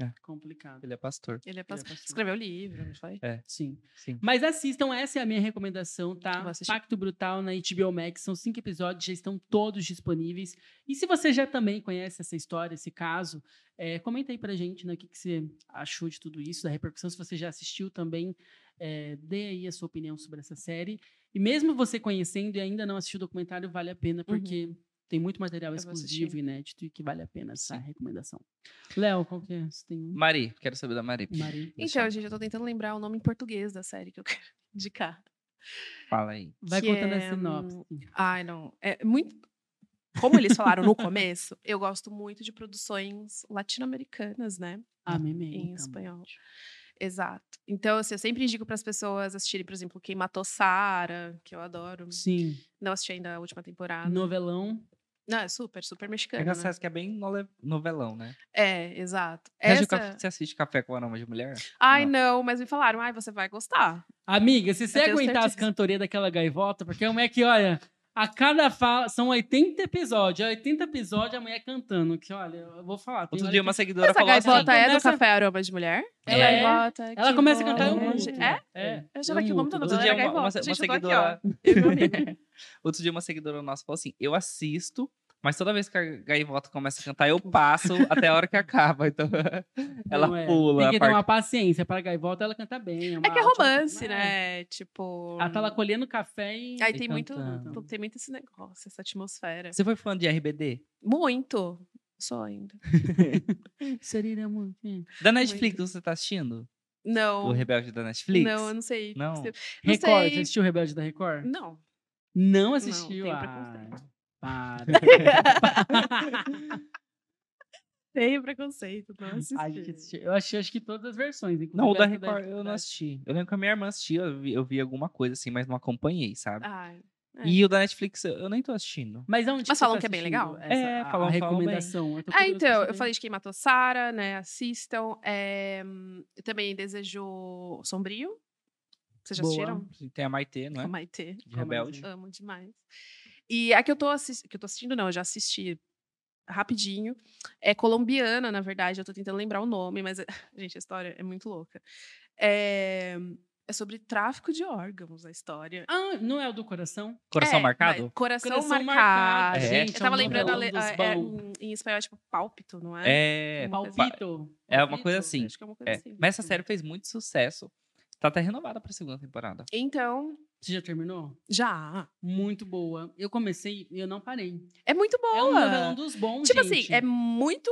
Speaker 2: É.
Speaker 1: complicada.
Speaker 2: Ele é pastor.
Speaker 4: Ele é pastor.
Speaker 1: pastor.
Speaker 4: Escreveu livro, não foi?
Speaker 1: Sim.
Speaker 2: Sim.
Speaker 1: Mas assistam, essa é a minha recomendação, tá?
Speaker 4: Vou assistir.
Speaker 1: Pacto Brutal na HBO Max. São cinco episódios, já estão todos disponíveis. E se você já também conhece essa história, esse caso, eh, comenta aí pra gente né, o que, que você achou de tudo isso, da repercussão. Se você já assistiu também, eh, dê aí a sua opinião sobre essa série. E mesmo você conhecendo e ainda não assistiu o documentário, vale a pena, porque Tem muito material
Speaker 4: Uhum. Eu vou
Speaker 1: exclusivo,
Speaker 4: assistir.
Speaker 1: inédito e que vale a pena essa recomendação. Léo, qual que é? Você tem um?
Speaker 2: Mari, quero saber da Mari.
Speaker 1: Mari.
Speaker 4: Então, gente, eu tô tentando lembrar o nome em português da série que eu quero indicar.
Speaker 2: Fala aí.
Speaker 1: Vai
Speaker 4: que
Speaker 1: contando
Speaker 4: é,
Speaker 1: a sinopse.
Speaker 4: Ai, não. É muito. Como eles falaram no começo, eu gosto muito de produções latino-americanas, né?
Speaker 1: Ah, meme.
Speaker 4: em espanhol. Exato. Então, assim, eu sempre indico para as pessoas assistirem, por exemplo, Quem Matou Sara, que eu adoro.
Speaker 1: Sim.
Speaker 4: Não assisti ainda a última temporada.
Speaker 1: Novelão.
Speaker 4: Não, é super, super
Speaker 2: É
Speaker 4: mexicano.
Speaker 2: que
Speaker 4: né?
Speaker 2: a Sasuke é bem nole- novelão, né?
Speaker 4: É, exato.
Speaker 2: Você acha
Speaker 4: Essa...
Speaker 2: que café- Você assiste Café com Aroma de Mulher?
Speaker 4: Ai,
Speaker 2: Não.
Speaker 4: não, mas me falaram, ai, você vai gostar.
Speaker 1: Amiga, se você
Speaker 4: tenho
Speaker 1: aguentar as
Speaker 4: certeza.
Speaker 1: cantorias daquela gaivota, porque como é que, olha, a cada fala. São 80 episódios. é 80 episódios a mulher cantando. Que, olha, eu vou falar. tem
Speaker 2: Outro
Speaker 1: hora
Speaker 2: dia
Speaker 1: que-
Speaker 2: uma seguidora
Speaker 4: Mas a
Speaker 2: falou
Speaker 4: gaivota
Speaker 1: assim,
Speaker 4: é
Speaker 1: começa-
Speaker 4: do Café Aroma de Mulher?
Speaker 1: Ela é.
Speaker 4: Gaivota,
Speaker 1: Ela
Speaker 4: que
Speaker 1: começa a cantar um eu
Speaker 4: bom.
Speaker 1: mudo.
Speaker 4: É?
Speaker 1: É.
Speaker 4: Eu já que o nome da
Speaker 1: mudo,
Speaker 2: Outro
Speaker 4: novela
Speaker 1: dou-
Speaker 2: dia
Speaker 4: era
Speaker 2: uma, uma-
Speaker 4: gaivota.
Speaker 2: uma
Speaker 4: Gente, eu É tô aqui,
Speaker 2: seguidora,
Speaker 4: ó. Eu e meu amigo.
Speaker 2: outro dia uma seguidora nossa falou assim: "Eu assisto, mas toda vez que a gaivota começa a cantar, eu passo até a hora que acaba". Então ela
Speaker 1: Não é.
Speaker 2: pula
Speaker 1: Tem
Speaker 2: a
Speaker 1: que ter
Speaker 2: parte.
Speaker 1: uma paciência para a gaivota, ela canta bem. uma
Speaker 4: É que é
Speaker 1: ótima-
Speaker 4: romance,
Speaker 1: É.
Speaker 4: né? Tipo.
Speaker 1: Ela tá lá colhendo café e.
Speaker 4: Aí
Speaker 2: e
Speaker 4: tem muito,
Speaker 2: cantando.
Speaker 4: tem muito esse negócio, essa atmosfera.
Speaker 2: Você foi fã de RBD?
Speaker 4: Muito. Só ainda.
Speaker 1: Seria muito.
Speaker 2: Da Netflix você tá assistindo?
Speaker 4: Não.
Speaker 2: O Rebelde da Netflix?
Speaker 4: Não, eu não sei.
Speaker 2: Não?
Speaker 4: Não
Speaker 1: Record, você
Speaker 4: sei.
Speaker 1: assistiu Rebelde da Record?
Speaker 4: Não.
Speaker 1: Não assistiu.
Speaker 4: tenho
Speaker 1: ah,
Speaker 4: preconceito.
Speaker 1: para.
Speaker 4: Tem preconceito, não assisti.
Speaker 1: A gente assistiu. Eu achei acho que todas as versões. inclusive
Speaker 2: Não, o da
Speaker 1: essa
Speaker 2: Record eu não
Speaker 1: da-
Speaker 2: assisti. Eu lembro que a minha irmã assistiu, eu vi, eu vi alguma coisa assim, mas não acompanhei, sabe?
Speaker 4: Ai, é.
Speaker 2: E o da Netflix eu eu nem tô assistindo.
Speaker 1: Mas aonde
Speaker 4: Mas
Speaker 1: você tá
Speaker 4: falam que é bem legal.
Speaker 1: assistindo Essa,
Speaker 2: É,
Speaker 1: a-
Speaker 2: falam-
Speaker 1: a
Speaker 2: falam bem.
Speaker 1: recomendação. tô curiosa
Speaker 4: Ah,
Speaker 1: pra
Speaker 4: então, eu
Speaker 1: saber.
Speaker 4: falei de Quem Matou Sara, né? Assistam. É, hum, eu também desejo Sombrio. Vocês já
Speaker 1: Boa.
Speaker 4: assistiram?
Speaker 2: Tem a Maitê, não
Speaker 4: A
Speaker 2: é?
Speaker 4: Maitê.
Speaker 2: De Rebelde.
Speaker 4: Amo demais. E a que eu tô, assis- que eu tô assistindo, não, eu já assisti rapidinho. É colombiana, na verdade, eu tô tentando lembrar o nome, mas, é- gente, a história é muito louca. É, é sobre tráfico de órgãos, a história.
Speaker 1: Ah, não é o do coração?
Speaker 2: Coração
Speaker 4: É,
Speaker 2: marcado?
Speaker 4: mas Coração,
Speaker 1: Coração
Speaker 4: marcado.
Speaker 1: marcado,
Speaker 2: É.
Speaker 1: gente,
Speaker 4: Eu
Speaker 1: é
Speaker 4: tava
Speaker 1: um
Speaker 4: lembrando a
Speaker 1: novelão
Speaker 4: le-
Speaker 1: dos
Speaker 4: a- é,
Speaker 1: baús.
Speaker 4: em- em espanhol é tipo pálpito, não é?
Speaker 2: É,
Speaker 4: Uma coisa-
Speaker 1: Palpito.
Speaker 2: É uma coisa assim,
Speaker 4: Acho que é uma coisa
Speaker 2: é.
Speaker 4: assim.
Speaker 2: Mas essa série fez muito sucesso. Tá até renovada pra segunda temporada.
Speaker 4: Então,
Speaker 1: Você já terminou?
Speaker 4: já.
Speaker 1: Muito boa. Eu comecei e eu não parei.
Speaker 4: É muito boa.
Speaker 1: É um novelão dos bons,
Speaker 4: tipo
Speaker 1: gente.
Speaker 4: assim, é muito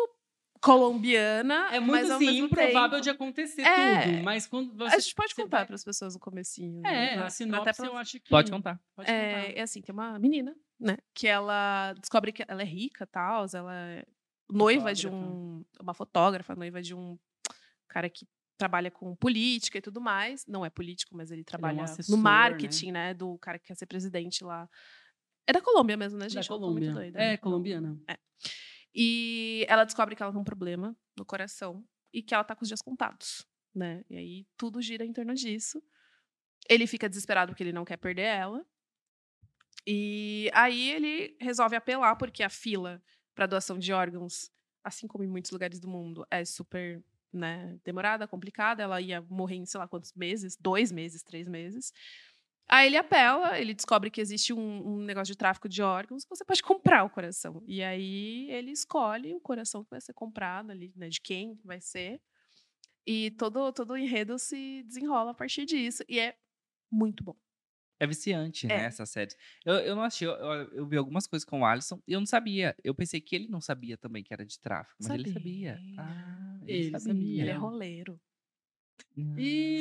Speaker 4: colombiana,
Speaker 1: É muito
Speaker 4: mas ao
Speaker 1: assim,
Speaker 4: mesmo
Speaker 1: improvável
Speaker 4: tempo-
Speaker 1: de acontecer
Speaker 4: É.
Speaker 1: tudo. Mas quando você.
Speaker 4: A gente pode
Speaker 1: você
Speaker 4: contar
Speaker 1: vai-
Speaker 4: para as pessoas no comecinho. né?
Speaker 1: É,
Speaker 4: Pra-
Speaker 1: a sinopse
Speaker 4: até pra-
Speaker 1: eu acho que.
Speaker 4: Hum.
Speaker 2: Pode contar.
Speaker 1: Pode
Speaker 4: É, é assim, tem uma menina, né? Que ela descobre que ela é rica, tal, ela é noiva de
Speaker 1: Fotógrafa.
Speaker 4: um uma fotógrafa, noiva de um cara que trabalha com política e tudo mais. Não é político, mas ele trabalha
Speaker 1: assessor, né?
Speaker 4: no marketing, né? Do cara que quer ser presidente lá. É da Colômbia mesmo, né,
Speaker 1: Da
Speaker 4: gente? Eu tô
Speaker 1: Colômbia.
Speaker 4: Muito doida.
Speaker 1: É, colombiana.
Speaker 4: E ela descobre que ela tem um problema no coração e que ela tá com os dias contados, né? E aí tudo gira em torno disso. Ele fica desesperado porque ele não quer perder ela. E aí ele resolve apelar porque a fila para doação de órgãos, assim como em muitos lugares do mundo, é super né, demorada, complicada. Ela ia morrer em sei lá quantos meses, dois meses, três meses. Aí ele apela, ele descobre que existe um, um negócio de tráfico de órgãos, você pode comprar o coração. E aí ele escolhe o coração que vai ser comprado ali, né, de quem vai ser. E todo, todo o enredo se desenrola a partir disso. E é muito bom.
Speaker 2: É viciante,
Speaker 4: É.
Speaker 2: né, essa série. Eu, eu não achei, eu, eu- eu vi algumas coisas com o Alisson e eu não sabia. Eu pensei que ele não sabia também que era de tráfico, mas ele
Speaker 4: Sabia.
Speaker 2: sabia. Ah, Hum,
Speaker 1: Ele sabia.
Speaker 4: Ele é
Speaker 1: Yeah.
Speaker 4: roleiro.
Speaker 1: Ih,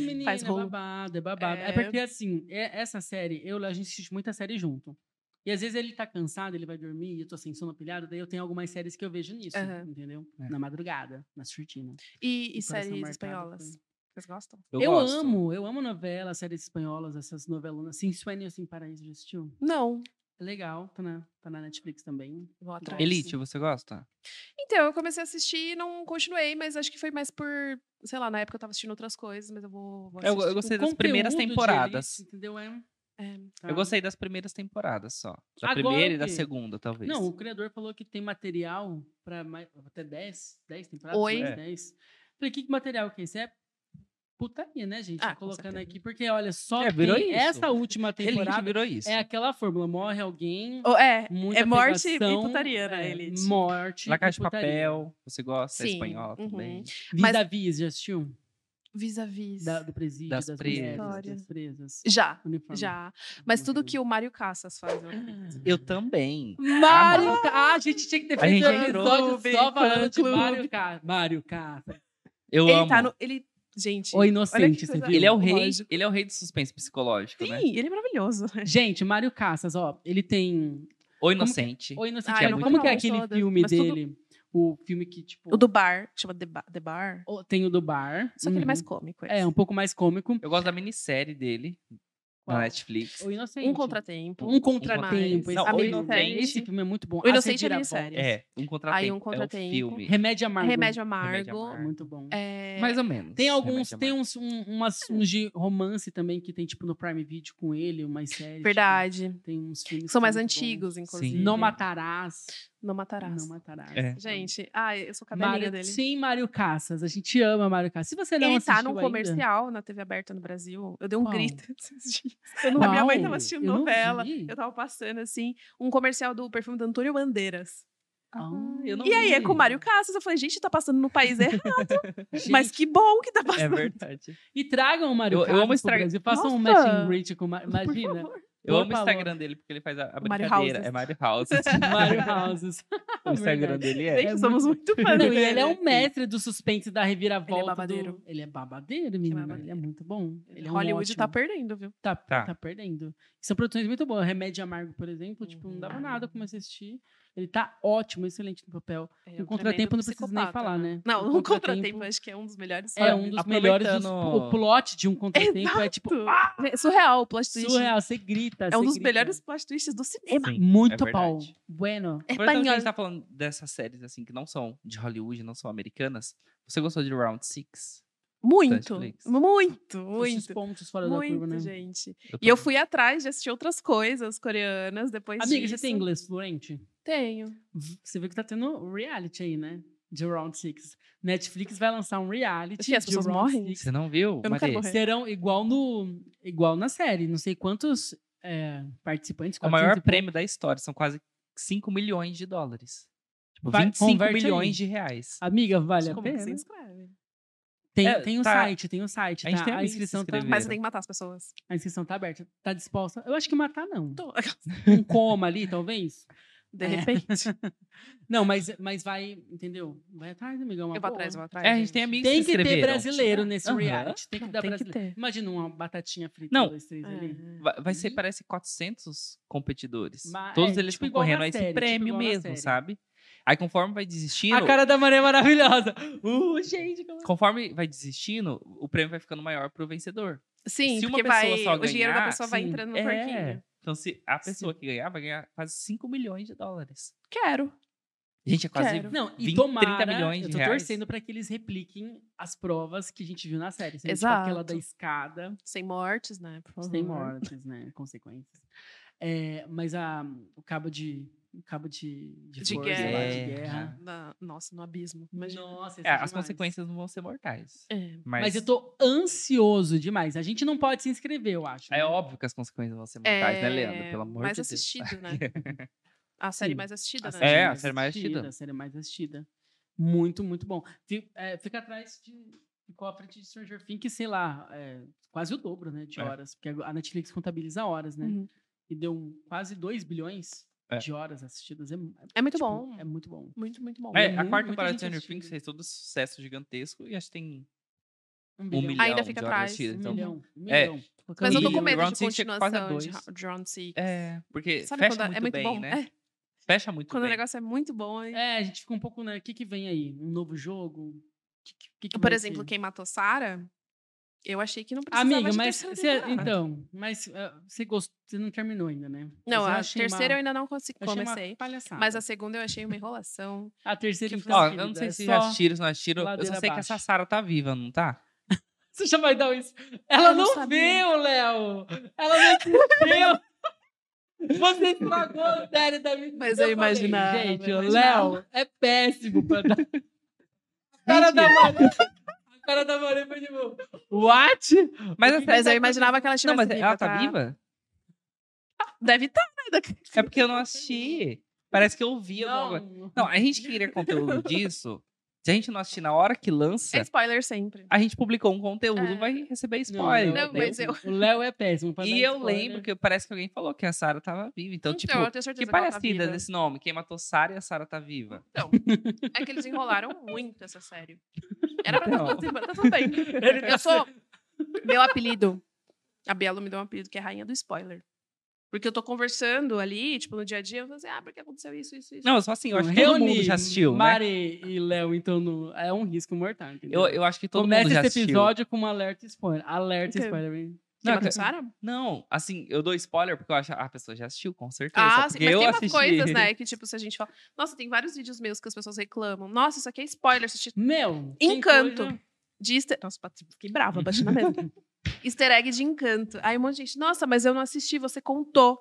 Speaker 1: menina,
Speaker 4: Faz
Speaker 1: é
Speaker 4: rolo.
Speaker 1: babado, é babado. É,
Speaker 4: É.
Speaker 1: porque, assim, é- essa série, eu, e o Léo, a gente assiste muita série junto. E às vezes ele tá cansado, ele vai dormir, e eu tô sem sono pilhado, daí eu tenho algumas séries que eu vejo nisso,
Speaker 4: Aham.
Speaker 1: entendeu?
Speaker 2: É.
Speaker 1: Na madrugada, na surtina.
Speaker 4: E, e
Speaker 1: O Coração
Speaker 4: séries
Speaker 1: Marcado
Speaker 4: espanholas. um Vocês gostam?
Speaker 1: Eu,
Speaker 2: gosto.
Speaker 1: amo, eu amo novelas, séries espanholas, essas novelonas. Assim, Sueño Assim Paraíso, já assistiu?
Speaker 4: Não.
Speaker 1: É legal, tá na, tá na Netflix também.
Speaker 4: Vou atrás.
Speaker 2: Elite, você gosta?
Speaker 4: Então, eu comecei a assistir e não continuei, mas acho que foi mais por. Sei lá, na época eu tava assistindo outras coisas, mas eu vou. vou
Speaker 2: Eu, eu
Speaker 4: assistir.
Speaker 2: gostei
Speaker 1: O
Speaker 2: das primeiras
Speaker 1: conteúdo de
Speaker 2: temporadas.
Speaker 1: Elite, entendeu? É,
Speaker 4: É.
Speaker 1: tá.
Speaker 2: Eu gostei das primeiras temporadas só. Da
Speaker 1: Agora
Speaker 2: primeira
Speaker 1: o
Speaker 2: e da
Speaker 1: quê?
Speaker 2: segunda, talvez.
Speaker 1: Não, o criador falou que tem material para até 10, 10 temporadas,
Speaker 4: Oi.
Speaker 1: mais
Speaker 2: É.
Speaker 1: 10. Falei, que material que é isso? É putaria, né, gente?
Speaker 4: Ah, com
Speaker 1: colocando
Speaker 4: certeza.
Speaker 1: aqui, porque olha, só
Speaker 2: É, virou
Speaker 1: que
Speaker 2: isso.
Speaker 1: essa última
Speaker 2: Elite
Speaker 1: temporada
Speaker 2: virou isso.
Speaker 1: é aquela fórmula, morre alguém,
Speaker 4: Oh, é,
Speaker 1: muita
Speaker 4: é morte e
Speaker 1: pegação, é,
Speaker 4: putaria, né, Elite?
Speaker 1: Morte
Speaker 2: La
Speaker 1: e
Speaker 2: Caixa de
Speaker 1: putaria.
Speaker 2: Papel, você gosta? É
Speaker 4: Sim,
Speaker 2: espanhola
Speaker 4: uhum.
Speaker 2: também.
Speaker 1: Vida
Speaker 4: Mas-
Speaker 1: Vis, já assistiu?
Speaker 4: Vis-a-vis.
Speaker 1: da- do presídio, das,
Speaker 2: Das
Speaker 1: mulheres,
Speaker 4: presas.
Speaker 1: das presas.
Speaker 4: Já,
Speaker 1: Uniforme.
Speaker 4: já. Mas
Speaker 1: Uhum.
Speaker 4: tudo que o Mário Cassas faz. eu acredito.
Speaker 2: Eu também.
Speaker 1: Mário Ca- Ah, a gente tinha que ter
Speaker 2: Ah. A
Speaker 1: feito
Speaker 2: gente
Speaker 1: um
Speaker 2: entrou.
Speaker 1: episódio só
Speaker 4: Fã-clube,
Speaker 1: falando de
Speaker 4: fã-clube.
Speaker 1: Mário Ca- Mário Cafra.
Speaker 2: Eu
Speaker 4: Ele
Speaker 2: amo.
Speaker 4: tá no. Ele. Gente.
Speaker 1: O Inocente,
Speaker 4: que
Speaker 1: você
Speaker 4: coisa-
Speaker 1: viu?
Speaker 2: Ele é o rei.
Speaker 4: Lógico.
Speaker 2: Ele é o rei do suspense psicológico,
Speaker 4: Sim,
Speaker 2: né?
Speaker 4: ele é maravilhoso.
Speaker 1: Gente, Mário Cassas, ó, ele tem.
Speaker 2: O inocente.
Speaker 1: O Inocente.
Speaker 2: Ah, eu não
Speaker 1: Como,
Speaker 2: vou
Speaker 1: que é
Speaker 4: falar
Speaker 1: aquele
Speaker 4: todas,
Speaker 1: filme
Speaker 4: mas tudo-
Speaker 1: dele? O filme que, tipo.
Speaker 4: O do bar. Chama The Ba- The Bar.
Speaker 1: o- Tem o do bar.
Speaker 4: Só que ele é
Speaker 1: Uhum.
Speaker 4: mais cômico. esse.
Speaker 1: É, um pouco mais cômico.
Speaker 2: Eu gosto da minissérie dele
Speaker 1: Qual?
Speaker 2: na Netflix.
Speaker 1: O Inocente.
Speaker 4: Um contratempo.
Speaker 1: Um contratempo. esse
Speaker 4: Mas-
Speaker 2: Não, o
Speaker 1: filme-
Speaker 4: Inocente-
Speaker 1: Esse filme é muito bom.
Speaker 4: O Inocente é
Speaker 1: As
Speaker 4: minissérie.
Speaker 2: É, um contratempo.
Speaker 4: Aí um
Speaker 2: É
Speaker 4: contratempo.
Speaker 2: um filme.
Speaker 1: Remédio Amargo.
Speaker 2: Remédio
Speaker 4: Remédio Amargo.
Speaker 2: Amargo.
Speaker 1: Muito bom.
Speaker 4: É,
Speaker 2: Mais ou menos.
Speaker 1: Tem alguns,
Speaker 2: Remédio
Speaker 1: tem
Speaker 2: Amargo.
Speaker 1: uns, um, umas, uns de romance também que tem, tipo, no Prime Video com ele, umas séries.
Speaker 4: verdade.
Speaker 1: tipo, tem uns filmes. que
Speaker 4: São mais
Speaker 1: muito bons.
Speaker 4: antigos, inclusive.
Speaker 2: Sim.
Speaker 1: Não matarás.
Speaker 4: Não matarás.
Speaker 1: Não matarás.
Speaker 2: É.
Speaker 4: Gente, ai, eu sou cadelinha
Speaker 1: Mário,
Speaker 4: dele.
Speaker 1: sim, Mário Cassas. A gente ama Mário Cassas. Se você não
Speaker 4: ele tá
Speaker 1: assistiu
Speaker 4: num
Speaker 1: ainda,
Speaker 4: comercial na TV aberta no Brasil. Eu dei um
Speaker 1: Qual?
Speaker 4: grito esses dias. Eu não-
Speaker 1: Qual?
Speaker 4: a minha mãe tava assistindo
Speaker 1: Eu não
Speaker 4: novela.
Speaker 1: vi.
Speaker 4: Eu tava passando, assim, um comercial do perfume do Antônio Bandeiras.
Speaker 1: Ah,
Speaker 2: eu não
Speaker 4: E aí é
Speaker 2: vi.
Speaker 4: com o Mário Cassas. Eu falei, gente, tá passando no país errado.
Speaker 1: gente,
Speaker 4: mas que bom que tá
Speaker 2: É
Speaker 4: passando.
Speaker 2: verdade.
Speaker 1: E tragam o Mário
Speaker 2: Eu- eu
Speaker 1: Cassas.
Speaker 2: amo
Speaker 1: pro
Speaker 2: estragar-
Speaker 1: Brasil. Façam um
Speaker 4: Nossa!
Speaker 1: match and greet com o Mário.
Speaker 4: Por
Speaker 1: Imagina.
Speaker 4: favor.
Speaker 2: Eu
Speaker 1: Por
Speaker 2: amo o
Speaker 1: favor.
Speaker 2: Instagram dele, porque ele faz a, a
Speaker 4: Mário
Speaker 2: brincadeira.
Speaker 4: Houses.
Speaker 2: É Mario House.
Speaker 1: Mário Houses.
Speaker 2: o Instagram
Speaker 1: Verdade.
Speaker 2: dele é.
Speaker 4: Gente,
Speaker 1: é
Speaker 4: somos muito fãs
Speaker 1: Não,
Speaker 4: dele.
Speaker 1: e ele é um mestre do suspense da reviravolta.
Speaker 4: Ele é
Speaker 1: do-
Speaker 4: babadeiro.
Speaker 1: Ele é babadeiro, menino. Ele é
Speaker 4: babadeiro.
Speaker 1: muito bom. Ele é um
Speaker 4: Hollywood
Speaker 1: ótimo.
Speaker 4: tá perdendo, viu?
Speaker 1: Tá, tá.
Speaker 2: Tá.
Speaker 1: perdendo. São produções muito boas. Remédio Amargo, por exemplo, tipo, não
Speaker 4: Uhum.
Speaker 1: dava nada, eu comecei a assistir. Ele tá ótimo, excelente no papel.
Speaker 4: É
Speaker 1: o
Speaker 4: um
Speaker 1: contratempo não
Speaker 4: tremendo
Speaker 1: precisa nem
Speaker 4: psicopata,
Speaker 1: falar, né? O
Speaker 4: Não, o Um contratempo
Speaker 1: Contratempo
Speaker 4: acho que é um dos melhores.
Speaker 1: É um dos melhores. dos-
Speaker 2: Aproveitando-
Speaker 1: o plot de um contratempo é tipo
Speaker 4: É surreal o plot twist.
Speaker 1: surreal. Você grita.
Speaker 4: É um
Speaker 1: você
Speaker 4: dos
Speaker 1: grita.
Speaker 4: melhores plot twists do cinema. É
Speaker 2: Sim,
Speaker 1: Muito
Speaker 2: é
Speaker 1: pau.
Speaker 2: verdade.
Speaker 1: Bueno.
Speaker 2: Aproveitando que a
Speaker 4: Espanhol.
Speaker 2: gente tá falando dessas séries assim que não são de Hollywood, não são americanas. Você gostou de Round Six?
Speaker 4: Muito,
Speaker 2: Netflix.
Speaker 1: Muitos
Speaker 4: muito, muito.
Speaker 1: pontos fora da curva,
Speaker 4: Muito,
Speaker 1: né?
Speaker 4: gente. E eu fui atrás de assistir outras coisas coreanas depois
Speaker 1: Amiga,
Speaker 4: disso.
Speaker 1: você tem inglês fluente?
Speaker 4: Tenho.
Speaker 1: V- Você viu que tá tendo reality aí, né? De Round Six. Netflix vai lançar um reality.
Speaker 4: Acho que as
Speaker 1: de
Speaker 4: pessoas
Speaker 1: Round
Speaker 4: morrem.
Speaker 1: Six.
Speaker 2: Você não viu?
Speaker 4: Eu não quero
Speaker 2: Maria?
Speaker 4: morrer.
Speaker 1: Serão igual no igual na série. Não sei quantos é, participantes.
Speaker 2: O maior
Speaker 1: 400 e
Speaker 2: prêmio da história. São quase 5 milhões de dólares. Tipo,
Speaker 1: Vai-
Speaker 2: 25
Speaker 1: converte
Speaker 2: milhões
Speaker 1: aí.
Speaker 2: de reais.
Speaker 1: pouco. Amiga, vale a
Speaker 4: Como que
Speaker 1: pena.
Speaker 4: se inscreve?
Speaker 1: Tem,
Speaker 2: É,
Speaker 1: tem um
Speaker 2: tá.
Speaker 1: site, tem um site.
Speaker 2: A gente
Speaker 1: tá?
Speaker 2: tem
Speaker 1: a,
Speaker 2: amigo que se
Speaker 1: inscrição tá,
Speaker 2: inscreveu. Primeiro.
Speaker 4: Mas você tem que matar as pessoas.
Speaker 1: a inscrição tá aberta. Tá disposta. Eu acho que matar não.
Speaker 4: Tô.
Speaker 1: Um coma ali, talvez.
Speaker 4: De
Speaker 1: É.
Speaker 4: repente.
Speaker 1: Não, mas, mas vai, entendeu? Vai atrás, amiga. é uma
Speaker 4: Eu vou
Speaker 1: boa.
Speaker 4: atrás, eu vou atrás.
Speaker 2: É, a gente
Speaker 4: gente.
Speaker 2: tem amigos
Speaker 1: Tem
Speaker 2: que se
Speaker 1: que ter
Speaker 2: inscreveram.
Speaker 1: brasileiro nesse
Speaker 2: Aham.
Speaker 1: reality. Tem que
Speaker 4: Não,
Speaker 1: dar
Speaker 4: tem que
Speaker 1: brasileiro.
Speaker 4: ter.
Speaker 1: Imagina uma batatinha frita,
Speaker 2: Não.
Speaker 1: um, dois, três ali.
Speaker 4: É.
Speaker 2: Vai, vai ser, parece, 400 competidores.
Speaker 1: Uhum. Ma-
Speaker 2: Todos
Speaker 1: é,
Speaker 2: eles
Speaker 1: tipo igual
Speaker 2: concorrendo
Speaker 1: na
Speaker 2: a esse
Speaker 1: série, tipo
Speaker 2: prêmio
Speaker 1: igual na série.
Speaker 2: mesmo, sabe? Aí conforme vai desistindo,
Speaker 1: A cara da Maria é maravilhosa. Uh, gente, como...
Speaker 2: conforme vai desistindo, o prêmio vai ficando maior pro vencedor.
Speaker 4: Sim,
Speaker 2: Se uma
Speaker 4: porque
Speaker 2: pessoa
Speaker 4: vai,
Speaker 2: só
Speaker 4: o dinheiro da
Speaker 2: ganhar,
Speaker 4: pessoa vai
Speaker 1: sim.
Speaker 4: entrando no
Speaker 2: É.
Speaker 4: porquinho.
Speaker 2: Então, se a pessoa que ganhar vai ganhar quase 5 milhões de dólares.
Speaker 4: Quero.
Speaker 2: Gente, é quase
Speaker 4: Quero.
Speaker 1: Não, e
Speaker 2: 20,
Speaker 1: tomara,
Speaker 2: 30 milhões
Speaker 1: eu
Speaker 2: de
Speaker 1: tô
Speaker 2: reais.
Speaker 1: torcendo pra que eles repliquem as provas que a gente viu na série. Sabe? Tipo,
Speaker 4: Exato.
Speaker 1: aquela da escada,
Speaker 4: Sem mortes, né? Por favor.
Speaker 1: sem mortes, né, consequências. É, mas a, o cabo de... O cabo de...
Speaker 4: De
Speaker 1: força
Speaker 4: guerra.
Speaker 1: lá, de
Speaker 2: Guerra.
Speaker 1: guerra.
Speaker 4: Na- nossa, no abismo. Imagina.
Speaker 1: Nossa,
Speaker 2: É,
Speaker 1: isso
Speaker 2: as
Speaker 1: demais.
Speaker 2: consequências não vão ser mortais.
Speaker 4: É.
Speaker 2: Mas,
Speaker 1: Mas eu tô ansioso demais. A gente não pode se inscrever, eu acho. né?
Speaker 2: é óbvio que as consequências vão
Speaker 1: É,
Speaker 2: ser mortais, né, Leandro? Pelo amor
Speaker 4: É, mais
Speaker 2: de Deus.
Speaker 4: assistido, né? A série
Speaker 1: Sim.
Speaker 4: mais assistida,
Speaker 1: A
Speaker 4: né?
Speaker 1: série
Speaker 2: É,
Speaker 1: mais
Speaker 2: a série mais assistida.
Speaker 1: A série mais assistida. Muito, muito bom. Fi- é, fica atrás de. Ficou à frente de Stranger Things, que, sei lá, é, quase o dobro, né? De
Speaker 2: É.
Speaker 1: horas. Porque a Netflix contabiliza horas, né?
Speaker 4: Uhum.
Speaker 1: E deu um- quase 2 bilhões
Speaker 2: É.
Speaker 1: de horas assistidas. É, mu-
Speaker 4: É muito
Speaker 1: tipo,
Speaker 4: bom.
Speaker 1: É muito bom.
Speaker 4: Muito, muito bom.
Speaker 2: É,
Speaker 1: Tem
Speaker 2: a
Speaker 1: mu-
Speaker 2: quarta
Speaker 1: muita
Speaker 2: temporada
Speaker 1: gente
Speaker 2: de Stranger Things
Speaker 1: assistindo.
Speaker 2: fez todo esse sucesso gigantesco e acho que tem
Speaker 1: Um,
Speaker 2: um
Speaker 1: bilhão.
Speaker 2: milhão
Speaker 4: Ainda fica
Speaker 2: de horas
Speaker 4: atrás.
Speaker 2: assistidas,
Speaker 1: um
Speaker 2: então-
Speaker 1: milhão. Um
Speaker 2: É.
Speaker 1: milhão.
Speaker 4: Mas eu tô com
Speaker 2: E
Speaker 4: medo
Speaker 2: Round
Speaker 4: de
Speaker 2: Six chega quase a
Speaker 4: continuação de
Speaker 2: dois.
Speaker 4: Ra- de Round Six.
Speaker 2: É, porque
Speaker 4: Sabe
Speaker 2: fecha
Speaker 4: quando
Speaker 2: muito,
Speaker 4: é muito
Speaker 2: bem,
Speaker 4: bom?
Speaker 2: né?
Speaker 4: É.
Speaker 2: Fecha muito
Speaker 4: Quando o
Speaker 2: bem.
Speaker 4: negócio é muito bom. hein?
Speaker 1: É, a gente fica um pouco, né? O que, que vem aí? Um novo jogo? Que que- que que
Speaker 4: Por
Speaker 1: vai
Speaker 4: exemplo,
Speaker 1: ser?
Speaker 4: quem matou Sarah, eu achei que não precisava
Speaker 1: Amiga,
Speaker 4: de
Speaker 1: mas
Speaker 4: terceira
Speaker 1: cê-
Speaker 4: temporada.
Speaker 1: então, mas eh, você gostou, você não terminou ainda, né?
Speaker 4: Não,
Speaker 1: Mas eu
Speaker 4: a
Speaker 1: achei uma-
Speaker 4: terceira eu ainda não consegui,
Speaker 1: eu achei uma
Speaker 4: comecei.
Speaker 2: Ah,
Speaker 1: palhaçada.
Speaker 2: tá.
Speaker 4: Mas a segunda eu achei uma enrolação.
Speaker 1: A terceira
Speaker 4: que
Speaker 1: então,
Speaker 2: Ó,
Speaker 1: querida,
Speaker 2: eu não sei
Speaker 1: é
Speaker 2: se
Speaker 1: só-
Speaker 2: assistiram, se não assistiram. Eu só
Speaker 1: ladeira
Speaker 2: sei que
Speaker 1: abaixo.
Speaker 2: essa Sarah tá viva, não tá?
Speaker 1: Você já vai dar um isso. Ela
Speaker 4: Eu não
Speaker 1: não,
Speaker 4: sabia.
Speaker 1: viu, Léo. Ela não assistiu. Você estragou a série da minha vida.
Speaker 4: Mas eu
Speaker 1: falei,
Speaker 4: imaginava,
Speaker 1: Gente,
Speaker 4: eu
Speaker 1: o
Speaker 4: imaginava."
Speaker 1: Léo é péssimo pra dar. A cara
Speaker 4: tá
Speaker 1: da Maria. A cara da Maria foi de novo. What?
Speaker 2: Mas, a
Speaker 4: Mas
Speaker 2: série
Speaker 4: eu imaginava que ela
Speaker 2: tá... Não,
Speaker 4: estivesse
Speaker 2: mas
Speaker 4: viva.
Speaker 2: ela tá
Speaker 4: pra-
Speaker 2: viva?
Speaker 4: Deve tá. estar.
Speaker 2: É porque eu não assisti. Parece que eu vi. eu Não.
Speaker 1: Não.
Speaker 2: não, a gente que queria conteúdo disso Se a gente não assistir na hora que lança,
Speaker 4: É spoiler sempre.
Speaker 2: a gente publicou um conteúdo,
Speaker 4: É.
Speaker 2: vai receber
Speaker 1: Não,
Speaker 2: spoiler.
Speaker 1: Léo é
Speaker 4: Não, mas
Speaker 1: péssimo. O Léo é péssimo. pra dar
Speaker 2: E eu
Speaker 1: spoiler.
Speaker 2: lembro que parece que alguém falou que a Sarah tava viva. Então, tipo,
Speaker 4: eu tenho
Speaker 2: que
Speaker 4: certeza né? ela tá
Speaker 2: parecida
Speaker 4: viva.
Speaker 2: desse nome. Quem matou Sarah e a Sarah tá viva.
Speaker 4: Então, é que eles enrolaram muito essa série. Era pra
Speaker 2: Então.
Speaker 4: estar semana, tá tudo bem.
Speaker 1: Ele tá
Speaker 4: Eu sou. Meu apelido. A Belo me deu um apelido que é rainha do spoiler. Porque eu tô conversando ali, tipo, no dia a dia, eu falo assim, ah, porque aconteceu isso, isso, isso.
Speaker 2: Não, eu sou assim, eu acho que
Speaker 1: Então,
Speaker 2: todo mundo
Speaker 1: reunir
Speaker 2: já assistiu, né?
Speaker 1: Mari e Léo, então, no- é um risco mortal. entendeu?
Speaker 2: Eu, eu acho que todo
Speaker 1: Começa
Speaker 2: mundo já
Speaker 1: esse
Speaker 2: assistiu.
Speaker 1: episódio com um alerta spoiler. Alerta
Speaker 4: Ok.
Speaker 1: spoiler. hein?
Speaker 4: Quem
Speaker 2: Não,
Speaker 4: matou
Speaker 2: que-
Speaker 4: Sarah?
Speaker 2: Não, assim, eu dou spoiler porque eu acho ah, a pessoa já assistiu, com certeza.
Speaker 4: Ah, sim,
Speaker 2: porque
Speaker 4: mas tem
Speaker 2: eu
Speaker 4: umas
Speaker 2: assisti.
Speaker 4: coisas, né, que tipo, se a gente fala... Nossa, tem vários vídeos meus que as pessoas reclamam. Nossa, isso aqui é spoiler, assisti...
Speaker 1: Meu. tem
Speaker 4: Encanto.
Speaker 1: coisa-
Speaker 4: De easter... Nossa, bati- Então, fiquei brava, bati na mesa. easter egg de encanto. Aí um monte de gente, nossa, mas eu não assisti, você contou.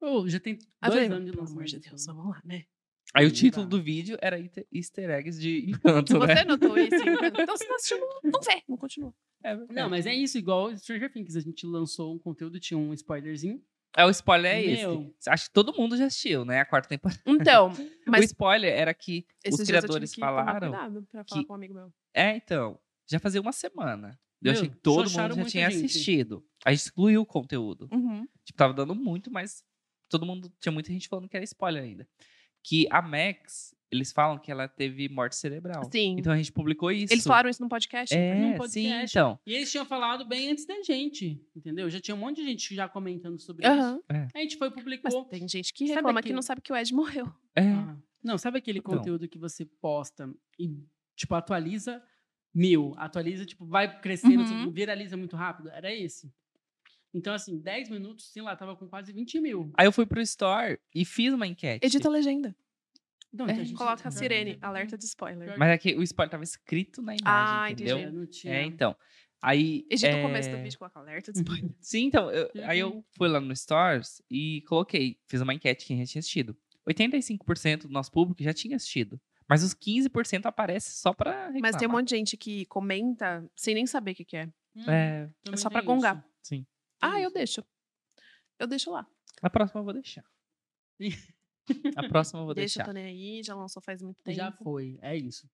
Speaker 1: Oh, já tem
Speaker 4: Aí eu
Speaker 1: dois
Speaker 4: falei,
Speaker 1: anos de
Speaker 4: Ah, pelo amor
Speaker 1: lançamento.
Speaker 4: de Deus, vamos lá, né?
Speaker 2: Aí o
Speaker 1: Não
Speaker 2: título
Speaker 1: dá.
Speaker 2: do vídeo era easter- easter eggs de encanto,
Speaker 4: Se
Speaker 2: né?
Speaker 4: você notou isso, então se não assistiu, não, não vê, não continua.
Speaker 2: É,
Speaker 1: Não, mas é isso, igual Stranger Things. A gente lançou um conteúdo, tinha um spoilerzinho.
Speaker 2: É, o spoiler é
Speaker 1: Meu.
Speaker 2: esse. Acho que todo mundo já assistiu, né? A quarta temporada.
Speaker 4: Então,
Speaker 2: O
Speaker 4: mas
Speaker 2: spoiler era que.
Speaker 4: Esses
Speaker 2: Os
Speaker 4: dias eu
Speaker 2: criadores
Speaker 4: tive que tomar
Speaker 2: falaram
Speaker 4: cuidado pra falar
Speaker 2: que-
Speaker 4: com um amigo meu.
Speaker 2: É, então. Já fazia uma semana.
Speaker 1: Meu,
Speaker 2: Eu achei que todo
Speaker 1: xoxaram
Speaker 2: mundo já
Speaker 1: muita
Speaker 2: tinha
Speaker 1: gente.
Speaker 2: assistido. A gente excluiu o conteúdo.
Speaker 4: Uhum.
Speaker 2: Tipo, tava dando muito, mas todo mundo. Tinha muita gente falando que era spoiler ainda. Que a Max, eles falam que ela teve morte cerebral.
Speaker 4: Sim.
Speaker 2: Então a gente publicou isso.
Speaker 4: Eles falaram isso no podcast?
Speaker 1: num
Speaker 2: É, sim,
Speaker 1: podcast.
Speaker 2: então.
Speaker 1: E eles tinham falado bem antes da gente, entendeu? Já tinha um monte de gente já comentando sobre isso.
Speaker 4: Aham.
Speaker 1: A gente foi e
Speaker 4: Mas
Speaker 1: publicou.
Speaker 4: tem gente que
Speaker 1: Sabe
Speaker 4: reclama que
Speaker 1: aquele-
Speaker 4: não Tipo, sabe que o Ed morreu.
Speaker 2: É.
Speaker 1: Ah, Não, sabe aquele
Speaker 2: Então.
Speaker 1: conteúdo que você posta e, tipo, atualiza mil, atualiza, tipo, vai crescendo,
Speaker 4: Uhum.
Speaker 1: viraliza muito rápido? Era esse. Então, assim, 10 minutos, sei lá, tava com quase 20 mil.
Speaker 2: Aí eu fui pro Store e fiz uma enquete.
Speaker 4: Edita a legenda.
Speaker 1: Não,
Speaker 2: É,
Speaker 1: então gente-
Speaker 4: Coloca a sirene. Alerta de spoiler.
Speaker 2: Mas é que o spoiler tava escrito na imagem,
Speaker 4: Ah,
Speaker 2: entendeu?
Speaker 1: É, não tinha.
Speaker 2: É, então. Aí.
Speaker 4: Edita
Speaker 2: é,
Speaker 4: o começo do vídeo, coloca alerta de spoiler.
Speaker 2: Sim, então, eu-
Speaker 1: Uhum.
Speaker 2: aí eu fui lá no Stores e coloquei, fiz uma enquete quem já tinha assistido. 85% do nosso público já tinha assistido, mas os 15% aparece só pra reclamar.
Speaker 4: Mas tem um monte de gente que comenta sem nem saber o que, que é.
Speaker 1: Hum,
Speaker 2: É,
Speaker 1: também
Speaker 4: só pra
Speaker 1: tem isso.
Speaker 4: gongar.
Speaker 2: sim.
Speaker 4: Ah, eu
Speaker 1: isso.
Speaker 4: deixo. Eu deixo lá.
Speaker 2: A próxima eu vou deixar. A próxima eu vou
Speaker 4: Deixa, eu
Speaker 2: deixar.
Speaker 4: tô nem aí, já lançou faz muito tempo.
Speaker 1: Já foi, é isso.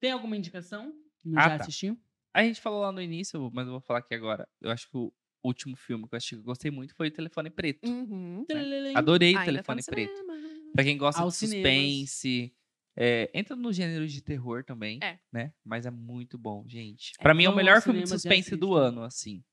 Speaker 1: Tem alguma indicação? Não
Speaker 2: Ah,
Speaker 1: já
Speaker 2: tá.
Speaker 1: assistiu?
Speaker 2: A gente falou lá no início, mas eu vou falar aqui agora. Eu acho que o último filme que eu achei que eu gostei muito foi o Telefone Preto.
Speaker 4: Uhum.
Speaker 2: Adorei o
Speaker 4: Ainda tá
Speaker 2: Telefone
Speaker 4: no
Speaker 2: Preto.
Speaker 4: cinema.
Speaker 2: Pra quem gosta
Speaker 1: Aos
Speaker 2: de suspense. é, entra no gênero de terror também,
Speaker 4: É.
Speaker 2: né? Mas é muito bom, gente.
Speaker 1: É,
Speaker 2: Pra mim é o
Speaker 1: vão aos
Speaker 2: melhor filme de
Speaker 1: cinemas e
Speaker 2: suspense do
Speaker 1: assistam.
Speaker 2: ano, assim.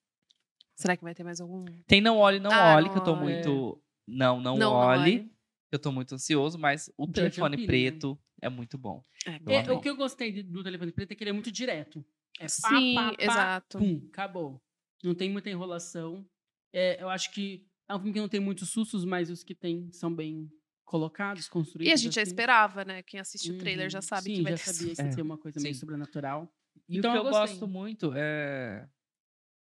Speaker 4: Será que vai ter mais algum?
Speaker 2: Tem Não Olhe, Não
Speaker 4: Ah,
Speaker 2: Olhe,
Speaker 4: Não
Speaker 2: que eu tô
Speaker 4: Olhe.
Speaker 2: muito... Não, Não, olhe, que Eu tô muito ansioso, mas o
Speaker 1: Gente,
Speaker 2: Telefone
Speaker 1: eu queria.
Speaker 2: Preto é muito bom.
Speaker 4: É,
Speaker 2: Eu
Speaker 1: É,
Speaker 2: amei.
Speaker 1: o que eu gostei de- do Telefone Preto é que ele é muito direto. É pá,
Speaker 4: Sim,
Speaker 1: pá, pá,
Speaker 4: exato.
Speaker 1: Pum, acabou. Não tem muita enrolação. É, eu acho que é um filme que não tem muitos sustos, mas os que tem são bem colocados, construídos.
Speaker 4: E a gente já
Speaker 1: assim.
Speaker 4: esperava, né? Quem assiste o trailer já
Speaker 1: Uhum.
Speaker 4: sabe
Speaker 1: Sim,
Speaker 4: que
Speaker 1: já
Speaker 4: vai ter
Speaker 1: sabia que
Speaker 2: É,
Speaker 1: ia ser uma coisa meio
Speaker 2: sim.
Speaker 1: sobrenatural.
Speaker 2: E
Speaker 1: Então
Speaker 2: o que
Speaker 1: eu
Speaker 2: eu,
Speaker 1: gostei.
Speaker 2: gosto muito é...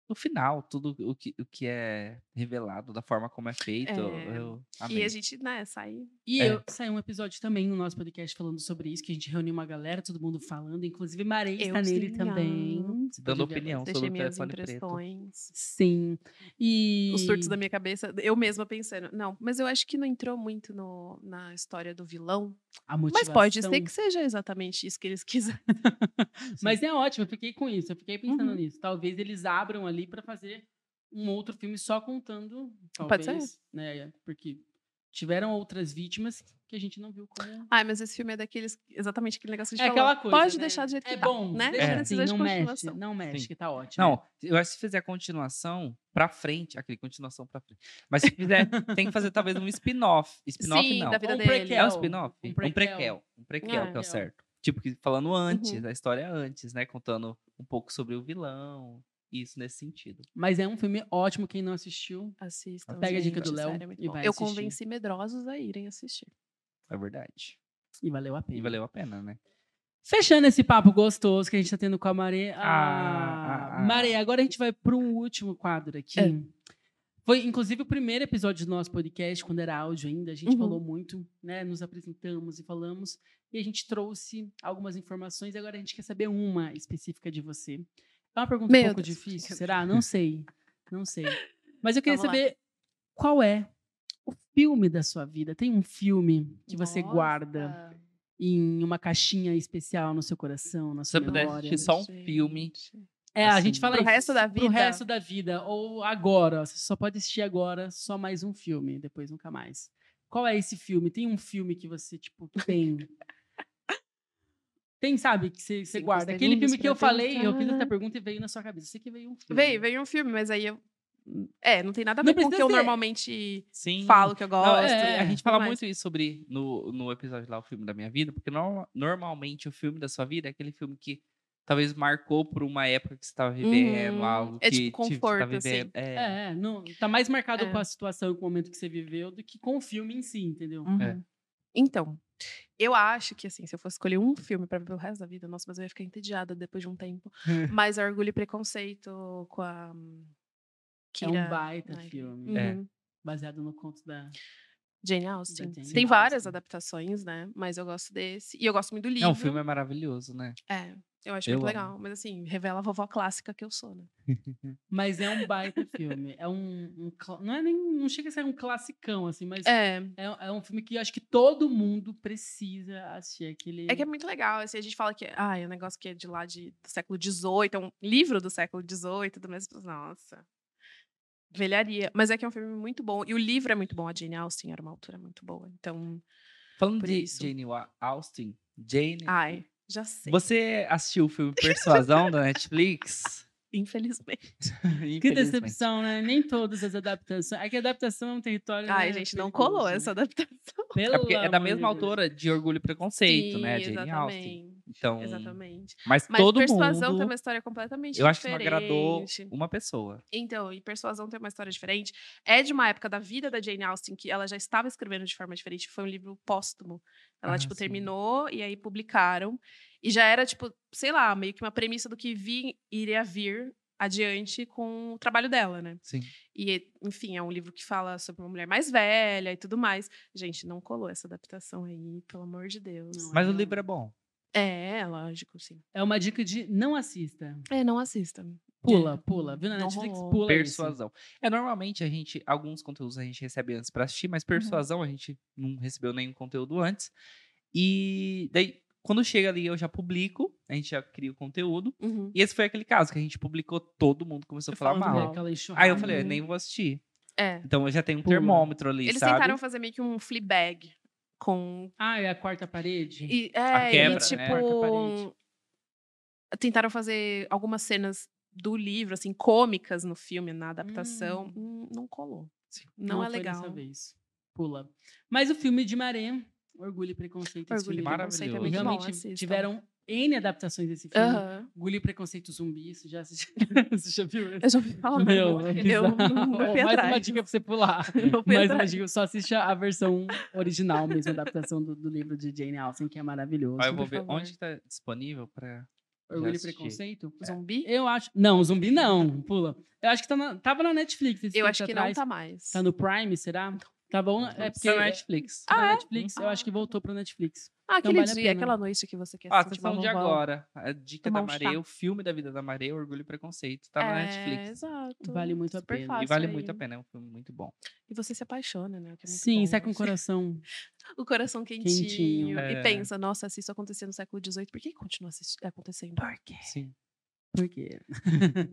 Speaker 2: No final, tudo o que, o que é revelado, da forma como é feito,
Speaker 4: É.
Speaker 2: eu amei.
Speaker 4: E a gente, né, sai.
Speaker 1: E
Speaker 2: É.
Speaker 1: eu, saiu um episódio também no nosso podcast falando sobre isso, que a gente reuniu uma galera, todo mundo falando, inclusive Marei está
Speaker 4: Eu
Speaker 1: nele
Speaker 4: sim,
Speaker 1: também.
Speaker 4: ah,
Speaker 1: Você
Speaker 2: Dando
Speaker 1: pode ver
Speaker 2: opinião
Speaker 1: agora.
Speaker 2: sobre
Speaker 4: Deixei
Speaker 2: o
Speaker 4: minhas
Speaker 2: Telefone Preto.
Speaker 4: impressões. né.
Speaker 1: Sim. E
Speaker 4: Os surtos da minha cabeça, eu mesma pensando. Não, mas eu acho que não entrou muito no, na história do vilão.
Speaker 1: a
Speaker 4: Mas pode ser
Speaker 1: motivação.
Speaker 4: que seja exatamente isso que eles quiserem.
Speaker 1: Mas é ótimo, eu fiquei com isso, eu fiquei pensando
Speaker 4: Uhum.
Speaker 1: nisso. Talvez eles abram ali pra fazer um outro filme só contando,
Speaker 4: Pode
Speaker 1: talvez,
Speaker 4: ser.
Speaker 1: né? Porque tiveram outras vítimas que a gente não viu como
Speaker 4: Ai, mas esse filme é daqueles. Exatamente aquele negócio que a
Speaker 1: é
Speaker 4: gente falou.
Speaker 1: aquela coisa.
Speaker 4: Pode
Speaker 1: né?
Speaker 4: deixar do jeito
Speaker 1: é
Speaker 4: que
Speaker 1: bom,
Speaker 4: tá. Né?
Speaker 1: Deixa
Speaker 4: Não
Speaker 1: assim,
Speaker 4: precisa de
Speaker 1: não mexe,
Speaker 4: continuação.
Speaker 1: não mexe,
Speaker 2: Sim.
Speaker 1: que tá ótimo.
Speaker 2: Não, eu acho que se fizer continuação pra frente, aquele continuação pra frente. Mas se fizer, tem que fazer talvez um spin-off. Spin-off
Speaker 4: Sim,
Speaker 2: não.
Speaker 4: da vida
Speaker 1: Ou um
Speaker 4: dele.
Speaker 1: prequel.
Speaker 2: É um spin-off?
Speaker 1: Um
Speaker 2: Um
Speaker 1: prequel.
Speaker 2: prequel. Um prequel, que é
Speaker 4: Ah,
Speaker 1: Prequel.
Speaker 2: o certo. Tipo, que
Speaker 4: Uhum.
Speaker 2: falando antes, a história antes, né? Contando um pouco sobre o vilão. Isso nesse sentido.
Speaker 1: Mas é um filme ótimo, quem não assistiu.
Speaker 4: Assistam.
Speaker 1: Pega a dica
Speaker 4: gente,
Speaker 1: do Léo
Speaker 4: sério, é muito
Speaker 1: e
Speaker 4: bom.
Speaker 1: vai
Speaker 4: Eu
Speaker 1: assistir.
Speaker 4: convenci medrosos a irem assistir.
Speaker 2: É verdade.
Speaker 1: E valeu a pena.
Speaker 2: E valeu a pena, né?
Speaker 1: Fechando esse papo gostoso que a gente tá tendo com a Maré. Ah,
Speaker 2: Ah, ah, ah.
Speaker 1: Maré, agora a gente vai para um último quadro aqui.
Speaker 4: É.
Speaker 1: Foi, inclusive, o primeiro episódio do nosso podcast, quando era áudio ainda. A gente
Speaker 4: Uhum.
Speaker 1: falou muito, né? Nos apresentamos e falamos. E a gente trouxe algumas informações. E agora a gente quer saber uma específica de você. É uma pergunta
Speaker 4: Meu
Speaker 1: um pouco
Speaker 4: Deus,
Speaker 1: difícil,
Speaker 4: brincadeira.
Speaker 1: será? Não sei. Não sei. Mas eu queria
Speaker 4: Vamos lá.
Speaker 1: saber qual é o filme da sua vida. Tem um filme que você guarda?
Speaker 4: Nossa.
Speaker 1: em uma caixinha especial no seu coração, na
Speaker 2: Se
Speaker 1: sua
Speaker 2: eu pudesse
Speaker 1: memória. né?
Speaker 2: assistir só um filme.
Speaker 1: É, a
Speaker 2: assim,
Speaker 1: gente fala
Speaker 4: Pro
Speaker 1: isso.
Speaker 4: resto da vida.
Speaker 1: Pro resto da vida. Ou agora. Você só pode assistir agora só mais um filme, depois nunca mais. Qual é esse filme? Tem um filme que você, tipo, tem. tem, sabe, que você, você
Speaker 4: Cinco
Speaker 1: guarda. Aquele
Speaker 4: segundos
Speaker 1: filme que eu
Speaker 4: pra
Speaker 1: falei, eu fiz
Speaker 4: pensar.
Speaker 1: essa pergunta e veio na sua cabeça. Você que veio um filme.
Speaker 4: Veio, veio um filme, mas aí eu. É, não tem nada a
Speaker 1: Não
Speaker 4: ver com o que
Speaker 1: precisa
Speaker 4: eu
Speaker 1: ser.
Speaker 4: normalmente
Speaker 2: Sim.
Speaker 4: falo que eu gosto.
Speaker 2: Não, é, a
Speaker 4: e
Speaker 2: gente
Speaker 4: tudo
Speaker 2: fala
Speaker 4: mais.
Speaker 2: muito isso sobre no, no episódio lá, o filme da minha vida, porque no- normalmente o filme da sua vida é aquele filme que talvez marcou por uma época que você estava vivendo,
Speaker 4: Uhum.
Speaker 2: algo
Speaker 4: É
Speaker 2: que
Speaker 4: tipo
Speaker 2: te- você
Speaker 4: conforto,
Speaker 2: tá vivendo.
Speaker 4: assim.
Speaker 2: É,
Speaker 1: É, é, não, tá mais marcado
Speaker 4: É.
Speaker 1: com a situação e com o momento que você viveu do que com o filme em si, entendeu?
Speaker 4: Uhum.
Speaker 2: É.
Speaker 4: Então, eu acho que, assim, se eu fosse escolher um filme pra ver pelo resto da vida, nossa, mas eu ia ficar entediada depois de um tempo. mas Orgulho e Preconceito com a. hum,
Speaker 1: É
Speaker 4: Kira.
Speaker 1: um baita
Speaker 4: Knightley.
Speaker 1: filme.
Speaker 4: Uhum.
Speaker 2: É.
Speaker 1: Baseado no conto da.
Speaker 4: Jane Austen.
Speaker 1: Da Jane
Speaker 4: Tem várias
Speaker 1: Austen.
Speaker 4: adaptações, né? Mas eu gosto desse. E eu gosto muito do livro.
Speaker 2: Não, o filme é maravilhoso, né?
Speaker 4: É, eu acho
Speaker 2: Eu amo.
Speaker 4: muito legal. Mas, assim, revela a vovó clássica que eu sou, né?
Speaker 1: Mas é um baita filme. É um. um cla- não é nem. Não chega a ser um classicão, assim, mas é,
Speaker 4: É.
Speaker 1: é um filme que eu acho que todo mundo precisa assistir. Aquele.
Speaker 4: É que é muito legal. Assim, a gente fala que ah, é um negócio que é de lá de, do século XVIII, é um livro do século XVIII, do mesmo. Nossa. Velharia. Mas é que é um filme muito bom. E o livro é muito bom. A Jane Austen era uma autora muito boa. Então,
Speaker 2: Falando
Speaker 4: Por
Speaker 2: de
Speaker 4: isso.
Speaker 2: Jane Wa- Austen, Jane.
Speaker 4: ai, já sei.
Speaker 2: Você assistiu o filme Persuasão da Netflix?
Speaker 4: Infelizmente.
Speaker 1: Que
Speaker 2: Infelizmente.
Speaker 1: decepção, né? Nem todas as adaptações. É que a adaptação é um território.
Speaker 4: Ai,
Speaker 1: né,
Speaker 4: gente, não
Speaker 1: perigoso,
Speaker 4: colou
Speaker 1: né?
Speaker 4: essa adaptação.
Speaker 1: Pelo
Speaker 2: É porque é da
Speaker 1: amor de
Speaker 2: mesma
Speaker 1: Deus.
Speaker 2: autora de Orgulho e Preconceito, né? A
Speaker 4: Sim,
Speaker 2: Jane Austen.
Speaker 4: exatamente.
Speaker 2: Então,
Speaker 4: Exatamente.
Speaker 2: mas,
Speaker 4: Mas
Speaker 2: todo
Speaker 4: Persuasão
Speaker 2: mundo...
Speaker 4: tem uma história completamente
Speaker 2: Eu acho que não
Speaker 4: diferente.
Speaker 2: agradou uma pessoa.
Speaker 4: Então, e Persuasão tem uma história diferente. É de uma época da vida da Jane Austen que ela já estava escrevendo de forma diferente. Foi um livro póstumo. Ela,
Speaker 2: Ah,
Speaker 4: tipo,
Speaker 2: sim.
Speaker 4: terminou e aí publicaram. E já era, tipo, sei lá, meio que uma premissa do que vi, iria vir adiante com o trabalho dela, né?
Speaker 2: Sim.
Speaker 4: E, enfim, é um livro que fala sobre uma mulher mais velha e tudo mais. Gente, não colou essa adaptação aí, pelo amor de Deus.
Speaker 1: Não,
Speaker 2: Mas o
Speaker 1: Olha.
Speaker 2: livro é bom.
Speaker 4: É, lógico, sim.
Speaker 1: É uma dica de não assista.
Speaker 4: É, não assista.
Speaker 1: Pula,
Speaker 4: É.
Speaker 1: pula. Viu na
Speaker 4: Não
Speaker 1: Netflix?
Speaker 4: rolou.
Speaker 1: Pula. isso.
Speaker 2: Persuasão. É, normalmente a gente, alguns conteúdos a gente recebe antes pra assistir, mas
Speaker 4: Uhum.
Speaker 2: persuasão a gente não recebeu nenhum conteúdo antes. E daí, quando chega ali, eu já publico, a gente já cria o conteúdo.
Speaker 4: Uhum.
Speaker 2: E esse foi aquele caso que a gente publicou, todo mundo começou a falar
Speaker 1: Falando
Speaker 2: mal.
Speaker 1: daquela enxurrada.
Speaker 2: Aí eu falei,
Speaker 4: Uhum.
Speaker 2: nem vou assistir.
Speaker 4: É.
Speaker 2: Então eu já tenho um
Speaker 1: Pula.
Speaker 2: termômetro ali,
Speaker 4: Eles
Speaker 2: sabe?
Speaker 4: tentaram fazer meio que um Fleabag com...
Speaker 1: Ah, é a quarta parede?
Speaker 4: E, é,
Speaker 2: A quebra,
Speaker 4: e,
Speaker 2: né?
Speaker 4: tipo...
Speaker 1: Quarta
Speaker 4: Tentaram fazer algumas cenas do livro, assim, cômicas no filme, na adaptação. Hum, não colou. Não, é
Speaker 1: foi
Speaker 4: legal.
Speaker 1: Dessa vez. Pula. Mas o filme de Maré, Orgulho e Preconceito. esse
Speaker 4: Orgulho e
Speaker 1: filme é
Speaker 4: Preconceito é
Speaker 2: maravilhoso.
Speaker 1: E
Speaker 4: muito bom,
Speaker 1: realmente
Speaker 4: assistam.
Speaker 1: tiveram N adaptações desse filme.
Speaker 4: Aham.
Speaker 1: Orgulho e Preconceito Zumbi, você já assistiu? você já viu? esse?
Speaker 4: Eu já ouvi falar.
Speaker 1: Meu,
Speaker 4: mas
Speaker 1: é
Speaker 4: eu não,
Speaker 1: bizarro.
Speaker 4: não fui
Speaker 1: Mais uma
Speaker 4: atrás.
Speaker 1: dica pra você pular.
Speaker 4: Não fui
Speaker 1: Mais uma
Speaker 4: atrás.
Speaker 1: dica, só assiste a versão original mesmo, a adaptação do, do livro de Jane Austen, que é maravilhoso.
Speaker 2: Aí eu vou
Speaker 4: por
Speaker 2: ver
Speaker 4: favor.
Speaker 2: onde tá disponível pra.
Speaker 1: Orgulho e
Speaker 2: assisti.
Speaker 1: Preconceito?
Speaker 2: É.
Speaker 4: Zumbi?
Speaker 1: Eu acho... Não, Zumbi não, pula. Eu acho que tá na- tava na Netflix esse
Speaker 4: Eu
Speaker 1: tempo
Speaker 4: acho que não
Speaker 1: atrás.
Speaker 4: tá mais.
Speaker 1: Tá no Prime, será? Tá bom, é porque...
Speaker 2: Tá na Netflix.
Speaker 1: na
Speaker 4: Ah, é?
Speaker 1: Netflix, eu
Speaker 4: Ah.
Speaker 1: acho que voltou pra Netflix.
Speaker 4: Ah, aquele
Speaker 1: vale a
Speaker 4: dia,
Speaker 1: pena.
Speaker 4: aquela noite que você quer
Speaker 2: Ah,
Speaker 4: assistir.
Speaker 2: sessão de
Speaker 4: Bababá.
Speaker 2: agora. A dica
Speaker 4: Tomar
Speaker 2: da
Speaker 4: um chá.
Speaker 2: Mareia, o filme da vida da Mareia, Orgulho e Preconceito, tá na
Speaker 4: é,
Speaker 2: Netflix.
Speaker 4: Exato.
Speaker 1: Vale muito a
Speaker 4: Super
Speaker 1: pena. E
Speaker 2: E
Speaker 4: fácil
Speaker 2: vale
Speaker 4: aí.
Speaker 2: muito a pena, é um filme muito bom.
Speaker 4: E você se apaixona, né? o que é muito
Speaker 1: Sim,
Speaker 4: bom.
Speaker 1: sai com o coração.
Speaker 4: o coração quentinho.
Speaker 1: Quentinho.
Speaker 4: E
Speaker 2: É.
Speaker 4: pensa, nossa, se isso acontecia no século XVIII, por que continua assisti- acontecendo? Por quê?
Speaker 2: Sim.
Speaker 1: Por quê?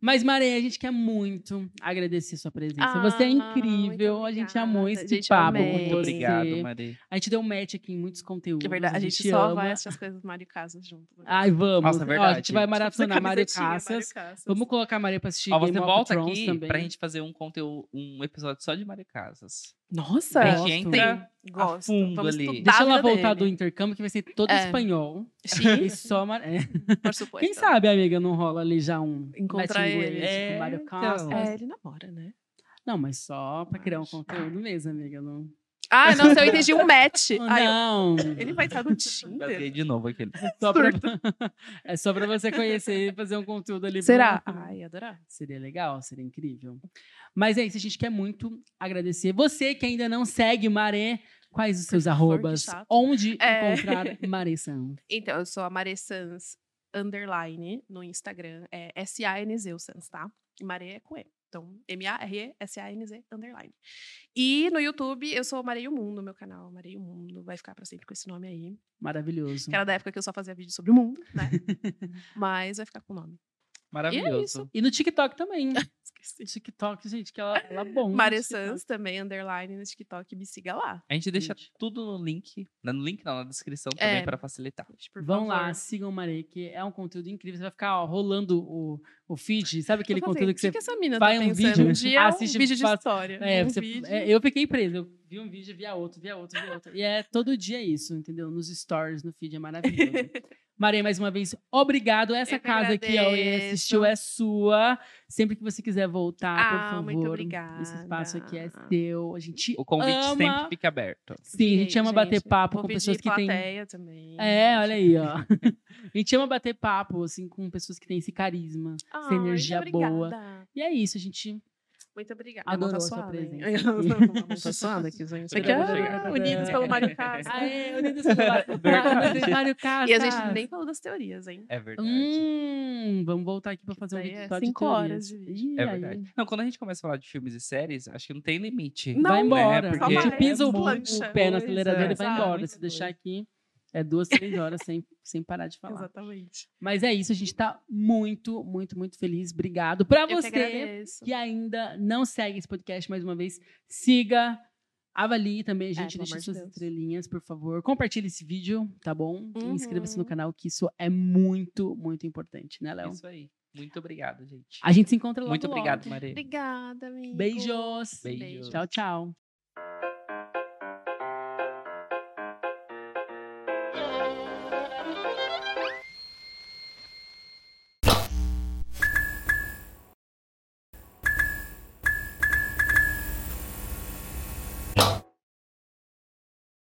Speaker 1: Mas, Maria, a gente quer muito agradecer sua presença.
Speaker 4: Ah,
Speaker 1: Você é
Speaker 4: muito
Speaker 1: incrível. A gente amou
Speaker 4: obrigada.
Speaker 1: esse
Speaker 4: Gente,
Speaker 1: papo
Speaker 4: amei.
Speaker 1: com
Speaker 2: Muito
Speaker 1: Tá você.
Speaker 2: obrigado, Mareia.
Speaker 1: A gente deu match aqui em muitos conteúdos.
Speaker 4: É verdade, a gente
Speaker 1: te
Speaker 4: só
Speaker 1: ama.
Speaker 4: vai assistir as coisas do Mário Casas junto. né? Tipo,
Speaker 1: Ai, vamos.
Speaker 2: Nossa, é
Speaker 1: Ó, a gente
Speaker 2: verdade.
Speaker 1: vai
Speaker 2: Tipo,
Speaker 1: maratonar Mário Cassas. Vamos colocar a Maria pra assistir
Speaker 2: Ó,
Speaker 1: Game
Speaker 2: você
Speaker 1: of
Speaker 2: volta
Speaker 1: Thrones
Speaker 2: aqui
Speaker 1: também.
Speaker 2: pra gente fazer um conteúdo, um episódio só de Maria Casas.
Speaker 4: Nossa,
Speaker 2: A gente entra
Speaker 4: tem. Gosto.
Speaker 2: fundo
Speaker 4: Vamos
Speaker 2: ali.
Speaker 4: estudar
Speaker 1: Deixa
Speaker 4: a
Speaker 1: ela
Speaker 4: vida
Speaker 1: voltar do
Speaker 4: dele.
Speaker 1: intercâmbio, que vai ser todo
Speaker 4: É.
Speaker 1: espanhol. E
Speaker 4: Sim,
Speaker 1: só Mar... é.
Speaker 4: por supuesto.
Speaker 1: Quem sabe, amiga, não rola ali já um
Speaker 4: Encontrar
Speaker 1: match
Speaker 4: ele.
Speaker 1: inglês com
Speaker 2: É,
Speaker 1: Mário
Speaker 2: então.
Speaker 1: Casas.
Speaker 4: É, ele namora, né?
Speaker 1: Não, mas só pra criar um
Speaker 4: Acho.
Speaker 1: conteúdo mesmo, amiga. Não. Ah,
Speaker 4: Ah, nossa, eu entendi um match. Ai, eu-
Speaker 1: Oh, não.
Speaker 4: ele vai estar no
Speaker 2: Engasguei
Speaker 4: Tinder?
Speaker 2: de novo aquele.
Speaker 1: Só pra... é só pra você conhecer e fazer um conteúdo ali. pra-
Speaker 4: Será?
Speaker 1: Uhum.
Speaker 4: Ai, adorar.
Speaker 1: Seria legal, seria incrível. Mas é isso, a gente quer muito agradecer. Você que ainda não segue Maré, quais os seus
Speaker 4: favor,
Speaker 1: arrobas?
Speaker 4: que chato.
Speaker 1: Onde
Speaker 4: É.
Speaker 1: encontrar Maré São?
Speaker 4: Então, eu sou a Maré Sans, underline, no Instagram. É S-A-N-Z, o Sans, tá? E Maré é com E. Então, M-A-R-E-S-A-N-Z, underline. E no YouTube, eu sou Marei o Mundo, meu canal Marei o Mundo. Vai ficar pra sempre com esse nome aí.
Speaker 1: Maravilhoso.
Speaker 4: Que era da época que eu só fazia vídeo sobre o mundo, né? Mas vai ficar com o nome. E é
Speaker 2: Maravilhoso.
Speaker 4: isso.
Speaker 1: E no TikTok também.
Speaker 4: Esqueci.
Speaker 1: TikTok, gente, que ela, ela bomba. no
Speaker 4: Mare
Speaker 1: TikTok.
Speaker 4: Sans também, underline no TikTok. Me siga lá.
Speaker 2: a gente deixa
Speaker 1: Gente.
Speaker 2: tudo no link. não, No link não, na descrição também
Speaker 4: É.
Speaker 2: pra facilitar.
Speaker 4: gente, por
Speaker 1: Vão
Speaker 4: favor.
Speaker 1: lá, assim, sigam o Marei, que é um conteúdo incrível. Você vai ficar ó, rolando o, o feed, sabe aquele
Speaker 4: Eu falei,
Speaker 1: conteúdo que você.
Speaker 4: O que, essa mina
Speaker 1: vai
Speaker 4: tá
Speaker 1: um
Speaker 4: pensando?
Speaker 1: vídeo,
Speaker 4: um dia é um
Speaker 1: assiste,
Speaker 4: vídeo de
Speaker 1: passa-
Speaker 4: história.
Speaker 1: É,
Speaker 4: um
Speaker 1: você-
Speaker 4: vídeo.
Speaker 1: é, eu fiquei preso. Eu vi um vídeo, via outro, via outro, via outro. E é todo dia isso, entendeu? Nos stories, no feed, é maravilhoso. Marei, mais uma vez, obrigado. Essa
Speaker 4: Eu que
Speaker 1: casa aqui, ó, e
Speaker 4: agradeço.
Speaker 1: assistiu, é sua. Sempre que você quiser voltar, por
Speaker 4: Ah,
Speaker 1: favor.
Speaker 4: muito obrigada.
Speaker 1: Esse espaço aqui é seu. A gente
Speaker 2: O convite
Speaker 1: ama...
Speaker 2: sempre fica aberto.
Speaker 1: Sim, a gente ama bater papo
Speaker 4: vou
Speaker 1: com
Speaker 4: pedir
Speaker 1: pessoas que têm
Speaker 4: Um plateia também.
Speaker 1: É, olha aí, ó. A gente ama bater papo, assim, com pessoas que têm esse carisma,
Speaker 4: Ai,
Speaker 1: essa energia
Speaker 4: muito
Speaker 1: boa.
Speaker 4: obrigada.
Speaker 1: E é isso, a gente.
Speaker 4: Muito obrigada.
Speaker 1: Adorou
Speaker 4: Minha mão
Speaker 1: a sua
Speaker 4: suada, hein?
Speaker 1: presença. é
Speaker 4: Minha mão tá suada aqui, gente.
Speaker 2: Você quer-
Speaker 4: Ah, Unidos pelo Mário Castro.
Speaker 1: Aê, unidos pelo Mário Castro.
Speaker 4: é E a gente nem falou das teorias, hein?
Speaker 2: É verdade.
Speaker 1: Hum, vamos voltar aqui pra fazer um
Speaker 4: Daí é
Speaker 1: vídeo só de
Speaker 4: cinco
Speaker 1: teorias.
Speaker 4: horas de vídeo.
Speaker 1: Ih,
Speaker 2: É
Speaker 1: aí.
Speaker 2: verdade. Não, quando a gente começa a falar de filmes e séries, acho que não tem limite.
Speaker 4: Não,
Speaker 1: vai
Speaker 4: né?
Speaker 1: embora.
Speaker 2: Porque-
Speaker 1: a gente
Speaker 2: Vai,
Speaker 1: pisa o,
Speaker 4: plancha.
Speaker 1: o pé no
Speaker 4: Pois
Speaker 1: acelerador
Speaker 2: é,
Speaker 1: e vai
Speaker 4: sabe?
Speaker 1: embora.
Speaker 4: Muita
Speaker 1: Se deixar aqui, é duas, três horas sem, sem parar de falar.
Speaker 4: Exatamente.
Speaker 1: Mas é isso, a gente tá muito, muito, muito feliz. Obrigado pra
Speaker 4: Eu que
Speaker 1: você.
Speaker 4: agradeço.
Speaker 1: que ainda não segue esse podcast mais uma vez, siga, avalie também, gente.
Speaker 4: É, pelo
Speaker 1: deixa
Speaker 4: amor de
Speaker 1: suas
Speaker 4: Deus.
Speaker 1: estrelinhas, por favor. Compartilhe esse vídeo, tá bom? E
Speaker 4: Uhum.
Speaker 1: Inscreva-se no canal, que isso é muito, muito importante, né, Léo?
Speaker 2: Isso aí. Muito obrigado, gente.
Speaker 1: A gente se encontra logo.
Speaker 2: Muito
Speaker 1: logo.
Speaker 2: obrigado, Maria.
Speaker 4: Obrigada, amigo.
Speaker 1: Beijos.
Speaker 2: Beijos.
Speaker 1: Tchau, tchau.